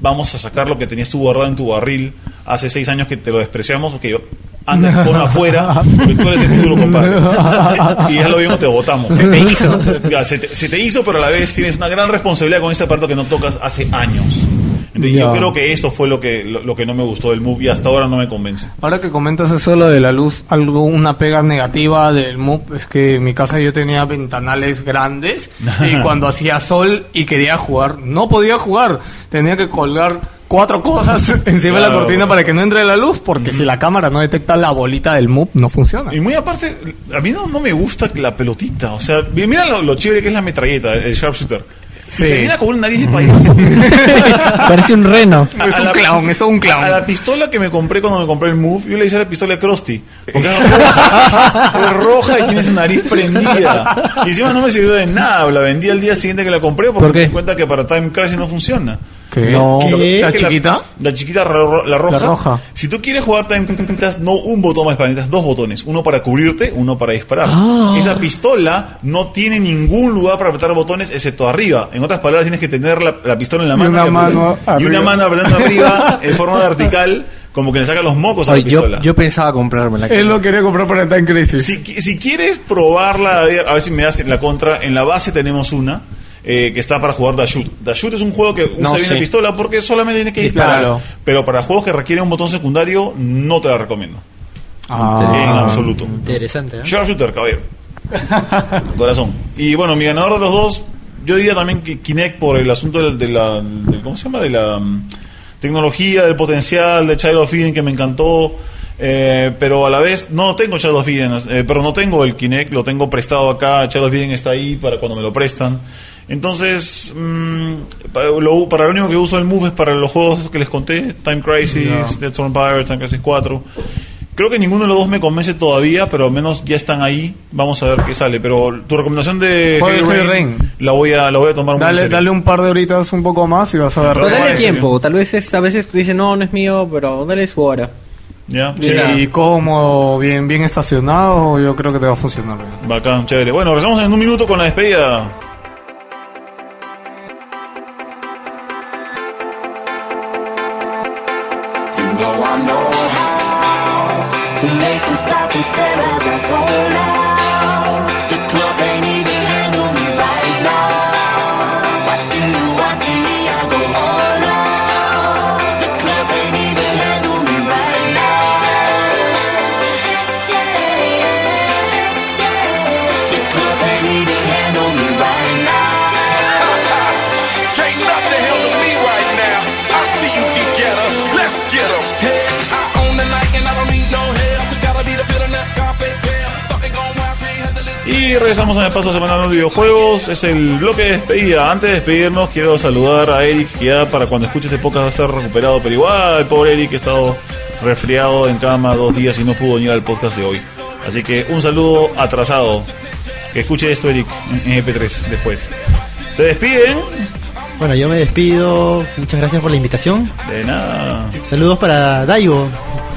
Speaker 1: vamos a sacar lo que tenías tú guardado en tu barril hace seis años que te lo despreciamos, que yo. Anda, pon afuera, porque tú eres el futuro, compadre. Y ya lo vimos, te votamos. Se te hizo. se, te, se te hizo, pero a la vez tienes una gran responsabilidad con ese aparato que no tocas hace años. Entonces, yo
Speaker 3: Ya.
Speaker 1: creo que eso fue lo que, lo, lo que no me gustó del movie. Hasta ahora no me convence.
Speaker 3: Ahora que comentas eso de lo de la luz, algo, una pega negativa del MUP es que en mi casa yo tenía ventanales grandes
Speaker 1: [LAUGHS]
Speaker 3: y cuando hacía sol y quería jugar, no podía jugar. Tenía que colgar cuatro cosas [LAUGHS] encima de la
Speaker 1: Claro.
Speaker 3: cortina para que no entre la luz, porque si la cámara no detecta la bolita del MUP, no funciona.
Speaker 1: Y muy aparte, a mí no, no me gusta la pelotita. O sea, mi- mira lo, lo chévere que es la metralleta, el sharpshooter.
Speaker 3: Sí.
Speaker 1: Y termina con una nariz de payaso.
Speaker 4: Parece un reno.
Speaker 1: [LAUGHS] A-
Speaker 3: [LAUGHS] Es
Speaker 1: a
Speaker 3: un
Speaker 1: la-
Speaker 3: clown, es un clown.
Speaker 1: A la pistola que me compré cuando me compré el Move, yo le hice la pistola de Krusty. Porque era
Speaker 3: [LAUGHS]
Speaker 1: roja, era roja y tiene su nariz prendida. Y encima no me sirvió de nada. La vendí al día siguiente que la compré porque
Speaker 4: ¿Por qué?
Speaker 1: me di cuenta que para Time Crash no funciona.
Speaker 3: ¿Qué?
Speaker 4: No.
Speaker 1: Lo que-
Speaker 3: ¿La
Speaker 1: es que
Speaker 3: chiquita?
Speaker 1: La, chiquita, ro- la roja.
Speaker 3: La roja.
Speaker 1: Si tú quieres jugar Time Crash, necesitas no un botón más para, necesitas dos botones. Uno para cubrirte, uno para disparar.
Speaker 3: Ah.
Speaker 1: Esa pistola no tiene ningún lugar para apretar botones excepto arriba. En otras palabras, tienes que tener la, la pistola en la
Speaker 3: Y
Speaker 1: mano.
Speaker 3: una
Speaker 1: y apretar-
Speaker 3: mano
Speaker 1: y una
Speaker 3: arriba.
Speaker 1: mano apretando
Speaker 3: [LAUGHS]
Speaker 1: arriba en forma vertical, como que le saca los mocos a la
Speaker 4: Oye,
Speaker 1: pistola.
Speaker 4: yo, yo pensaba comprarme la
Speaker 3: Él lo quería comprar para estar en crisis.
Speaker 1: Si, qui- si quieres probarla, a ver, a ver si me das la contra. En la base tenemos una eh, que está para jugar Dashut. Dashut es un juego que usa
Speaker 4: No,
Speaker 1: bien la
Speaker 4: sí.
Speaker 1: pistola porque solamente tiene que disparar.
Speaker 3: Claro.
Speaker 1: Pero para juegos que requieren un botón secundario, no te la recomiendo.
Speaker 3: Ah.
Speaker 1: en absoluto.
Speaker 2: Interesante, ¿eh?
Speaker 1: Sharpshooter, caballero. Corazón. Y bueno, mi ganador de los dos, yo diría también que Kinect por el asunto del- de la, del- ¿cómo se llama? De la mm, tecnología, del potencial, de Child of Eden que me encantó. eh, pero a la vez no lo tengo Child of Eden, eh, pero no tengo el Kinect, lo tengo prestado acá, Child of Eden está ahí para cuando me lo prestan. Entonces, mm, para, lo, para lo único que uso el Move es para los juegos que les conté, Time Crisis, Dead Storm Empire, Time Crisis 4. Creo que ninguno de los dos me convence todavía, pero al menos ya están ahí. Vamos a ver qué sale. Pero tu recomendación de
Speaker 3: Juega el Heavy Rain.
Speaker 1: la voy a la voy a tomar muy en
Speaker 3: Dale,
Speaker 1: serio.
Speaker 3: dale un par de horitas un poco más y vas a ver.
Speaker 1: Pero
Speaker 4: Pero
Speaker 1: dale
Speaker 4: dale
Speaker 1: tiempo,
Speaker 4: tiempo, tal vez a veces dice no, no es mío, pero dale su hora.
Speaker 1: Ya,
Speaker 3: Y,
Speaker 1: chévere.
Speaker 3: y cómodo, bien, bien estacionado, yo creo que te va a funcionar bien.
Speaker 1: Bacán, chévere. Bueno, regresamos en un minuto con la despedida.
Speaker 9: know I know how to make them stop and stare as I fall out. The club ain't even handle me right now. Watching you, watching me, I go all out. The club ain't even handle me right now. The club ain't even handle me right now.
Speaker 10: [LAUGHS] Can't nothing handle me right now. I see you together. Let's get 'em. Hey, I own the night and I don't need no help. Gotta be the villain that Scarface fell. Stuck and gone wild, can't handle this.
Speaker 1: Y regresamos en el paso semanal de los videojuegos. Es el bloque de despedida. Antes de despedirnos, quiero saludar a Eric, que ya para cuando escuche este podcast va a estar recuperado, pero igual, pobre Eric, ha estado resfriado en cama dos días y no pudo venir al podcast de hoy. Así que un saludo atrasado. Que escuche esto, Eric, en en EP3 después. Se despiden.
Speaker 2: Bueno, yo me despido. Muchas gracias por la invitación.
Speaker 1: De nada.
Speaker 2: Saludos para Daigo.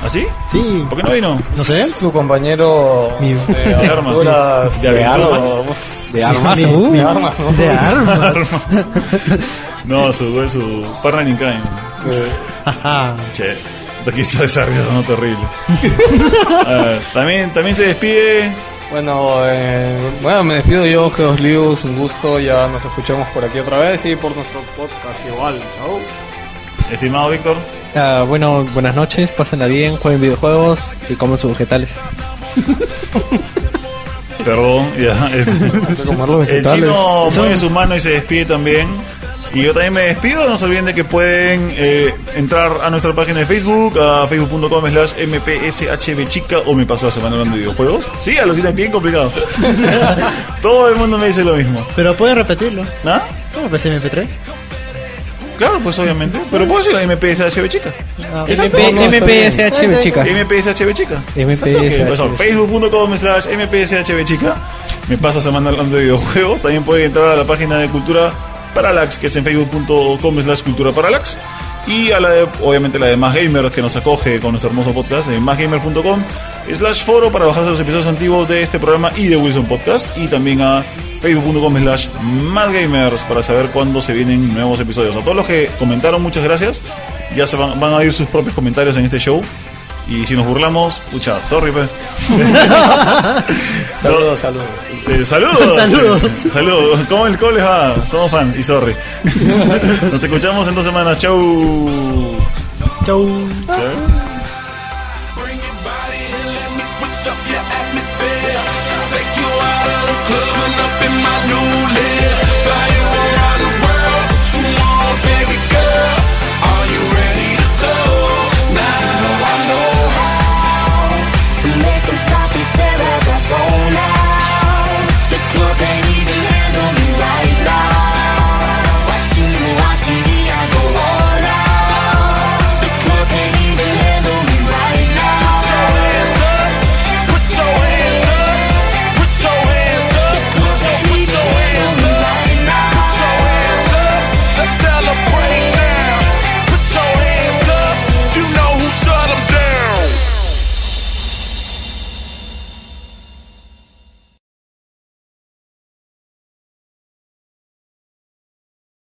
Speaker 1: ¿Así?
Speaker 2: Sí,
Speaker 1: ¿Por qué no vino?
Speaker 2: no sé.
Speaker 8: Su compañero
Speaker 2: Mi-
Speaker 8: de
Speaker 1: De armas,
Speaker 8: aventuras.
Speaker 1: sí. De aventuras.
Speaker 8: uf,
Speaker 4: De
Speaker 2: Sí,
Speaker 4: armas,
Speaker 2: mi-
Speaker 4: uh.
Speaker 2: mi-
Speaker 8: De armas, ¿no?
Speaker 2: De armas.
Speaker 1: No, su, su partner in crime.
Speaker 2: Ajá.
Speaker 1: Che, aquí está esa risa sonó terrible. [LAUGHS] A ver, también, también se despide.
Speaker 8: Bueno, eh, bueno, me despido yo, que os Lius, un gusto, ya nos escuchamos por aquí otra vez y por nuestro podcast igual, chao.
Speaker 1: Estimado Víctor,
Speaker 4: Ah, bueno, buenas noches, pásenla bien, jueguen videojuegos y comen sus vegetales.
Speaker 1: perdón, [LAUGHS] ya. es- el chino mueve su mano y se despide también. Y yo también me despido. No se olviden de que pueden eh, entrar a nuestra página de Facebook, a facebook.com slash mpshbchica o me pasó la semana hablando de videojuegos. Sí, a los tienen bien complicados. [LAUGHS] Todo el mundo me dice lo mismo.
Speaker 2: Pero pueden repetirlo. pues,
Speaker 1: ¿Ah?
Speaker 2: ¿Cómo aparece MP3?
Speaker 1: Claro, pues obviamente. Pero puedo decir la mpshbchica.
Speaker 2: Ah,
Speaker 1: Exacto.
Speaker 4: P-
Speaker 8: no, está
Speaker 4: MPSHB, chica.
Speaker 1: MPSHB chica.
Speaker 4: MPSHB.
Speaker 1: Exacto, que- pues, Facebook.com slash MPSHB chica. Me pasa semana hablando de videojuegos. También pueden entrar a la página de Cultura Parallax, que es en facebook.com slash Cultura Parallax. Y a la de, obviamente la de Más Gamer, que nos acoge con nuestro hermoso podcast, en másgamer.com slash foro para bajarse los episodios antiguos de este programa y de Wilson Podcast. Y también a facebook.com slash más gamers para saber cuándo se vienen nuevos episodios. A todos los que comentaron, muchas gracias. Ya se van, van a oír sus propios comentarios en este show. Y si nos burlamos, pucha, sorry, pe.
Speaker 8: Saludos, saludos.
Speaker 1: Eh, saludos.
Speaker 2: Saludos.
Speaker 1: Sí, saludos. ¿Cómo, el- ¿Cómo les va? Somos fans y sorry. [LAUGHS] Nos escuchamos en dos semanas. Chau.
Speaker 2: Chau.
Speaker 1: Chau.
Speaker 10: Bring your body and let me switch up your atmosphere. Take you out of the club and up in my new lair.